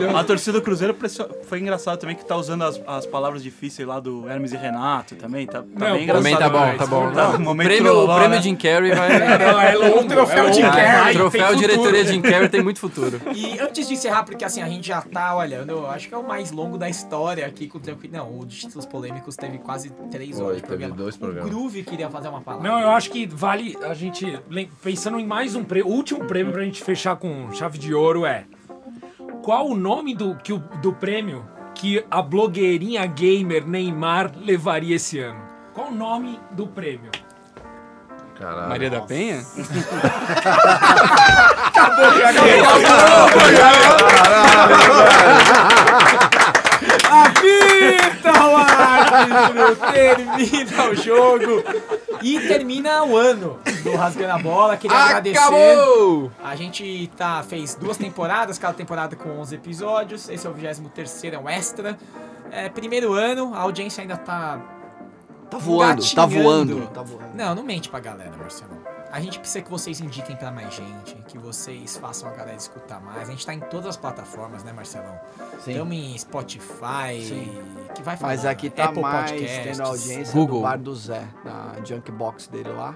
S7: Ah, o- A torcida do Cruzeiro pressio- foi engraçado também que tá usando as, as palavras difíceis lá do Hermes e Renato também. Tá, tá bem engraçado.
S9: também tá bom, tá bom.
S7: Tá, um
S9: o
S7: momento
S9: prêmio,
S7: trololó,
S9: o prêmio
S7: né?
S9: Jim Carrey vai.
S1: Não, é longo,
S9: O
S1: troféu Jim Carrey, tem
S9: Troféu
S1: futuro.
S9: diretoria Jim Carrey tem muito futuro.
S1: E antes de encerrar, porque assim, a gente já tá olhando, eu acho que é o mais longo da história aqui com o Tranquilo. Não, o de Títulos Polêmicos teve quase três horas de programa.
S8: dois
S1: O Groove queria fazer uma palavra.
S11: Não, eu acho que vale a gente. lem- Pensando em mais um prêmio, o último prêmio pra gente fechar com chave de ouro é. Qual o nome do, que o- do prêmio que a blogueirinha gamer Neymar levaria esse ano? Qual o nome do prêmio?
S8: Caralho.
S5: Maria
S1: [laughs]
S5: da Penha?
S11: Acabou, já
S1: Apita o árbitro, [laughs] termina o jogo e termina o ano do Rasgando a Bola. Queria
S9: Acabou!
S1: agradecer. A gente tá, fez duas temporadas, cada temporada com 11 episódios. Esse é o 23º, é um extra. É, primeiro ano, a audiência ainda tá.
S4: Tá voando, tá voando, tá voando.
S1: Não, não mente pra galera, Marcelo. A gente precisa que vocês indiquem pra mais gente, que vocês façam a galera escutar mais. A gente tá em todas as plataformas, né, Marcelão?
S4: Sim.
S1: Estamos em Spotify,
S4: Sim.
S1: que vai falar.
S4: Mas aqui tá
S1: Apple
S4: mais
S1: Podcasts,
S4: tendo audiência
S1: Google.
S4: do bar do Zé, da junk box dele lá.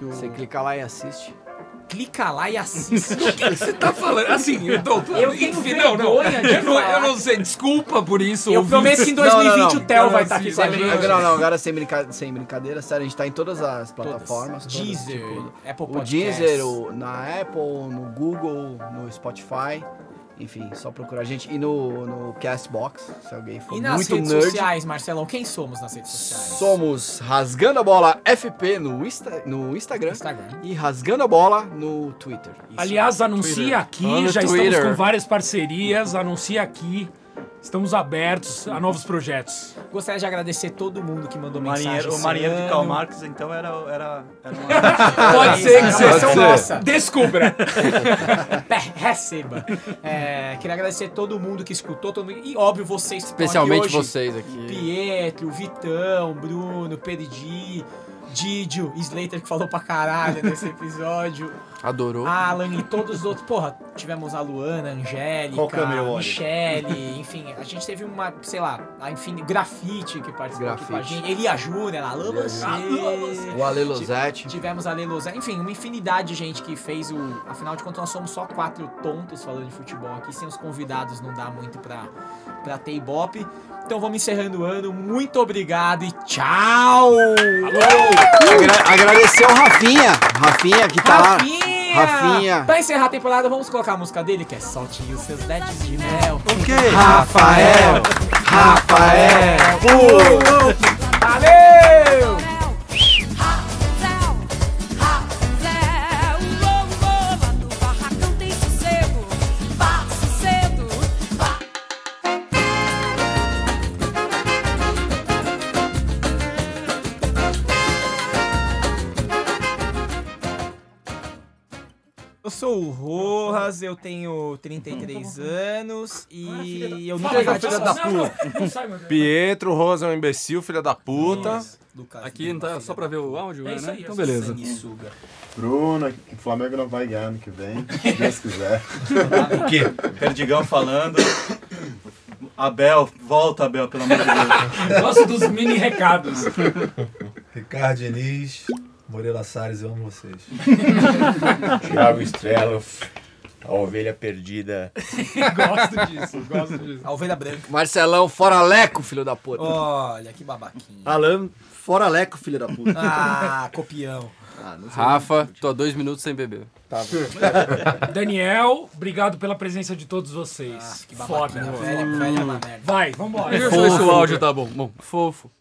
S4: Você clica lá e assiste.
S1: Clica lá e assiste. [laughs] O
S4: que você tá falando? Assim,
S11: eu tô-
S1: Eu tenho
S11: Enfim,
S1: vergonha
S11: não, não.
S1: de
S11: Eu não- eu
S1: falar.
S11: não sei, desculpa por isso.
S1: Eu
S11: ouvintes.
S1: prometo que em 2020 o Theo vai estar aqui com a
S4: Sem
S1: gente.
S4: brincadeira, Não, não, agora é sem, brinca- sem brincadeira, sério, a gente tá em todas as plataformas. todas,
S1: Deezer,
S4: tipo,
S1: Apple
S4: O
S1: Podcasts.
S4: Deezer, o- na Apple, no Google, no Spotify. Enfim, só procurar a gente. E no, no Castbox, se alguém for
S1: E nas
S4: muito
S1: redes
S4: nerd.
S1: sociais, Marcelão, quem somos nas redes sociais?
S4: Somos Rasgando a Bola FP no, Insta, no Instagram, e Rasgando a Bola no Twitter. Isso.
S11: Aliás, anuncia
S4: Twitter. Ah,
S11: aqui,
S4: no
S11: já
S4: Twitter.
S11: estamos com várias parcerias, anuncia aqui. Estamos abertos a novos projetos.
S1: Gostaria de agradecer todo
S11: [laughs]
S1: mundo que mandou mensagem.
S7: [laughs] Marinheiro, o
S1: esse
S7: marinheiro de
S1: ano.
S7: Karl
S1: [laughs]
S7: Marx, então, era... era, era uma...
S1: Pode ser que seja
S7: Pode ser.
S1: nossa. [laughs]
S11: Descubra.
S1: Pe- Receba. É, queria agradecer todo mundo que escutou, todo mundo, e óbvio vocês. que estão
S9: Especialmente
S1: aqui hoje.
S9: vocês aqui.
S1: Pietro, Vitão, Bruno, Perdi, Didio, Slater que falou pra caralho nesse episódio.
S9: Adorou.
S1: Alan e todos os outros. Porra, tivemos a Luana, a Angélica,
S9: Qual câmera eu olho?
S1: Michele, enfim, a gente teve uma, sei lá, a, enfim, Grafite que participou aqui com a
S4: Grafite.
S1: gente. Elia Júnior, ela ama você.
S4: O Ale Lozatti.
S1: Tivemos a Lelozé. Enfim, uma infinidade de gente que fez o. Afinal de contas, nós somos só quatro tontos falando de futebol aqui. Sem os convidados não dá muito pra, pra ter ibope. Então vamos encerrando o ano. Muito obrigado e tchau!
S4: Agra- agradecer ao Rafinha. Rafinha que tá
S1: Rafinha!
S4: lá. Rafinha.
S1: Pra encerrar a temporada, vamos colocar a música dele, que é Solte os seus dentes de mel. O quê?
S4: Rafael. Rafael.
S1: Valeu!
S13: É o lobo boba do barracão tem sossego. Vá cedo, vá.
S1: Eu sou o Rojas, eu tenho 33 anos e eu nunca
S8: Chega,
S1: já
S8: filha
S1: disse-
S8: da puta. Pietro Rosa é um imbecil, filha da puta.
S5: Aqui não tá só pra ver o áudio,
S8: É
S5: né?
S8: isso aí,
S5: então
S8: é
S5: beleza.
S1: sanguessuga.
S14: Bruno, o Flamengo não vai ganhar ano que vem, se Deus
S1: [laughs]
S14: quiser.
S7: O quê? [laughs] Perdigão falando. Abel, volta, Abel, pelo amor de Deus.
S11: Gosto dos mini recados.
S6: [laughs] Ricardo Enis, Moreira Salles, eu amo vocês.
S15: [laughs] Thiago Estrela, a ovelha
S5: [laughs]
S15: perdida.
S1: gosto disso, gosto
S4: [laughs]
S1: disso. A ovelha branca.
S4: Marcelão, fora Leco, filho da puta.
S1: Olha, que babaquinha.
S2: Alan, fora Leco, filho da puta.
S1: Ah, copião.
S4: Ah,
S11: Ah,
S9: Rafa, tô há dois minutos sem beber. Tá
S11: Daniel, obrigado pela presença de todos vocês. Hum.
S1: babaquinha, Ah, velha- velha é uma merda.
S11: Vai, vambora.
S5: Deixa eu ver se o áudio tá bom. Bom, fofo.